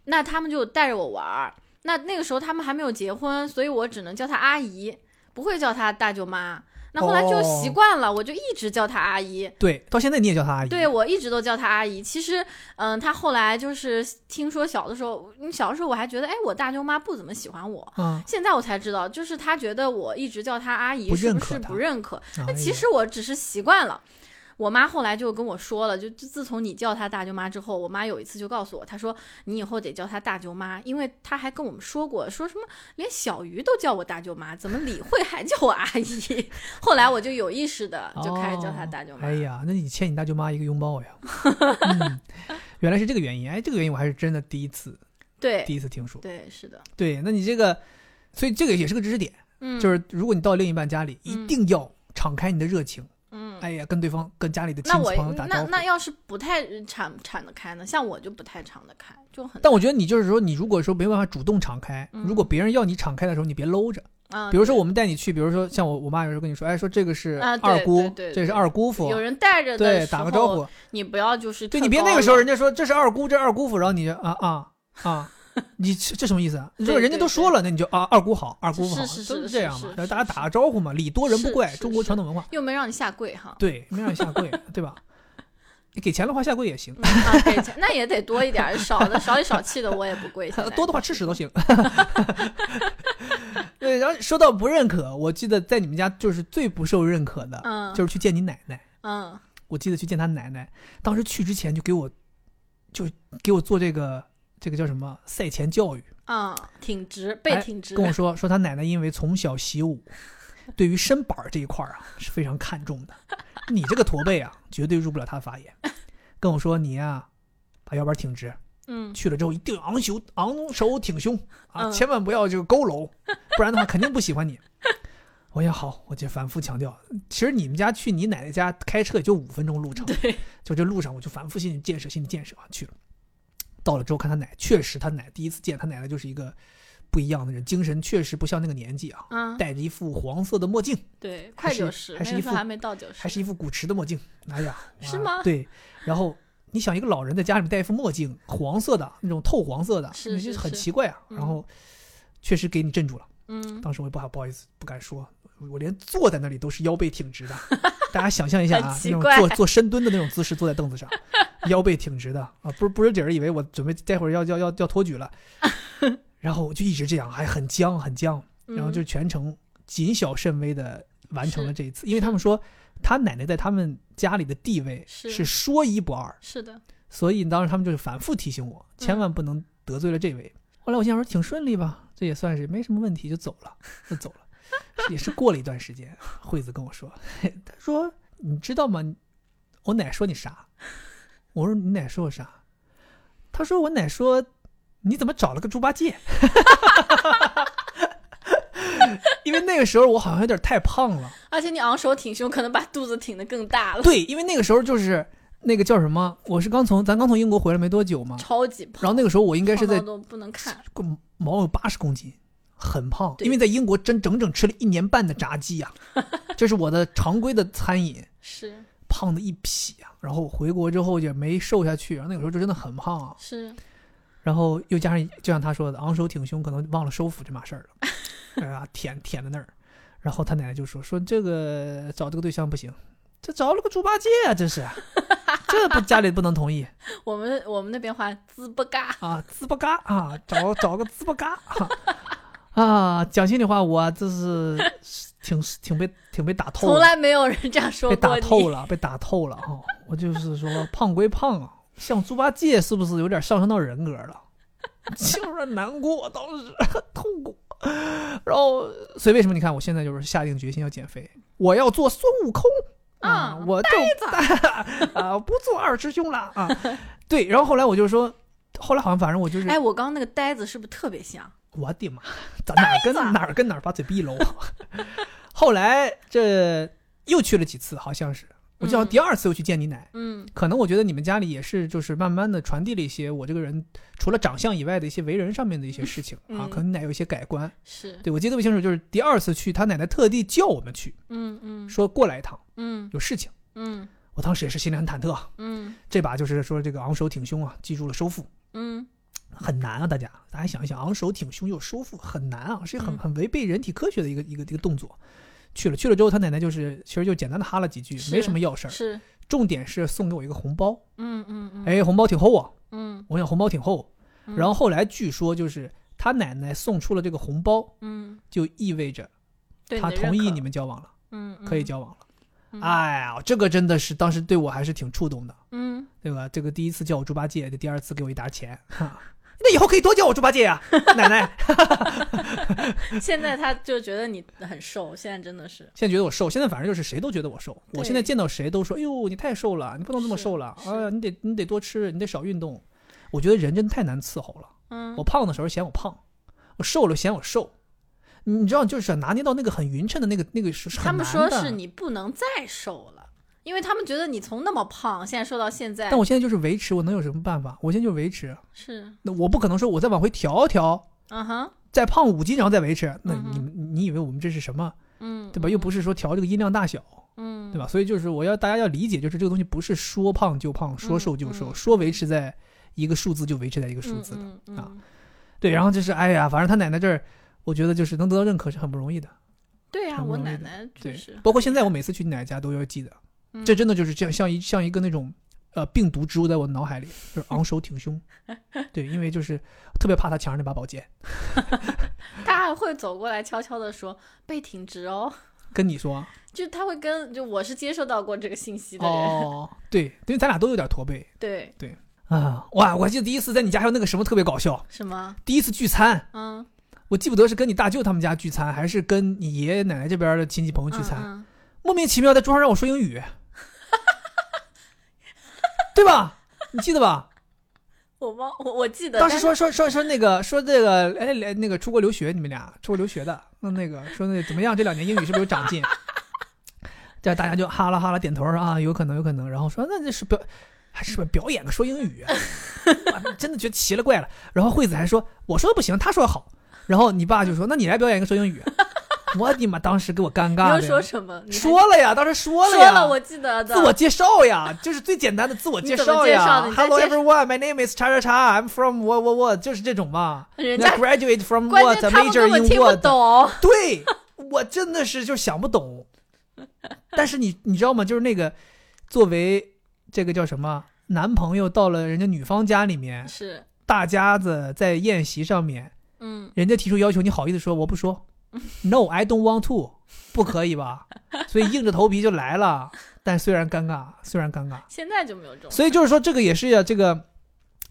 S2: 那他们就带着我玩儿。那那个时候他们还没有结婚，所以我只能叫她阿姨，不会叫她大舅妈。那后来就
S1: 哦
S2: 习惯了，我就一直叫她阿姨。
S1: 对，到现在你也叫她阿姨，啊
S2: 对，我一直都叫她阿姨。其实，嗯，她后来就是听说小的时候，你小的时候我还觉得，哎，我大舅妈不怎么喜欢我。
S1: 嗯，
S2: 现在我才知道，就是她觉得我一直叫她阿姨，
S1: 不
S2: 是
S1: 认
S2: 不
S1: 可
S2: 是
S1: 她哎
S2: 不认可？
S1: 那
S2: 那其实我只是习惯了。我妈后来就跟我说了，就就自从你叫她大舅妈之后，我妈有一次就告诉我，她说你以后得叫她大舅妈，因为她还跟我们说过，说什么连小鱼都叫我大舅妈，怎么李慧还叫我阿姨？ 后来我就有意识的就开始叫她大舅妈。
S1: 哎呀，那你欠你大舅妈一个拥抱呀、嗯原来是这个原因，哎，这个原因我还是真的第一次
S2: 对
S1: 第一次听说。
S2: 对，是的，
S1: 对，那你这个，所以这个也是个知识点，
S2: 嗯，
S1: 就是是如果你到另一半家里，
S2: 嗯
S1: 一定要敞开你的热情，
S2: 嗯。
S1: 哎呀，跟对方跟家里的亲
S2: 那我
S1: 戚朋友打
S2: 那
S1: 招呼。
S2: 那要是不太敞敞得开呢？像我就不太敞得开，就很
S1: 但我觉得你就是说，你如果说没办法主动敞开，如果别人要你敞开的时候，你别搂着。
S2: 嗯啊，
S1: 比如说我们带你去，比如说像我我妈有时候跟你说，哎，说这个是
S2: 啊对
S1: 二姑，
S2: 对对
S1: 这是二姑父
S2: 有，人带着的
S1: 对，
S2: 时
S1: 打
S2: 候，
S1: 个招呼。
S2: 你不要就是
S1: 对
S2: 特
S1: 你别那
S2: 高
S1: 个时候人
S2: 冷
S1: 家说这是二姑，这二姑父，然后你就啊啊 啊，你这这什么意思啊？你说
S2: 对
S1: 人家
S2: 对
S1: 都说了，那你就啊二姑好，二姑父好，
S2: 是是是
S1: 都
S2: 是
S1: 这样
S2: 是
S1: 嘛，
S2: 是
S1: 然后大
S2: 是
S1: 家打个招呼嘛，礼多人不
S2: 是
S1: 怪，
S2: 是
S1: 中国
S2: 是
S1: 传统文化，
S2: 又没让你下跪哈。
S1: 对，没让你下跪，对吧？ 你给钱的话下跪也 行，
S2: 嗯啊，给钱那也得多一点儿，少的少里少气的我也不 跪下来。
S1: 多的话吃屎都 行。对，然后说到不认可，我记得在你们家就是最不受认可的，
S2: 嗯
S1: 就是去见你奶奶。
S2: 嗯，
S1: 我记得去见他奶奶，当时去之前就给我，就给我做这个这个叫什么赛前教育。
S2: 嗯，挺直，背挺直。
S1: 哎跟我说说他奶奶因为从小习武，对于身板儿这一块儿啊是非常看重的。你这个驼背啊，绝对入不了他的法眼。跟我说你呀、把腰板挺直，
S2: 嗯，
S1: 去了之后一定要昂首昂首挺胸啊，
S2: 嗯
S1: 千万不要这个佝偻，不然的话肯定不喜欢你。 我也好，我就反复强调，其实你们家去你奶奶家开车也就五分钟路程，
S2: 对，
S1: 就这路上我就反复心理建设，心理建设啊去了。到了之后看他奶，确实他奶第一次见他奶奶就是一个不一样的人，精神确实不像那个年纪啊，
S2: 嗯，
S1: 戴着一副黄色的墨镜，
S2: 对，
S1: 还
S2: 快
S1: 是
S2: 九十，
S1: 还是
S2: 那
S1: 一
S2: 个时候
S1: 副
S2: 还没到九十，
S1: 还是一副古驰的墨镜。哎呀，哇
S2: 是吗
S1: 对，然后你想一个老人在家里面戴一副墨镜，黄色的那种透黄色的，
S2: 是
S1: 你
S2: 是
S1: 就很
S2: 是
S1: 奇怪啊。
S2: 嗯
S1: 然后确实给你镇住了。
S2: 嗯，
S1: 当时我也不好不好意思，不敢说，我连坐在那里都是腰背挺 直的。大家想象一下啊
S2: 很，奇
S1: 那种
S2: 怪
S1: 坐坐深蹲的那种姿势，坐在凳子上， 腰背挺直的啊，不是不是姐儿以为我准备待会儿要要要要托举 了，然后我就一直这样，还很僵很僵，
S2: 嗯
S1: 然后就全程谨小慎微的完成了这一次，因为他们说他奶奶在他们家里的地位
S2: 是
S1: 是说一不二，
S2: 是的，
S1: 所以当时他们就是反复提醒我，千万不能得罪了这位。后来我心想说挺顺利吧，这也算是没什么问题，就走了， 就走了。也是过了一段时间，惠子跟我说， 嘿她说你知道吗？我奶说你啥？我说你奶说我啥？她说我奶说你怎么找了个猪八戒？ 因为那个时候我好像有点太胖了。
S2: 而且你昂首挺胸，可能把肚子挺得更大了，
S1: 对，因为那个时候就是那个叫什么，我是刚从咱刚从英国回来没多久嘛，
S2: 超级胖，
S1: 然后那个时候我应该是
S2: 胖
S1: 在
S2: 到都不能看，
S1: 毛有八十公斤，很胖。
S2: 对
S1: 因为在英国真整整吃了一年半的炸鸡 呀、这是我的常规的餐饮，
S2: 是
S1: 胖的一匹啊。然后回国之后也没瘦下去，然后那个时候就真的很胖啊。
S2: 是，
S1: 然后又加上就像他说的，昂首挺胸，可能忘了收腹这码事儿 了，哎呀，舔舔在那儿。然后他奶奶就说说这个找这个对象不行，这找了个猪八戒啊，这 是，这不家里不能同意。
S2: 我们我们那边话滋不嘎，
S1: 啊，滋巴嘎啊，找找个滋巴嘎啊啊！讲心里话，我这是挺挺被挺被打透
S2: 从
S1: 了，
S2: 来没有人这样说
S1: 被打
S2: 过
S1: 透
S2: 你，
S1: 了，被打透了啊！我就是说，胖归胖啊，像猪八戒是不是有点上升到人格了？ 就是有点难过，当时很痛苦。然后，所以为什么你看我现在就是下定决心要减肥，我要做孙悟空啊，
S2: 嗯
S1: 我就 啊不做二师兄了啊。 对，然后后来我就说，后来好像反正我就是
S2: 哎，我刚刚那个呆子是不是特别像？
S1: 我的妈， 咱哪儿跟哪儿跟哪儿把嘴逼喽？ 后来这又去了几次，好像是，我记得好像第二次又去见你奶。
S2: 嗯，
S1: 可能我觉得你们家里也是，就是慢慢的传递了一些我这个人除了长相以外的一些为人上面的一些事情、啊，
S2: 嗯
S1: 可能你奶有一些改观。
S2: 是，
S1: 对我记得特别清楚，就是第二次去，他奶奶特地叫我们去，
S2: 嗯嗯
S1: 说过来一趟，
S2: 嗯
S1: 有事情。
S2: 嗯
S1: 我当时也是心里很忐忑，啊
S2: 嗯
S1: 这把就是说这个昂首挺胸啊，记住了收腹。
S2: 嗯，
S1: 很难啊，大家，大家想一想，昂首挺胸又收腹，很难啊，是一个很
S2: 嗯
S1: 很违背人体科学的一个一个一个动作。去了去了之后，他奶奶就是其实就简单的哈了几句，
S2: 是
S1: 没什么要事儿。
S2: 是，
S1: 重点是送给我一个红包，
S2: 嗯嗯嗯，
S1: 哎，红包挺厚啊，
S2: 嗯，
S1: 我想红包挺厚。
S2: 嗯
S1: 然后后来据说就是他奶奶送出了这个红包，
S2: 嗯，
S1: 就意味着
S2: 对
S1: 他
S2: 的认
S1: 同意
S2: 可
S1: 你，们交往了，
S2: 嗯，嗯
S1: 可以，交往了。
S2: 嗯
S1: 哎呀，这个真的是当时对我还是挺触动的，
S2: 嗯，
S1: 对吧？这个第一次叫我猪八戒，这第二次给我一沓钱，哈，那以后可以多叫我猪八戒呀、奶奶。
S2: 现在他就觉得你很瘦，现在真的是，
S1: 现在觉得我瘦，现在反正就是谁都觉得我瘦。
S2: 对
S1: 我现在见到谁都说：“哎呦，你太瘦了，你不能这么
S2: 是
S1: 瘦了，
S2: 是
S1: 啊，你得你得多吃，你得少运动。”我觉得人真的太难伺候了。
S2: 嗯
S1: 我，胖的时候嫌我胖，我瘦了嫌我瘦，你知道，就是想拿捏到那个很匀称的那个那个是是
S2: 他
S1: 很
S2: 们
S1: 难
S2: 说
S1: 的
S2: 是，你不能再瘦了，因为他们觉得你从那么胖，现在瘦到现在
S1: 但，我现在就是维持，我能有什么办法？我现在就维持，
S2: 是，
S1: 那我不可能说我再往回调调，
S2: 嗯哼，
S1: 再胖五斤然后再维持。那
S2: 嗯哼
S1: 你们、你以为我们这是什么？
S2: 嗯，
S1: 对吧？又不是说调这个音量大小。
S2: 嗯，
S1: 对吧？所以就是我要大家要理解，就是这个东西不是说胖就胖，说瘦就瘦，
S2: 嗯
S1: 说维持在一个数字就维持在一个
S2: 嗯？
S1: 数字的。
S2: 嗯嗯
S1: 啊
S2: 嗯
S1: 对，然后就是哎呀，反正他奶奶这儿，我觉得就是能得到认可是很不容易的。
S2: 对呀、
S1: 很不
S2: 我
S1: 容易
S2: 奶
S1: 的
S2: 奶
S1: 对
S2: 就，是，
S1: 包括现在我每次去你奶奶家都要记得，
S2: 嗯
S1: 这真的就是像像一像一个那种呃病毒植入在我脑海里，就是昂首挺 胸。对，因为就是特别怕他抢上那把宝剑，
S2: 他还会走过来悄悄的说背挺直哦，
S1: 跟你说
S2: 就他会跟就我是接受到过这个信息的人，
S1: 哦，对，因为咱俩都有点驼背
S2: 对，
S1: 啊。哇，我记得第一次在你家还有那个什么特别搞笑，
S2: 什么？
S1: 第一次聚餐。
S2: 嗯，
S1: 我记不得是跟你大舅他们家聚餐，还是跟你爷爷奶奶这边的亲戚朋友聚餐，
S2: 嗯
S1: 莫名其妙在桌上让我说英 语，对吧？你记得吧？
S2: 我忘我我记得
S1: 当时说说说说那个说这个哎那个出国留学，你们俩出国留学的，那那个说那怎么样？这两年英语是不是有长进？这大家就哈啦哈啦点头说啊，有可能有可能。然后说那这是表还是表演个说英语、啊啊真的觉得奇了怪了。然后惠子还说我说的不行，他说的好。然后你爸就说那你来表演一个说英语。啊我的妈！当时给我尴尬的
S2: 你又
S1: 呀。
S2: 说什么？你还
S1: 说了呀，当时说了
S2: 说
S1: 呀，
S2: 了，我记得的。
S1: 自我介绍呀， 就是最简单的自我介绍
S2: 你怎么介绍
S1: 呀
S2: 的。你再
S1: Hello
S2: 介绍
S1: everyone, my name is 叉叉叉，I'm from what what what，就是这种嘛。
S2: 人
S1: 那
S2: 家
S1: graduate from
S2: 关
S1: what,
S2: 键他们
S1: major
S2: 根本
S1: in
S2: 听不
S1: what？
S2: 懂，
S1: 对，我真的是就想不 懂。但是你你知道吗？就是那个作为这个叫什么男朋友到了人家女方家里面，
S2: 是
S1: 大家子在宴席上面，
S2: 嗯，
S1: 人家提出要求，你好意思说我不 说？No, I don't want to，不可以吧？所以硬着头皮就来了。但虽然尴尬，虽然尴尬，
S2: 现在就没有这种。
S1: 所以就是说，这个也是呀，这个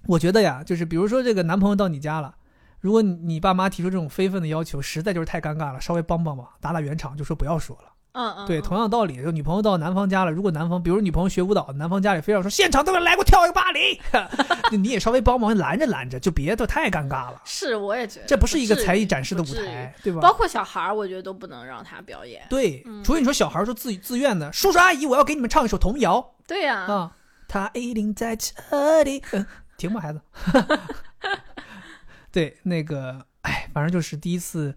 S1: 我觉得呀，就是比如说这个男朋友到你家了，如果你你爸妈提出这种非分的要求，实在就是太尴尬了，稍微帮帮忙，打打圆场，就说不要说了。
S2: 嗯嗯，
S1: 对，
S2: 嗯
S1: 同样道理，就女朋友到男方家了，如果男方，比如女朋友学舞蹈，男方家里非要说现场都要来给我跳一个芭蕾， 你也稍微帮忙拦着拦着，就别都太尴尬了。
S2: 是我也觉得
S1: 这不是一个
S2: 至于
S1: 才艺展示的
S2: 不
S1: 舞
S2: 至于
S1: 台，对吧？
S2: 包括小孩儿，我觉得都不能让他表演。
S1: 对，
S2: 嗯
S1: 除非你说小孩儿说自自愿的，叔叔阿姨，我要给你们唱一首童谣，
S2: 对呀、
S1: 啊，他一定在这里。嗯停吧，孩 子。对，那个，哎，反正就是第一次，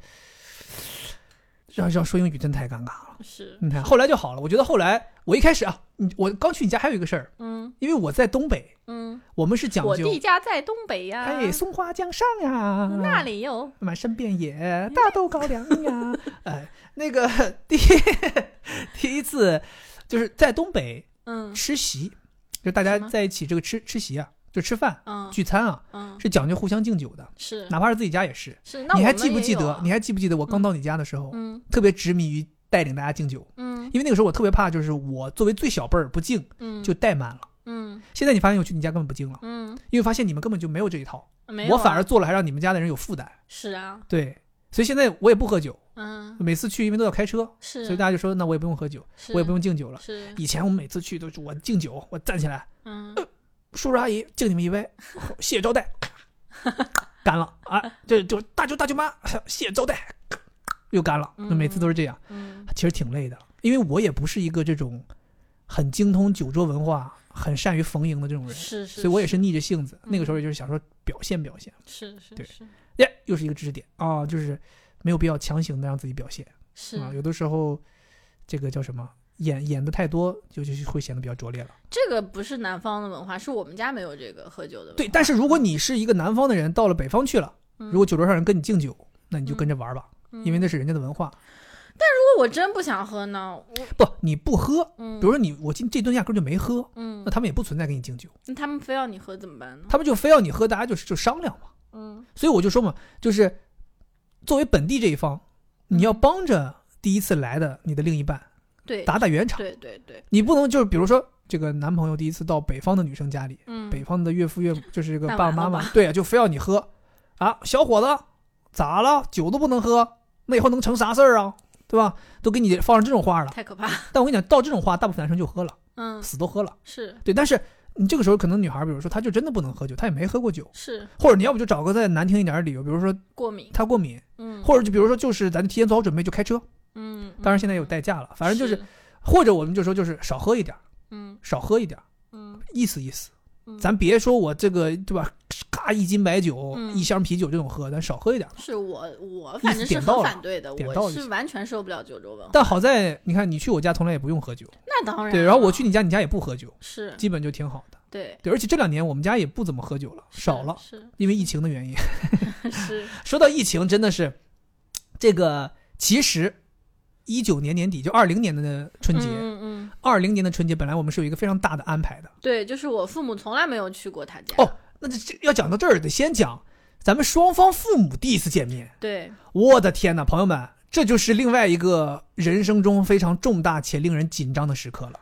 S1: 要要说英语真太尴尬了。
S2: 是，
S1: 你看，后来就好了。我觉得后来，我一开始啊，你我刚去你家还有一个事儿，
S2: 嗯
S1: 因为我在东北，
S2: 嗯，
S1: 我们是讲
S2: 我
S1: 究，
S2: 弟家在东北呀，
S1: 哎，松花江上呀，
S2: 那里有
S1: 满山遍野大豆高粱 呀。哎，那个第一 第一次就是在东北，
S2: 嗯
S1: 吃席，就大家
S2: 什么
S1: 在一起这个吃吃席啊，就吃饭
S2: 嗯
S1: 聚餐啊，
S2: 嗯
S1: 是讲究互相敬酒的，
S2: 是
S1: 哪怕是自己家也是。
S2: 是，那
S1: 你
S2: 我
S1: 还
S2: 们
S1: 记不
S2: 也
S1: 记
S2: 有
S1: 得
S2: 啊？
S1: 你还记不记得我刚到你家的时候，
S2: 嗯
S1: 特别执迷于带领大家敬酒，
S2: 嗯
S1: 因为那个时候我特别怕，就是我作为最小辈儿不敬
S2: 嗯，
S1: 就怠慢了。
S2: 嗯
S1: 现在你发现我去你家根本不敬了，
S2: 嗯，
S1: 因为发现你们根本就没有这一套，
S2: 没有
S1: 我
S2: 啊、
S1: 反而做了还让你们家的人有负担。
S2: 是啊，
S1: 对，所以现在我也不喝酒，
S2: 嗯
S1: 每次去因为都要开车，
S2: 是，
S1: 所以大家就说那我也不用喝酒，我也不
S2: 用
S1: 用敬酒了。
S2: 是
S1: 以前我们每次去都是我敬酒，我站起来。
S2: 嗯
S1: 呃叔叔阿姨敬你们一杯，谢谢招待，干了啊！这就大舅大舅妈，谢谢招待，又干了。
S2: 嗯
S1: 那每次都是这样，
S2: 嗯
S1: 其实挺累的，因为我也不是一个这种很精通酒桌文化、很善于逢迎的这种人，
S2: 是是，
S1: 所以我也是逆着性子。
S2: 嗯
S1: 那个时候也就是想说表现表现，
S2: 是是
S1: 对
S2: 是
S1: 耶，又是一个知识点啊，就是没有必要强行的让自己表现
S2: 是
S1: 啊。有的时候这个叫什么，演演的太多，就就会显得比较拙劣了。
S2: 这个不是南方的文化，是我们家没有这个喝酒的文化。
S1: 对，但是如果你是一个南方的人，到了北方去了，
S2: 嗯
S1: 如果酒桌上人跟你敬酒，那你就
S2: 嗯
S1: 跟着玩吧，
S2: 嗯
S1: 因为那是人家的文化。
S2: 如果我真不想喝呢，我
S1: 不，你不喝，
S2: 嗯，
S1: 比如说你我今这顿压根儿就没喝，
S2: 嗯
S1: 那，他们也不存在给你敬酒，
S2: 那他们非要你喝怎么办呢？
S1: 他们就非要你喝，大家就是就商量嘛。
S2: 嗯
S1: 所以我就说嘛，就是作为本地这一方，你要
S2: 嗯
S1: 帮着第一次来的你的另一半，
S2: 对
S1: 打打圆场，
S2: 对对对，
S1: 你不能就是比如说这个男朋友第一次到北方的女生家里，
S2: 嗯，
S1: 北方的岳父岳母就是这个
S2: 太
S1: 爸爸
S2: 晚
S1: 妈
S2: 了
S1: 妈，对啊，就非要你喝啊，小伙子，咋了？酒都不能喝，那以后能成啥事儿啊？对吧？都给你放上这种话了。
S2: 太可怕。
S1: 但我跟你讲，到这种话，大部分男生就喝了，
S2: 嗯，
S1: 死都喝了。
S2: 是
S1: 对，但是你这个时候可能女孩，比如说她就真的不能喝酒，她也没喝过酒，
S2: 是
S1: 或者你要不就找个再难听一点的理由，比如说
S2: 过敏。
S1: 她过敏，
S2: 嗯，
S1: 或者就比如说就是咱提前做好准备就开车。
S2: 嗯，
S1: 当然现在有
S2: 嗯，
S1: 代驾了，反正就是
S2: 是
S1: 或者我们就说就是少喝一点儿，
S2: 嗯
S1: 少喝一点儿，
S2: 嗯
S1: 意思意思。
S2: 嗯，
S1: 咱别说我这个对吧？咔一斤白酒、
S2: 嗯
S1: 一箱啤酒这种喝，咱少喝一点吧。
S2: 是我我
S1: 意
S2: 反
S1: 思
S2: 正是
S1: 点到
S2: 很
S1: 了
S2: 反对的，
S1: 点到
S2: 我
S1: 了就是
S2: 完全受不了九州文化。
S1: 但好在你看，你去我家从来也不用喝酒，
S2: 那当然了，
S1: 对。然后我去你家，你家也不喝酒，
S2: 是
S1: 基本就挺好的。
S2: 对
S1: 对，而且这两年我们家也不怎么喝酒了，少了，
S2: 是
S1: 因为疫情的原因。
S2: 是
S1: 说到疫情，真的是这个，其实一九年年底就二零年的春节，
S2: 嗯嗯嗯，
S1: 二零、年的春节本来我们是有一个非常大的安排的。
S2: 对，就是我父母从来没有去过他家。
S1: 哦，那这这要讲到这儿，得先讲咱们双方父母第一次见面。
S2: 对，
S1: 我的天呐，朋友们，这就是另外一个人生中非常重大且令人紧张的时刻了。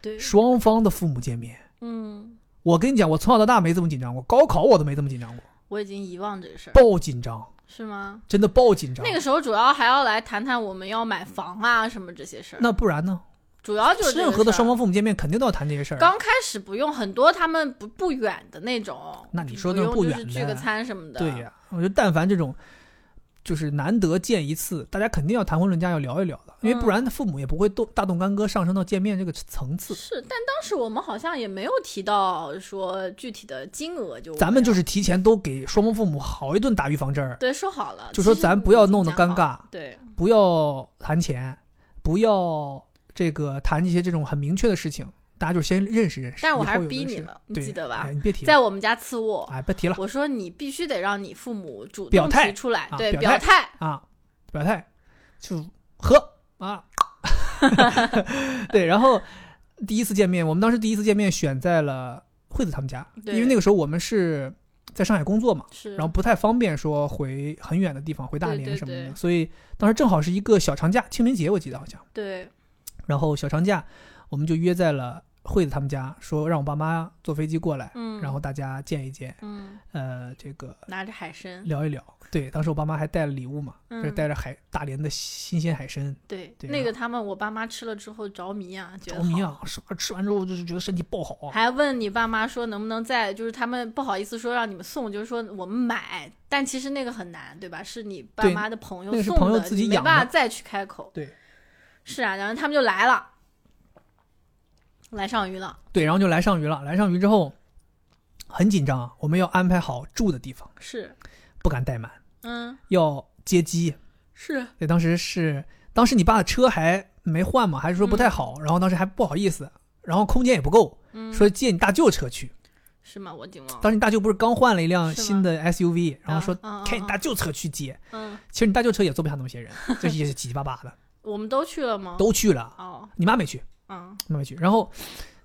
S2: 对，
S1: 双方的父母见面，
S2: 嗯，
S1: 我跟你讲，我从小到大没这么紧张过，高考我都没这么紧张过，
S2: 我已经遗忘这个事儿，
S1: 爆紧张，
S2: 是吗？
S1: 真的爆紧张。
S2: 那个时候主要还要来谈谈我们要买房啊什么这些事儿。
S1: 那不然呢？
S2: 主要就是这啊个
S1: 任何的
S2: 事儿啊
S1: 双方父母见面肯定都要谈这些事儿。
S2: 刚开始不用，很多他们不不远的那种。
S1: 那你说那
S2: 用
S1: 不
S2: 就
S1: 远
S2: 是
S1: 的
S2: 聚个餐什么的。
S1: 对呀、我觉得但凡这种就是难得见一次，大家肯定要谈婚论嫁，要聊一聊的，因为不
S2: 嗯
S1: 然父母也不会动大动干戈上升到见面这个层次。
S2: 是，但当时我们好像也没有提到说具体的金额就，
S1: 咱们就是提前都给双方父母好一顿打预防针儿，
S2: 对说好了，
S1: 就说
S2: 其实
S1: 咱
S2: 你
S1: 不要弄得
S2: 已经
S1: 尴
S2: 讲好。
S1: 尬，
S2: 对，
S1: 不要谈钱，不要这个谈一些这种很明确的事情，大家就先认识认识。
S2: 但是我还
S1: 以
S2: 是
S1: 后有
S2: 逼
S1: 的
S2: 你
S1: 是
S2: 了，你
S1: 对
S2: 记得吧
S1: 哎？你别提了，
S2: 在我们家次卧，
S1: 哎，别提了
S2: 我说你必须得让你父母主
S1: 表
S2: 动
S1: 态
S2: 提出来，
S1: 啊
S2: 对，
S1: 表
S2: 表
S1: 态
S2: 态。
S1: 啊，表态就喝啊， 对，然后第一次见面，我们当时第一次见面选在了惠子他们家，
S2: 对
S1: 因为那个时候我们是在上海工作嘛，
S2: 是，
S1: 然后不太方便说回很远的地方，回大
S2: 对
S1: 连
S2: 对
S1: 什么的，
S2: 对
S1: 所以当时正好是一个小长假，清明节我记得好像。
S2: 对，
S1: 然后小长假我们就约在了惠子他们家，说让我爸妈坐飞机过来，
S2: 嗯，
S1: 然后大家见一见，
S2: 嗯，
S1: 呃，这个
S2: 拿着海参，
S1: 聊一聊。对，当时我爸妈还带了礼物嘛，
S2: 嗯
S1: 就是带着海大连的新鲜海参，
S2: 对，
S1: 对
S2: 那
S1: 然
S2: 个他们我爸妈吃了之后着迷啊，觉得
S1: 着迷
S2: 好
S1: 啊，是吧？吃完之后就是觉得身体爆好啊，
S2: 还问你爸妈说能不能再，就是他们不好意思说让你们送，就是说我们买，但其实那个很难，对吧？是你爸
S1: 对
S2: 妈的朋友
S1: 那
S2: 送
S1: 个是
S2: 的，
S1: 朋友自己
S2: 你没
S1: 养
S2: 办法
S1: 的
S2: 再去开口。
S1: 对，
S2: 是啊，然后他们就来了，来上鱼了，
S1: 对，然后就来上虞了。来上虞之后很紧张啊，我们要安排好住的地方，
S2: 是，
S1: 不敢怠慢，
S2: 嗯，
S1: 要接机。
S2: 是，
S1: 对，当时是当时你爸的车还没换嘛，还是说不太
S2: 嗯
S1: 好，然后当时还不好意思，然后空间也不够，
S2: 嗯，
S1: 说借你大舅车去。
S2: 是吗？我已经忘了，
S1: 当时你大舅不是刚换了一辆
S2: 是吗
S1: 新的 SUV，然后说
S2: 啊
S1: 开你大，舅车去接，
S2: 啊啊啊嗯，
S1: 其实你大舅车也坐不下那么些 人，这也是七七八八的，
S2: 我们都去了吗？
S1: 都去了，
S2: 哦，
S1: 你妈没去，
S2: 嗯，
S1: 你妈没去，然后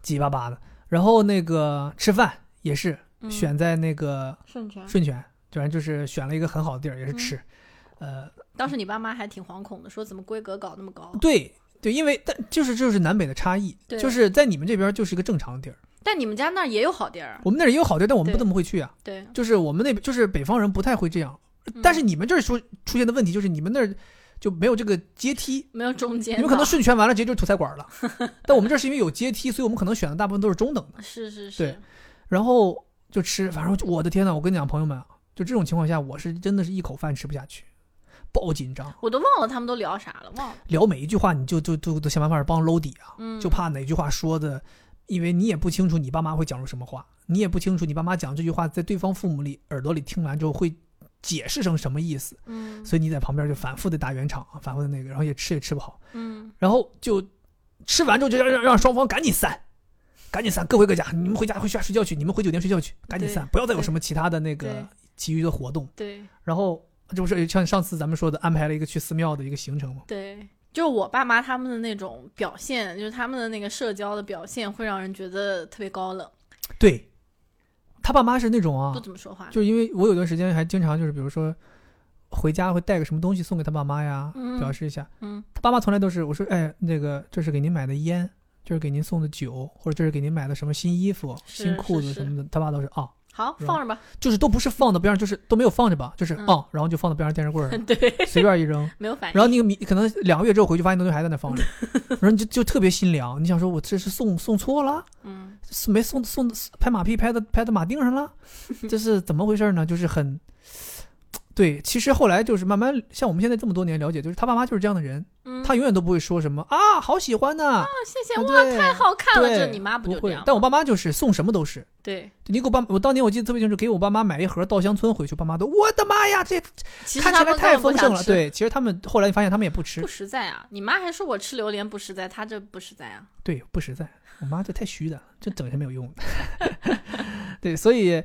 S1: 七七八八的，然后那个吃饭也是
S2: 嗯
S1: 选在那个
S2: 顺全。
S1: 顺泉，居然就是选了一个很好的地儿，也是
S2: 嗯
S1: 吃，呃，
S2: 当时你爸妈还挺惶恐的，说怎么规格搞那么高？
S1: 对对，因为但就是就是南北的差异，
S2: 哦对
S1: 就是在你们这边就是一个正常的地儿，
S2: 但你们家那儿也有好地儿，
S1: 我们那儿也有好地儿，但我们不
S2: 对
S1: 怎么会去啊，
S2: 对。
S1: 就是我们那边就是北方人不太会这样，
S2: 嗯
S1: 但是你们这儿说出现的问题就是你们那儿就没有这个阶梯，
S2: 没有中间
S1: 你
S2: 的，
S1: 们可能顺权完了直接就是土菜馆了。但我们这儿是因为有阶梯，所以我们可能选的大部分都是中等的。
S2: 是是是，
S1: 对然后就吃，反正就我的天呐，我跟你讲，朋友们啊，就这种情况下，我是真的是一口饭吃不下去，爆紧张，
S2: 我都忘了他们都聊啥了，忘了，
S1: 聊每一句话你就就就都想办法帮搂底啊，
S2: 嗯，
S1: 就怕哪句话说的，因为你也不清楚你爸妈会讲出什么话，你也不清楚你爸妈讲这句话在对方父母里耳朵里听完之后会解释成什么意思。
S2: 嗯，
S1: 所以你在旁边就反复的打圆场，啊反复的那个，然后也吃也吃不好，
S2: 嗯，
S1: 然后就吃完之后就让让让双方赶紧散，赶紧散，各回各家，你们回家回家睡觉去，你们回酒店睡觉去，赶紧
S2: 对
S1: 散，不要再有
S2: 对
S1: 什么其他的那
S2: 对
S1: 个其余的活动。
S2: 对
S1: 然后这不是像上次咱们说的，安排了一个去寺庙的一个行程吗？
S2: 对，就是我爸妈他们的那种表现，就是他们的那个社交的表现，会让人觉得特别高冷，
S1: 对，他爸妈是那种
S2: 不
S1: 啊，
S2: 怎么说话，
S1: 就是因为我有段时间还经常就是比如说回家会带个什么东西送给他爸妈呀，
S2: 嗯
S1: 表示一下，
S2: 嗯
S1: 他爸妈从来都是我说，哎，那个这是给您买的烟，这是给您送的酒，或者这是给您买的什么新衣服、
S2: 是
S1: 新裤子
S2: 是是
S1: 什么的。他爸都是哦，
S2: 好
S1: 是吧
S2: 放着吧，
S1: 就是都不是放到边上，就是都没有放着吧，就是、
S2: 嗯
S1: 哦，然后就放到边上电视柜儿上，
S2: 对，
S1: 随便一扔。
S2: 没有反应，
S1: 然后你可能两个月之后回去，发现东西还在那 放着，然后你就就特别心凉。你想说，我这是送送错了，
S2: 嗯
S1: 是没送送拍马屁拍的拍到马腚上了，这是怎么回事呢？就是很，对。其实后来就是慢慢像我们现在这么多年了解，就是他爸妈就是这样的人，
S2: 嗯，
S1: 他永远都不会说什么啊，好喜欢呐、
S2: 啊谢谢
S1: 啊
S2: 哇，
S1: 对
S2: 太好看了，
S1: 对
S2: 这你妈
S1: 不
S2: 就这
S1: 会
S2: 样，
S1: 但
S2: 吗？
S1: 我爸妈就是送什么都是。
S2: 对，
S1: 你给我爸，我当年我记得特别清楚，给我爸妈买一盒稻香村回去，爸妈都我的妈呀，这
S2: 其实
S1: 看起
S2: 他
S1: 来
S2: 们
S1: 太
S2: 根本
S1: 丰
S2: 不
S1: 盛
S2: 想
S1: 了。
S2: 吃，
S1: 对，其实他们后来发现他们也不吃
S2: 不，实在啊，你妈还说我吃榴莲不实在，她这不实在啊，
S1: 对，不实在。我妈这太虚的，这整些没有用 的。对，所以，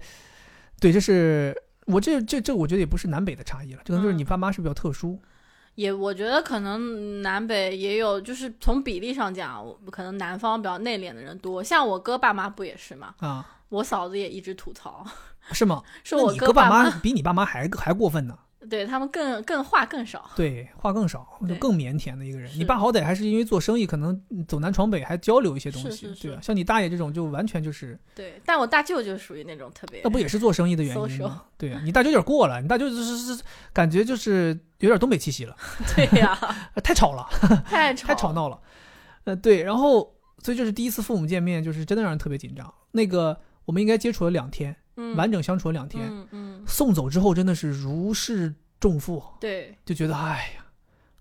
S1: 对，这是我这这这，我觉得也不是南北的差异了，这可能就是你
S2: 嗯
S1: 爸妈是比较特殊。
S2: 也我觉得可能南北也有，就是从比例上讲，我可能南方比较内敛的人多。像我哥爸妈不也是吗？
S1: 啊，
S2: 我嫂子也一直吐槽，
S1: 是吗？
S2: 说
S1: 那
S2: 我
S1: 你
S2: 爸
S1: 爸
S2: 妈
S1: 妈比你爸妈还还过分呢。
S2: 对他们更更话更少。
S1: 对，话更少，就
S2: 对
S1: 更腼腆的一个人。你
S2: 是
S1: 爸好歹还是因为做生意，可能嗯走南闯北，还交流一些东西，
S2: 是是是
S1: 对吧？啊像你大爷这种，就完全就是，
S2: 对，但我大舅就属于那种特别
S1: 哦那不也是做生意的原因
S2: Social
S1: 吗？对呀、啊你大舅有点过了，你大舅就是是是感觉就是有点东北气息了， 呃
S2: 对呀、
S1: 太吵了，
S2: 太吵
S1: 太吵。闹了。呃，对，然后所以这是第一次父母见面，就是真的让人特别紧张。那个我们应该接触了两天，
S2: 嗯，
S1: 完整相处了两天，
S2: 嗯嗯，
S1: 送走之后真的是如释重负，
S2: 对，
S1: 就觉得哎呀，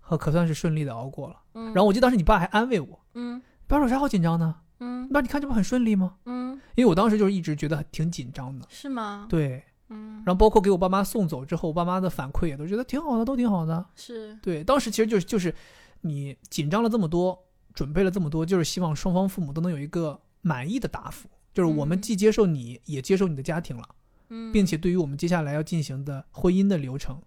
S1: 可可算是顺利的熬过了。
S2: 嗯，
S1: 然后我记得当时你爸还安慰我，
S2: 嗯
S1: 爸说有啥好紧张的？
S2: 嗯
S1: 爸，你看这不很顺利吗？
S2: 嗯，
S1: 因为我当时就是一直觉得挺紧张的，
S2: 是吗？
S1: 对。
S2: 嗯，
S1: 然后包括给我爸妈送走之后，我爸妈的反馈也都觉得挺好的，都挺好的。
S2: 是，
S1: 对，当时其实就是就是你紧张了这么多，准备了这么多，就是希望双方父母都能有一个满意的答复，就是我们
S2: 嗯
S1: 既接受你，也接受你的家庭了，
S2: 嗯，
S1: 并且对于我们接下来要进行的婚姻的流程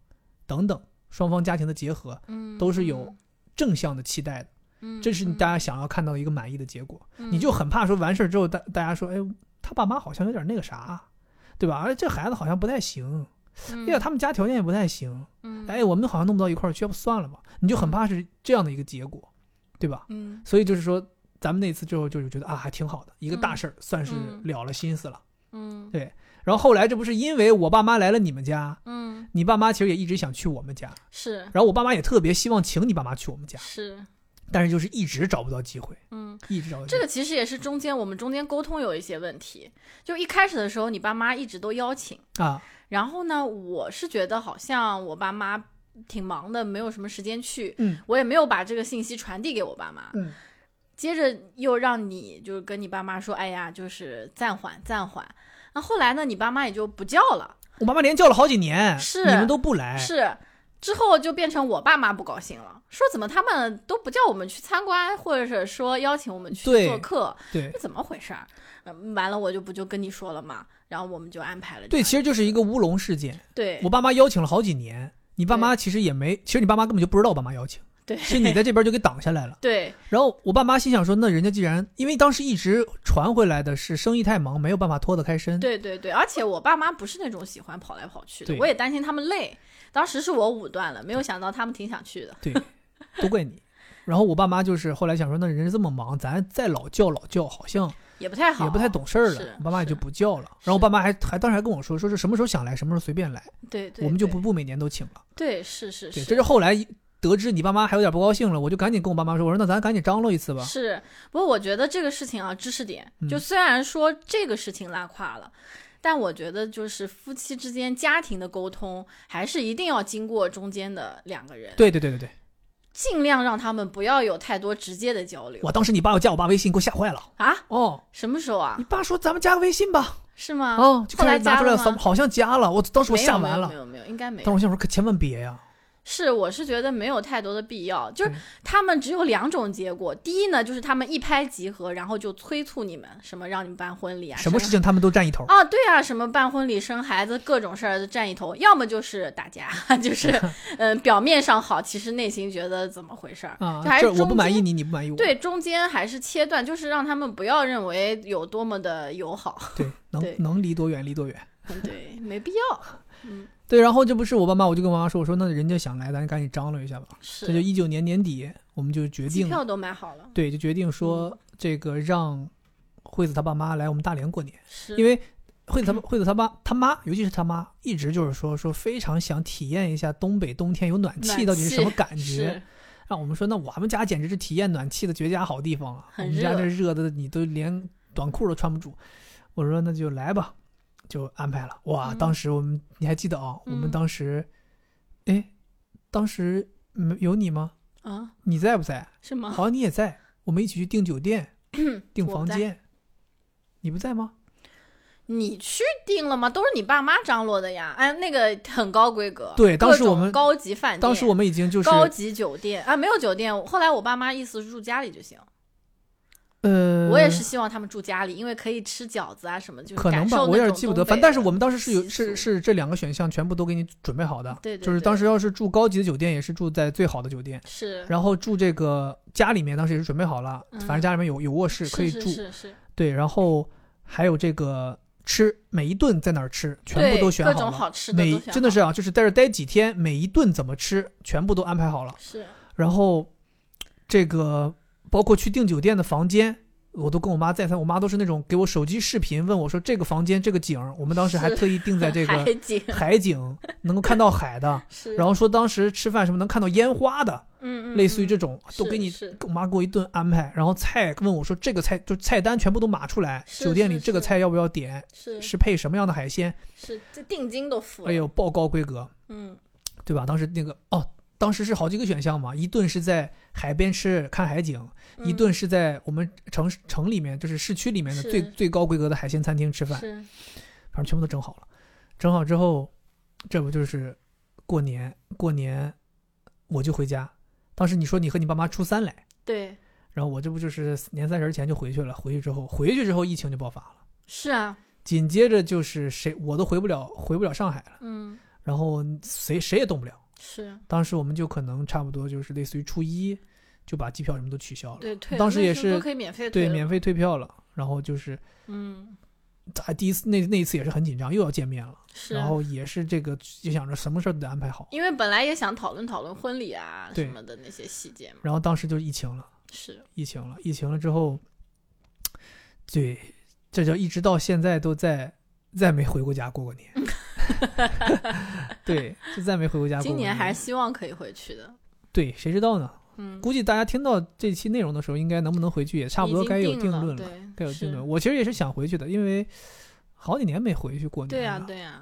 S1: 等等，双方家庭的结合
S2: 嗯
S1: 都是有，正向的期待的，
S2: 嗯，
S1: 这是
S2: 嗯
S1: 大，家想要看到的一个满意的结果。
S2: 嗯
S1: 你就很怕说完事儿之后，大大家说，哎，他爸妈好像有点那个啥，对吧？哎，这孩子好像不太行，哎呀，，他们家条件也不太行。
S2: 嗯，
S1: 哎，我们好像弄不到一块儿去，要不算了吧？你就很怕是这样的一个结果，对吧？
S2: 嗯，
S1: 所以就是说，咱们那次之后就是觉得啊，还挺好的，一个大事儿，算是
S2: 嗯
S1: 了了心思了。
S2: 嗯
S1: 对然后后来这不是因为我爸妈来了你们家，
S2: 嗯，
S1: 你爸妈其实也一直想去我们家，
S2: 是
S1: 然后我爸妈也特别希望请你爸妈去我们家，
S2: 是，
S1: 但是就是一直找不到机会，
S2: 嗯，
S1: 一直找不到机
S2: 这
S1: 会。
S2: 个其实也是中间我们中间沟通有一些问题，就一开始的时候，你爸妈一直都邀请。
S1: 啊，
S2: 然后呢，我是觉得好像我爸妈挺忙的，没有什么时间去，
S1: 嗯
S2: 我也没有把这个信息传递给我爸妈。
S1: 嗯
S2: 接着又让你就是跟你爸妈说，哎呀，就是暂缓暂缓。那后来呢，你爸妈也就不叫了，
S1: 我爸妈连叫了好几年，
S2: 是
S1: 你们都不来，
S2: 是。之后就变成我爸妈不高兴了，说怎么他们都不叫我们去参观，或者是说邀请我们去
S1: 对
S2: 做客，
S1: 对
S2: 这怎么回事儿？嗯，完了我就不就跟你说了嘛，然后我们就安排了这
S1: 对，
S2: 样。
S1: 其实就是一个乌龙事件。
S2: 对
S1: 我爸妈邀请了好几年，你爸妈其实也没，其实你爸妈根本就不知道我爸妈邀请，
S2: 对
S1: 是你在这边就给挡下来了。
S2: 对
S1: 然后我爸妈心想说，那人家既然因为当时一直传回来的是生意太忙，没有办法脱得开身，
S2: 对对对，而且我爸妈不是那种喜欢跑来跑去的，
S1: 对
S2: 我也担心他们累。当时是我武断了，没有想到他们挺想去的。
S1: 对，都怪你。然后我爸妈就是后来想说，那人家这么忙，咱再老叫老叫，好像
S2: 也不太好，
S1: 也不太懂事儿
S2: 是
S1: 了。我爸妈也
S2: 是
S1: 就不叫了。然后我爸妈还还当时还跟我说，说是什么时候想来，什么时候随便来，
S2: 对对，
S1: 我们就
S2: 对
S1: 不不每年都请了。
S2: 对，是是
S1: 对，
S2: 是，
S1: 这是后来得知你爸妈还有点不高兴了，我就赶紧跟我爸妈说，我说那咱赶紧张罗一次吧。
S2: 是。不过我觉得这个事情啊，知识点
S1: 嗯
S2: 就虽然说这个事情拉胯了。但我觉得，就是夫妻之间家庭的沟通，还是一定要经过中间的两个人，
S1: 对对对对对，
S2: 尽量让他们不要有太多直接的交流
S1: 我当时你爸要加我爸微信，给我吓坏了。
S2: 啊。
S1: 哦，
S2: 什么时候啊
S1: 你？爸说咱们加个微信吧。
S2: 是吗？
S1: 哦，就
S2: 啊
S1: 开
S2: 后来
S1: 始拿
S2: 加
S1: 出来
S2: 了
S1: 了，
S2: 吗？
S1: 好像加了。我当时我
S2: 没有
S1: 吓
S2: 没有
S1: 完了
S2: 没，有没有，应该没
S1: 当
S2: 有
S1: 时。我想说可千万别呀、
S2: 是，我是觉得没有太多的必要，就是
S1: 对
S2: 他们只有两种结果。第一呢，就是他们一拍即合，然后就催促你们什么让你们办婚礼啊，
S1: 什么
S2: 生
S1: 事情他们都占一头。
S2: 啊？对啊，什么办婚礼、生孩子，各种事儿都占一头。要么就是 打架，就是嗯、呃表面上好，其实内心觉得怎么回事儿
S1: 啊
S2: 就还，是
S1: 这我
S2: 中
S1: 不满意
S2: 间
S1: 你，你不满意我，
S2: 对，中间还是切断，就是让他们不要认为有多么的友好。
S1: 对
S2: 对
S1: 能能离多远离多远。
S2: 嗯对， 没必要。嗯，
S1: 对，然后这不是我爸妈，我就跟我妈说，我说那人家想来，咱赶紧张罗一下吧。
S2: 是。
S1: 这就一九年年底，我们就决
S2: 机
S1: 定，
S2: 票都买好了，
S1: 对，就决定说这个让惠子他爸妈来我们大连过年，
S2: 是
S1: 因为惠子他惠子他爸他妈，尤其是他妈，一直就是说说非常想体验一下东北冬天有暖气
S2: 暖
S1: 到底是
S2: 气
S1: 什么感觉。
S2: 是
S1: 让我们说，那我们家简直是体验暖气的绝佳好地方啊！我
S2: 很
S1: 们家这热的你都连短裤都穿不住。我说那就来吧，就安排了。哇，
S2: 嗯
S1: 当时我们你还记得啊？我
S2: 嗯
S1: 们当时，哎，当时没有你吗？
S2: 啊，
S1: 你在不在？
S2: 是吗？
S1: 好像你也在。我们一起去订酒店、订
S2: 我不
S1: 房
S2: 在
S1: 间。你不在吗？
S2: 你去订了吗？都是你爸妈张罗的呀。哎，那个很高规格，
S1: 对当时
S2: 各种
S1: 我们
S2: 高级饭店，
S1: 当时我们已经就是
S2: 高级酒店啊，没有酒店。后来我爸妈意思是住家里就行，
S1: 呃，
S2: 我也是希望他们住家里，因为可以吃饺子啊什么，就是
S1: 可能
S2: 感
S1: 吧，
S2: 受
S1: 我有
S2: 那
S1: 点
S2: 种
S1: 记不得。
S2: 东北
S1: 反但是我们当时是有
S2: 习
S1: 是
S2: 俗
S1: 是这两个选项全部都给你准备好的，
S2: 对对
S1: 就是
S2: 对
S1: 当时要是住高级的酒店，也是住在最好的酒店，
S2: 是
S1: 然后住这个家里面，当时也是准备好了，
S2: 嗯
S1: 反正家里面有有卧室可以
S2: 是
S1: 住，
S2: 是是是，
S1: 对，然后还有这个吃，每一顿在哪儿吃，全
S2: 对
S1: 部都选
S2: 各
S1: 好了。
S2: 种好吃的
S1: 每
S2: 都选
S1: 真的
S2: 好
S1: 是啊，就是在这儿待几天，每一顿怎么吃，全部都安排好了。
S2: 是
S1: 然后这个包括去订酒店的房间，我都跟我妈再三，我妈都是那种给我手机视频问我说这个房间这个景儿，我们当时还
S2: 是
S1: 特意定在这个
S2: 海景
S1: 海景，能够看到海 的，
S2: 是，
S1: 然后说当时吃饭什么能看到烟花的，
S2: 嗯嗯，
S1: 类似于这
S2: 嗯
S1: 种都
S2: 是
S1: 给你
S2: 是，
S1: 我妈给我一顿安排，然后菜问我说这个菜就菜单全部都码出来，
S2: 是
S1: 酒店
S2: 是
S1: 里这个
S2: 是
S1: 菜要不要点，
S2: 是
S1: 是配什么样的海鲜，
S2: 是，这定金都付了，
S1: 哎呦爆高规格，
S2: 嗯，
S1: 对吧？当时那个哦，当时是好几个选项嘛，一顿是在海边吃看海景，
S2: 嗯，
S1: 一顿是在我们城市城里面，就是市区里面的
S2: 是
S1: 最最高规格的海鲜餐厅吃饭，
S2: 是
S1: 反正全部都整好了。整好之后，这不就是过年？过年我就回家。当时你说你和你爸妈初三来，
S2: 对，
S1: 然后我这不就是年三十前就回去了。回去之后，回去之后疫情就爆发了，
S2: 是啊，
S1: 紧接着就是谁我都回不了，回不了上海了，
S2: 嗯，
S1: 然后谁谁也动不了。
S2: 是
S1: 当时我们就可能差不多就是类似于初一就把机票什么都取消了，
S2: 对退，
S1: 哦当时
S2: 那
S1: 也
S2: 都
S1: 是
S2: 可以免费退
S1: 对，
S2: 了
S1: 免费退票了。然后就是
S2: 嗯，
S1: 咋啊第一次那那一次也是很紧张，又要见面了，
S2: 是，啊
S1: 然后也是这个就想着什么事儿都得安排好。
S2: 因为本来也想讨论讨论婚礼啊什
S1: 对
S2: 么的那些细节嘛，
S1: 然后当时就是疫情了，
S2: 是，
S1: 疫情了，疫情了之后，对，这就一直到现在都在再没回过家过过 年。对，就再没回过家过过
S2: 今年还
S1: 是
S2: 是希望可以回去的，
S1: 对，谁知道呢？
S2: 嗯，
S1: 估计大家听到这期内容的时候，应该能不能回去也差不多
S2: 已经
S1: 该有定
S2: 定了
S1: 论了。
S2: 对，
S1: 该有定
S2: 是
S1: 论。我其实也是想回去的，因为好几年没回去过年
S2: 对啊呀、
S1: 了。
S2: 对呀、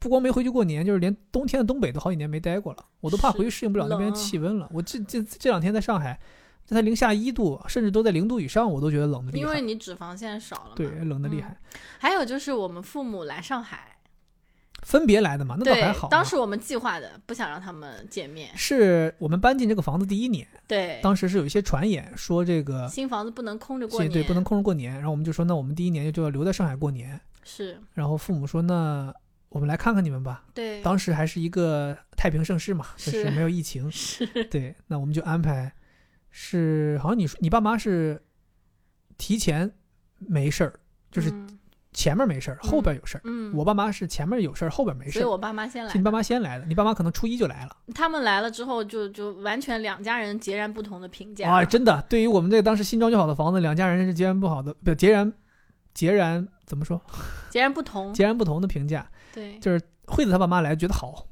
S1: 不光没回去过年，就是连冬天的东北都好几年没待过了，我都怕
S2: 是
S1: 回去适应不了那边
S2: 冷啊
S1: 气温了。我这这这两天在上海，这才零下一度，甚至都在零度以上，我都觉得冷的厉
S2: 因为
S1: 害。
S2: 你脂肪现少了嘛，
S1: 对，冷的厉
S2: 嗯
S1: 害。
S2: 还有就是我们父母来上海，
S1: 分别来的嘛，那倒
S2: 对
S1: 还好，嘛。
S2: 当时我们计划的，不想让他们见面，
S1: 是我们搬进这个房子第一年，
S2: 对，
S1: 当时是有一些传言说这个。
S2: 新房子不能空着过
S1: 对
S2: 年，
S1: 对，不能空着过年，然后我们就说，那我们第一年就要留在上海过年。
S2: 是，
S1: 然后父母说，那我们来看看你们吧。
S2: 对，
S1: 当时还是一个太平盛世嘛，就是
S2: 是
S1: 没有疫情，
S2: 是
S1: 对，那我们就安排是，好像你说你爸妈是提前没事儿，就是
S2: 嗯
S1: 前面没事儿，后边有事儿。
S2: 嗯，
S1: 我爸妈是前面有事儿，后边没
S2: 所
S1: 事
S2: 以
S1: 儿。
S2: 我爸妈先来
S1: 是你，爸妈先来的，你爸妈可能初一就来了。
S2: 他们来了之后就就完全两家人截然不同的评价，
S1: 啊，真的，对于我们这个当时新装修好的房子，两家人是截然不好的，不截然截然怎么说？
S2: 截然不同，
S1: 截然不同的评价。
S2: 对，
S1: 就是惠子他爸妈来觉得好，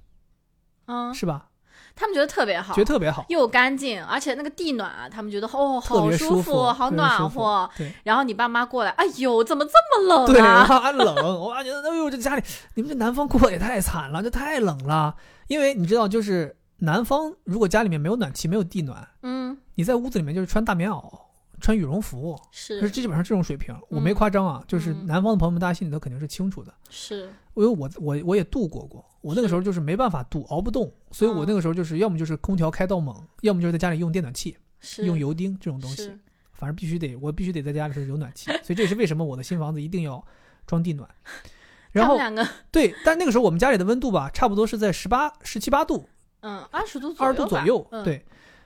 S2: 嗯，
S1: 是吧？
S2: 他们觉得特别好，
S1: 觉得特别 好，
S2: 又干净，而且那个地暖啊，他们觉得哦，
S1: 特
S2: 好
S1: 别
S2: 舒
S1: 服，
S2: 好
S1: 特别
S2: 暖
S1: 舒服
S2: 和。。
S1: 对，
S2: 然后你爸妈过来，哎呦，怎么这么冷
S1: 对，然
S2: 啊？
S1: 后还冷，我觉得哎呦，这家里你们这南方过得也太惨了，这太冷了。因为你知道，就是南方如果家里面没有暖气，没有地暖，
S2: 嗯，
S1: 你在屋子里面就是穿大棉袄、穿羽绒服，就是
S2: 是
S1: 基本上这种水平。我没夸张啊，就是
S2: 嗯
S1: 南方的朋友们，大家心里头肯定是清楚的，
S2: 是，
S1: 因为我我我也度过过。我那个
S2: 是嗯
S1: 时候就是没办法度，熬不动，所以我那个时候就是要么就是空调开到猛，要么就是在家里用电暖气、
S2: 是
S1: 用油汀这种东西
S2: 是，
S1: 反正必须得我必须得在家里是有暖气，所以这也是为什么我的新房子一定要装地暖。然
S2: 他
S1: 后
S2: 们两个，
S1: 对，但那个时候我们家里的温度吧，差不多是在十八、十七八度、
S2: 嗯，二十度
S1: 二十度左
S2: 吧
S1: 右。，
S2: 嗯
S1: 对，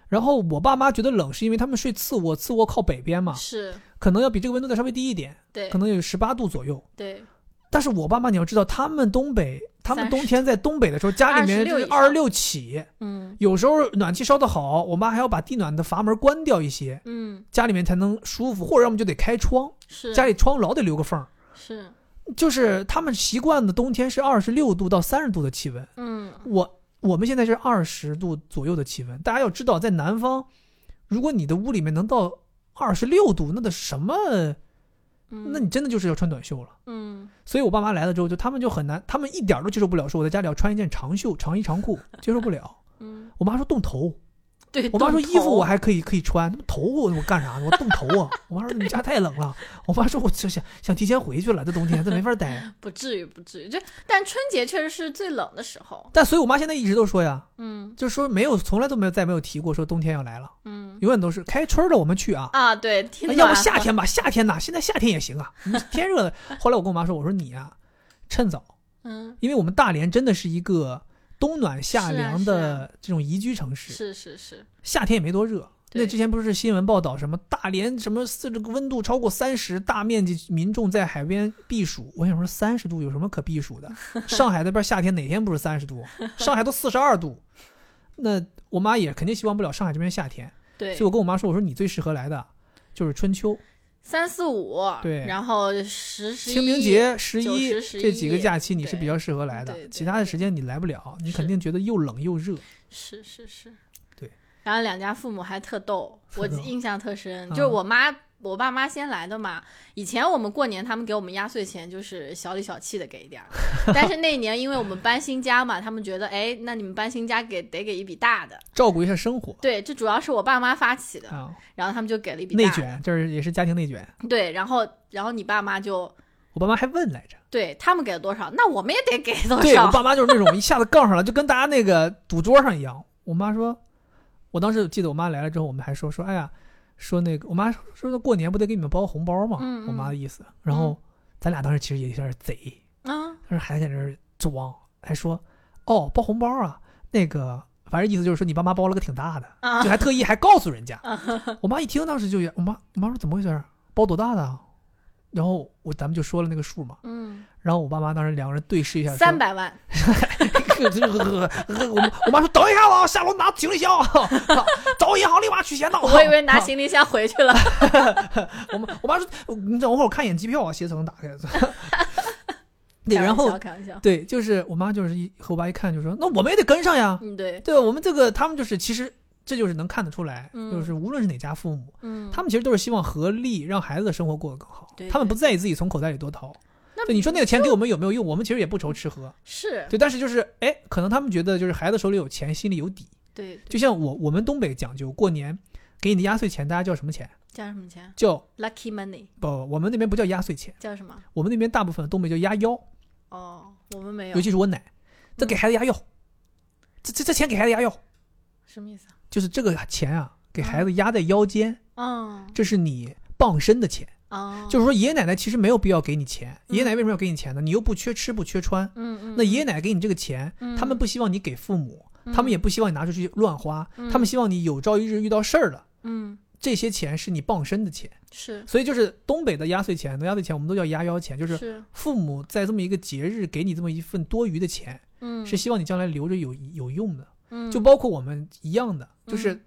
S1: 然后我爸妈觉得冷，是因为他们睡次卧，次卧靠北边嘛，
S2: 是，
S1: 可能要比这个温度再稍微低一点，
S2: 对
S1: 可能有十八度左右。
S2: 对，
S1: 但是我爸妈，你要知道，他们东北，他们
S2: 30
S1: 冬天在东北的时候，家里面就是
S2: 26以上
S1: 二十六起，
S2: 嗯
S1: 有时候暖气烧得好，我妈还要把地暖的阀门关掉一些，
S2: 嗯，
S1: 家里面才能舒服，或者要么就得开窗，
S2: 是
S1: 家里窗老得留个缝儿。
S2: 是，
S1: 就是他们习惯的冬天是二十六度到三十度的气温，
S2: 嗯
S1: 我我们现在是二十度左右的气温，大家要知道，在南方，如果你的屋里面能到二十六度，那的什么，
S2: 嗯，
S1: 那你真的就是要穿短袖了。
S2: 嗯
S1: 所以我爸妈来了之后，就他们就很难，他们一点儿都接受不了，说我在家里要穿一件长袖、长衣长裤， 接受不了。
S2: 嗯，
S1: 我妈说冻头，
S2: 对，
S1: 我妈说
S2: 冻
S1: 衣服
S2: 头
S1: 我还可以可以穿，那么头我我干啥呢？我冻头啊！我妈说你们家太冷了，我妈说我就想想提前回去了，这冬天这没法待。
S2: 不至于不至于，就但春节确实是最冷的时候，
S1: 但所以我妈现在一直都说呀，
S2: 嗯
S1: 就是说没有，从来都没有再没有提过说冬天要来了，
S2: 嗯
S1: 永远都是开春儿了我们去啊，
S2: 啊，嗯对，天
S1: 哎要不
S2: 暖
S1: 夏
S2: 和
S1: 天吧，夏天呐，现在夏天也行啊，你 天热的。后来我跟我妈说，我说你呀、趁早，
S2: 嗯
S1: 因为我们大连真的是一个冬暖夏
S2: 是啊
S1: 凉的这种宜居城市，
S2: 是是是，
S1: 夏天也没多热。
S2: 对
S1: 那之前不是新闻报道什么大连什么四这个温度超过三十，大面积民众在海边避暑。我想说三十度有什么可避 暑的？上海那边夏天哪天不是三十度？上海都四十二度。那我妈也肯定希望不了上海这边夏天，
S2: 对
S1: 所以，我跟我妈说，我说你最适合来的就是春秋，
S2: 三四五，
S1: 对
S2: 然后十十一
S1: 清明节、十
S2: 九
S1: 一
S2: 十十一
S1: 这几个假期你是比较适合来
S2: 对对
S1: 的，
S2: 对
S1: 其他的时间你来不了，你肯定觉得又冷又热。
S2: 是是是，
S1: 对。
S2: 然后两家父母还特 逗，
S1: 特
S2: 我
S1: 逗
S2: 印象特深，
S1: 啊
S2: 就是我妈、我爸妈先来的嘛。以前我们过年，他们给我们压岁钱就是小里小气的给 一点儿，但是那年因为我们搬新家嘛，他们觉得哎，那你们搬新家给得给一笔大的。
S1: 照顾一下生活
S2: 对，这主要是我爸妈发起的，
S1: 啊，
S2: 然后他们就给了一笔大
S1: 内
S2: 的。
S1: 卷，这是也是家庭内卷。
S2: 对，然后然后你爸妈就
S1: 我爸妈还问来着，
S2: 对他们给了多少，那我们也得给 多
S1: 对我
S2: 少。
S1: 爸妈就是那种一下子杠上了，就跟大家那个赌桌上一样。我妈说，我当时记得我妈来了之后，我们还说说，哎呀，说那个我妈说说过年不得给你们包红包吗？
S2: 嗯嗯
S1: 我妈的意思。然后咱俩当时其实也有点贼，
S2: 嗯，
S1: 但是还在那儿装，还说哦包红包啊，那个反正意思就是说你爸妈包了个挺大的，
S2: 啊
S1: 就还特意还告诉人家。我妈一听当时就也，我妈我妈说怎么回事儿？包多大的啊？然后我咱们就说了那个数嘛，
S2: 嗯，
S1: 然后我爸妈当时两个人对视一下，
S2: 三百万，
S1: 这这呵呵呵，我妈我妈说等一下子啊，下楼拿行李箱， 找银行立马取钱到。
S2: 我以为拿行李箱回去了。
S1: 我妈我妈说你等会儿我看一眼机票啊，携程打 开。对，
S2: 开玩
S1: 然后
S2: 笑开玩笑，
S1: 对，就是我妈就是一和我爸一看就说，那我们也得跟上呀。
S2: 嗯，对，
S1: 对，我们这个他们就是其实这就是能看得出来，
S2: 嗯
S1: 就是无论是哪家父母，
S2: 嗯，
S1: 他们其实都是希望合力让孩子的生活过得更好，
S2: 对
S1: 他们
S2: 对
S1: 不在意自己从口袋里多掏。
S2: 那
S1: 对，你说那个钱给我们有没有用？我们其实也不愁吃喝。
S2: 是
S1: 对，但是就是哎，可能他们觉得就是孩子手里有钱，心里有底。
S2: 对对
S1: 就像我我们东北讲究过年给你的压岁钱，大家叫什么钱？
S2: 叫什么钱
S1: 叫
S2: ？Lucky money
S1: 不，我们那边不叫压岁钱，
S2: 叫什么？
S1: 我们那边大部分东北叫压腰，
S2: 哦，我们没有
S1: 尤，其是我
S2: 嗯
S1: 奶，这给孩子压腰，这这这钱给孩子压腰，
S2: 什么意思啊？
S1: 就是这个钱啊，给孩子压在腰间。
S2: 嗯
S1: 这是你傍身的钱，
S2: 哦，
S1: 就是说爷爷奶奶其实没有必要给你钱，
S2: 嗯
S1: 爷爷奶奶为什么要给你钱呢？你又不缺吃不缺穿，
S2: 嗯嗯，
S1: 那爷爷奶奶给你这个钱，
S2: 嗯
S1: 他们不希望你给父母，他们也不希望你拿出去乱花，
S2: 嗯
S1: 他们希望你有朝一日遇到事儿了，
S2: 嗯
S1: 这些钱是你傍身的钱，
S2: 是
S1: 所以就是东北的压岁钱，压岁钱我们都叫压腰钱，就是
S2: 是
S1: 父母在这么一个节日给你这么一份多余的钱，
S2: 嗯
S1: 是希望你将来留着有有用的，
S2: 嗯
S1: 就包括我们一样的，就是
S2: 嗯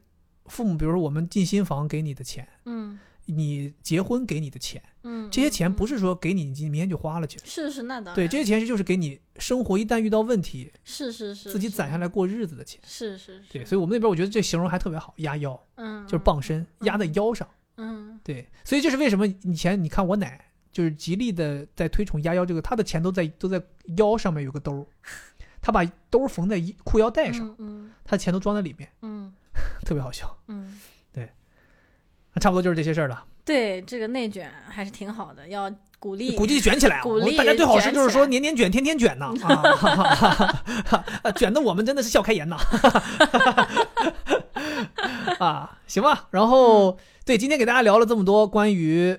S1: 父母，比如说我们进新房给你的钱，
S2: 嗯
S1: 你结婚给你的钱。
S2: 嗯
S1: 这些钱
S2: 嗯啊
S1: 不是说给你，你明天就花了去。
S2: 是是那当然
S1: 对，这些钱就是给你生活一旦遇到问题，
S2: 是是是
S1: 自己
S2: 是
S1: 攒下来过日子的钱。
S2: 是是是
S1: 对，所以我们那边我觉得这形容还特别好，压腰
S2: 嗯
S1: 就是傍身，压在腰上。
S2: 嗯
S1: 对，所以这是为什么以前你看我奶就是极力的在推崇压腰这个，她的钱都在都在腰上面有个兜儿，她把兜儿缝在衣裤腰带上，
S2: 嗯
S1: 她钱都装在里面，
S2: 嗯
S1: 特别好笑。
S2: 嗯 嗯
S1: 差不多就是这些事儿了，
S2: 对这个内卷还是挺好的，要鼓励
S1: 鼓励卷起来啊！
S2: 鼓
S1: 我们
S2: 励
S1: 大家最好是
S2: 卷
S1: 就是
S2: 起
S1: 说
S2: 来
S1: 年年卷，天天卷 呐啊！ 卷的我们真的是笑开颜呐！啊，行吧。然
S2: 嗯
S1: 后对，今天给大家聊了这么多关于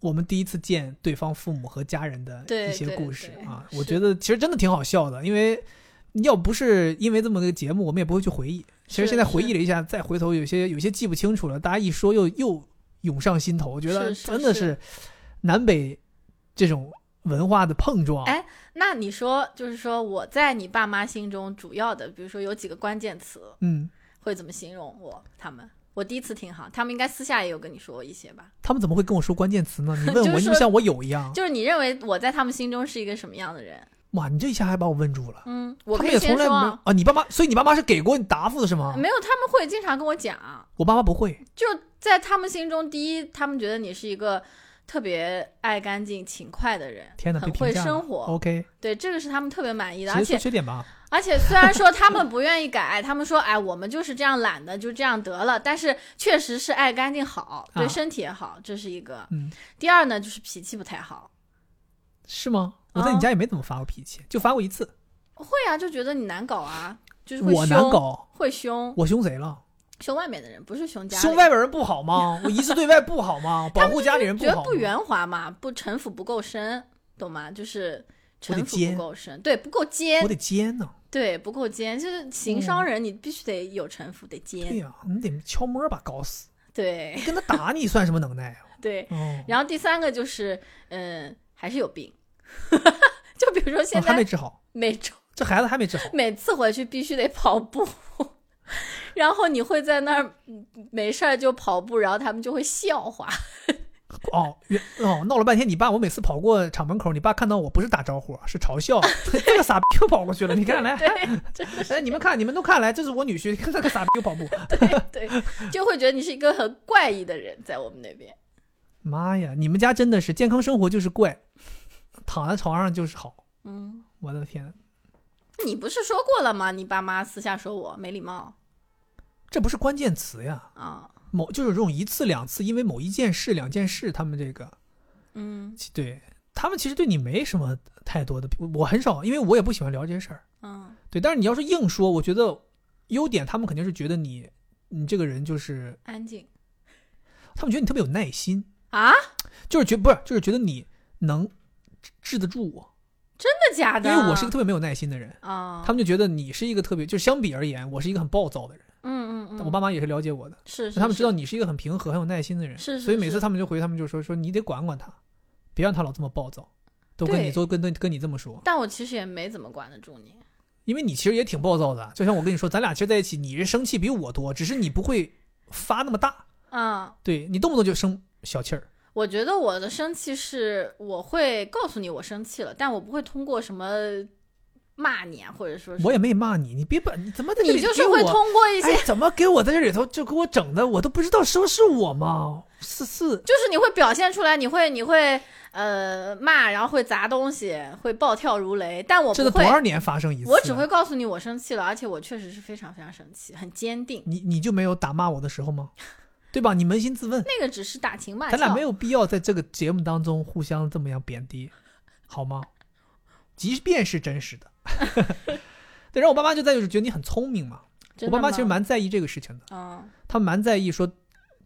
S1: 我们第一次见对方父母和家人的
S2: 对
S1: 一些
S2: 对
S1: 故事
S2: 对
S1: 啊，
S2: 是
S1: 我觉得其实真的挺好笑的，因为。要不是因为这么个节目，我们也不会去回忆。其实
S2: 是
S1: 现在回
S2: 是
S1: 忆了一下，再回头有些有些记不清楚了，大家一说又又涌上心头。我觉得
S2: 是是
S1: 真的是南北这种文化的碰撞。
S2: 哎那你说，就是说我在你爸妈心中主要的，比如说有几个关键词
S1: 嗯，
S2: 会怎么形容我他们？我第一次听哈，他们应该私下也有跟你说过一些吧？
S1: 他们怎么会跟我说关键词呢？ 你
S2: 就
S1: 问
S2: 是
S1: 我，你
S2: 说
S1: 不像我有一样。
S2: 就是你认为我在他们心中是一个什么样的人？
S1: 哇，你这一下还把我问住了。
S2: 嗯，我
S1: 他
S2: 可
S1: 们
S2: 以
S1: 也从
S2: 先
S1: 来
S2: 说
S1: 没
S2: 啊，
S1: 啊，你爸妈，所以你爸妈是给过你答复的是吗？
S2: 没有，他们会经常跟我讲，
S1: 我爸妈不会。
S2: 就在他们心中，第一，他们觉得你是一个特别爱干净、勤快的人，
S1: 天哪，被
S2: 很
S1: 评
S2: 会
S1: 价了。
S2: 生活，
S1: OK，
S2: 对，这个是他们特别满意的，
S1: 直接
S2: 而
S1: 说
S2: 且
S1: 缺点吧。
S2: 而且虽然说他们不愿意改，他们说哎，我们就是这样懒的，就这样得了。但是确实是爱干净好，对
S1: 啊
S2: 身体也好，这是一个。
S1: 嗯，
S2: 第二呢，就是脾气不太好。
S1: 是吗？我在
S2: 啊
S1: 你家也没怎么发过脾气，就发过一次。
S2: 会啊，就觉得你难搞啊，就是会凶，
S1: 我难搞，
S2: 会凶，
S1: 我凶谁了？
S2: 凶外面的人，不是凶家里
S1: 凶外边人不好吗？我一致对外不好 吗？保护家里人不
S2: 觉得
S1: 好
S2: 不
S1: 吗？
S2: 圆滑嘛，不城府不够深，懂吗？就是
S1: 我
S2: 城
S1: 得
S2: 府
S1: 尖
S2: 不够深，对，不够尖
S1: 我，得尖呢。
S2: 对，不够尖，就是行商人，你必须得有城府，得
S1: 对
S2: 尖，
S1: 呀、你得悄摸把搞死，
S2: 对
S1: 跟他打你算什么能耐啊？
S2: 对。
S1: 哦，
S2: 然后第三个就是，嗯，还是有病， 就比如说现
S1: 啊还没
S2: 在
S1: 治好，
S2: 每周、
S1: 这孩子还没治好。
S2: 每次回去必须得跑步， 然后你会在那儿嗯没事儿就跑步，然后他们就会笑话，
S1: 哦，原哦，闹了半天，你爸，我每次跑过厂门口，你爸看到我不是打招呼，啊是嘲 笑，这个傻逼又跑过去了，你看来，
S2: 对
S1: 哎，你们看，你们都看来，这是我女婿，看这个傻逼又跑步，
S2: 对，就会觉得你是一个很怪异的人，在我们那边。
S1: 妈呀，你们家真的是健康生活就是怪，躺在床上就是好，
S2: 嗯，
S1: 我的天，
S2: 你不是说过了吗？你爸妈私下说我没礼貌
S1: 这不是关键词呀，
S2: 啊、
S1: 某就是这种一次两次，因为某一件事两件事，他们这个
S2: 嗯
S1: 其对他们其实对你没什么太多的，我很少，因为我也不喜欢聊这些事儿。
S2: 嗯
S1: 对，但是你要是硬说，我觉得优点他们肯定是觉得你，你这个人就是，
S2: 安静
S1: 他们觉得你特别有耐心，
S2: 啊？
S1: 就是觉不是就是觉得你能治治得住我，
S2: 真的假
S1: 因
S2: 的？
S1: 为我是一个特别没有耐心的人，
S2: 啊，
S1: 他们就觉得你是一个特别，就是相比而言，我是一个很暴躁的人。
S2: 嗯嗯
S1: 但
S2: 嗯，
S1: 我爸妈也是了解我的，
S2: 是是
S1: 他们知道
S2: 是
S1: 你是一个很平和、很有耐心的人，
S2: 是是
S1: 所以每次
S2: 是
S1: 他们就回，他们就说说你得管管他，别让他老这么暴躁，都跟
S2: 对
S1: 你都跟跟跟你这么说。
S2: 但我其实也没怎么管得住你。
S1: 因为你其实也挺暴躁的，就像我跟你说，咱俩其实在一起，你是生气比我多，只是你不会发那么大，
S2: 嗯，
S1: 对你动不动就生小气儿。
S2: 我觉得我的生气是我会告诉你我生气了，但我不会通过什么骂你啊，或者说是
S1: 我也没骂你，你别把你怎么在这
S2: 你
S1: 里给
S2: 就
S1: 我
S2: 是会通过一些，
S1: 哎，怎么给我在这里头就给我整的，我都不知道是不是我嘛？是是，
S2: 就是你会表现出来，你会你会呃骂，然后会砸东西，会暴跳如雷，但我
S1: 这
S2: 不
S1: 都多
S2: 会，
S1: 少年发生一次？
S2: 我只会告诉你我生气了，而且我确实是非常非常生气，很坚定。
S1: 你你就没有打骂我的时候吗？对吧？你扪心 自问，
S2: 那个只是打情骂俏，
S1: 咱俩没有必要在这个节目当中互相这么样贬低，好吗？即便是真实 的，对。然后我爸妈就在就是觉得你很聪明嘛，
S2: 真
S1: 我
S2: 的
S1: 爸妈其实
S2: 吗
S1: 蛮在意这个事情的，
S2: 嗯
S1: 他蛮在意说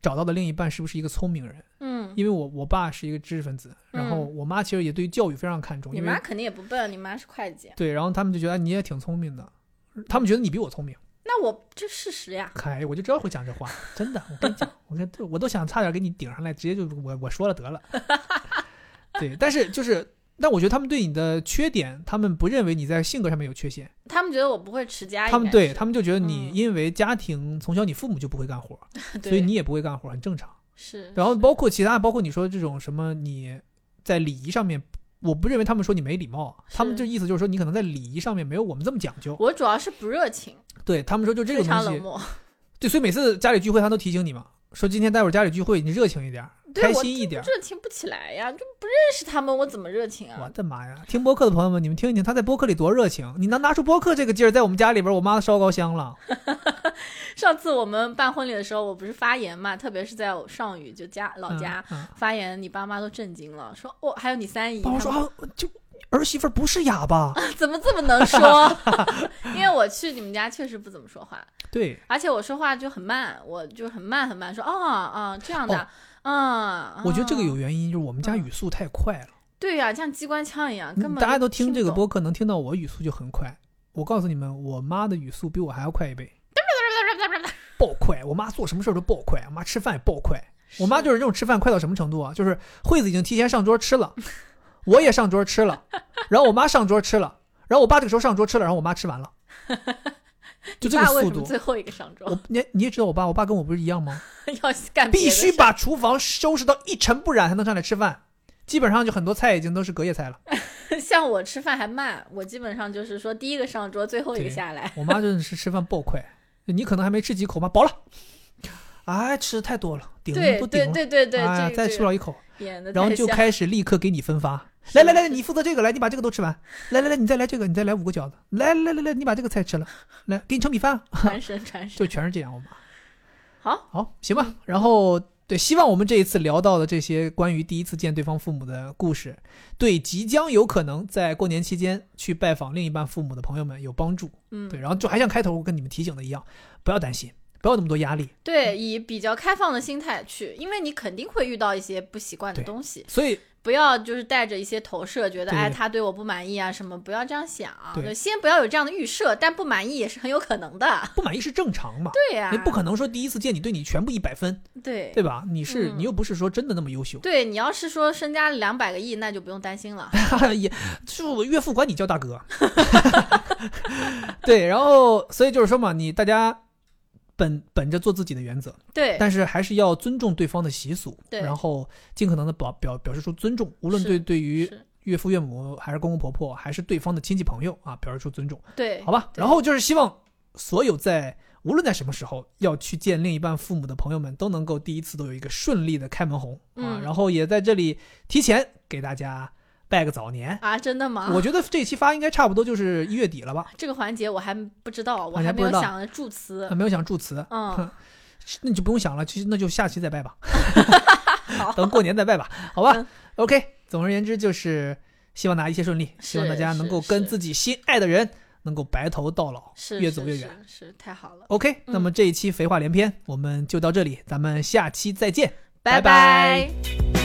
S1: 找到的另一半是不是一个聪明人，
S2: 嗯，
S1: 因为我我爸是一个知识分子，然后我妈其实也对于教育非常看重，
S2: 你
S1: 因
S2: 妈
S1: 为
S2: 肯定也不笨，你妈是会计，
S1: 对，然后他们就觉得哎你也挺聪明的，他们觉得你比我聪明，
S2: 那我这事实呀，
S1: 嗨，我就知道会讲这话， 真的，我跟你讲，我跟我都想差点给你顶上来，直接就我我说了得 了，对，但是就是。但我觉得他们对你的缺点，他们不认为你在性格上面有缺陷，
S2: 他们觉得我不会持家，
S1: 他们
S2: 应该
S1: 对
S2: 是
S1: 他们就觉得你
S2: 嗯
S1: 因为家庭、从小你父母就不会干活，
S2: 对
S1: 所以你也不会干活，很正常。
S2: 嗯是，
S1: 然后包括其他，包括你说这种什么你在礼仪上面，我不认为他们说你没礼貌，
S2: 是
S1: 他们就意思就是说你可能在礼仪上面没有我们这么讲究。
S2: 我主要是不热情，
S1: 对他们说就这
S2: 非
S1: 个东
S2: 常冷
S1: 西，
S2: 漠。
S1: 对，所以每次家里聚会他都提醒你嘛，说今天待会儿家里聚会你热情一点，
S2: 对
S1: 开
S2: 我
S1: 心一点。
S2: 热情不起来呀，就不认识他们，我怎么热情
S1: 我
S2: 啊？
S1: 的妈呀！听播客的朋友们，你们听一听，他在播客里多热情，你能拿出播客这个劲儿，在我们家里边，我妈都烧高香了。
S2: 上次我们办婚礼的时候，我不是发言嘛，特别是在我上虞就家老
S1: 嗯
S2: 家、
S1: 嗯
S2: 发言，你爸妈都震惊了，说哦，还有你三姨，
S1: 爸妈
S2: 他
S1: 说
S2: 们
S1: 啊，就儿媳妇儿不是哑巴，
S2: 怎么这么能说？ 因为我去你们家确实不怎么说话，
S1: 对，
S2: 而且我说话就很慢，我就很慢很慢，说哦啊、这样的，
S1: 哦
S2: 啊，
S1: 我觉得这个
S2: 啊
S1: 有原因，就是我们家
S2: 嗯
S1: 语速太快了。
S2: 对呀、像机关枪一样，
S1: 嗯
S2: 根本
S1: 大家
S2: 就
S1: 都听
S2: 不
S1: 这个
S2: 懂
S1: 播客，能听到我语速就很快。我告诉你们，我妈的语速比我还要快一倍， 爆快！我妈做什么事儿都爆快，我妈吃饭也爆快。我妈就是那种吃饭快到什么程度啊？就是惠子已经提前上桌吃 了，我也上桌吃了，然后我妈上桌吃了，然后我爸这个时候上桌吃了，然后我妈吃 完了，就这个
S2: 爸为
S1: 速
S2: 什么
S1: 度。
S2: 最后一个上桌
S1: 我你你也知道我爸，我爸跟我不是一样 吗？
S2: 要干别
S1: 必
S2: 的
S1: 须
S2: 事
S1: 把厨房收拾到一尘不染才能上来吃饭，基本上就很多菜已经都是隔夜菜了。
S2: 像我吃饭还慢，我基本上就是说第一个上桌，最后一个
S1: 对
S2: 下来。
S1: 我妈真的是吃饭爆快，你可能还没吃几口吧，饱了，哎，吃的太多了，顶了
S2: 对
S1: 都顶
S2: 对
S1: 了，
S2: 对对对，
S1: 哎呀
S2: 这个
S1: 再
S2: 这
S1: 吃不
S2: 个
S1: 了一口，
S2: 演的
S1: 然后
S2: 太
S1: 就
S2: 像
S1: 开始立刻给你分发。
S2: 是
S1: 来来来，
S2: 是
S1: 你负责这个，来，你把这个都吃完。来来来，你再来这个，你再来五个饺子。来来来来，你把这个菜吃了，来，给你盛米饭。啊
S2: 传神传神。
S1: 就全是这样，我妈。
S2: 好，
S1: 好，行吧。然后对，希望我们这一次聊到的这些关于第一次见对方父母的故事，对即将有可能在过年期间去拜访另一半父母的朋友们有帮助。
S2: 嗯
S1: 对，然后就还像开头我跟你们提醒的一样，不要担心，不要那么多压力。
S2: 对，以比较开放的心态去，因为你肯定会遇到一些不习惯的
S1: 对
S2: 东西，
S1: 所以
S2: 不要就是带着一些投射，觉得
S1: 对
S2: 哎
S1: 对
S2: 他对我不满意啊什么，不要这样想。
S1: 对
S2: 就先不要有这样的预设，但不满意也是很有可能 的。
S1: 不满意是正常嘛，
S2: 对呀、
S1: 你不可能说第一次见你对你全部一百分，
S2: 对
S1: 对吧？你是
S2: 嗯
S1: 你又不是说真的那么优秀，
S2: 对，你要是说身家两百个亿，那就不用担 心了。
S1: 也是我岳父管你叫大 哥。对，然后所以就是说嘛，你大家本本着做自己的原则，
S2: 对，
S1: 但是还是要尊重对方的习俗，
S2: 对
S1: 然后尽可能的表表表示出尊重，无论
S2: 是
S1: 对对于
S2: 是
S1: 岳父岳母还是公公婆婆还是对方的亲戚朋友啊，表示出尊重，
S2: 对，
S1: 好吧？
S2: 对
S1: 然后就是希望所有在无论在什么时候要去见另一半父母的朋友们，都能够第一次都有一个顺利的开门红啊，
S2: 嗯
S1: 然后也在这里提前给大家拜个早年。
S2: 啊，真的吗？
S1: 我觉得这期发应该差不多就是一月底了吧，
S2: 这个环节我还不知道，我
S1: 啊你还
S2: 还
S1: 不知
S2: 没有
S1: 道
S2: 想祝词
S1: 啊。没有想祝词，
S2: 嗯，
S1: 那你就不用想了，其实那就下期再拜吧，
S2: 好，
S1: 等过年再拜吧，好吧
S2: 嗯
S1: ？OK，总而言之就是希望大家一切顺利，希望大家能够
S2: 是
S1: 跟
S2: 是
S1: 自己心爱的人能够白头到老，
S2: 是
S1: 越
S2: 是
S1: 走越
S2: 是
S1: 远。哦
S2: 是太好了，
S1: OK，那么这一期肥话连篇我们就到这里，咱们下期再见，拜
S2: 拜拜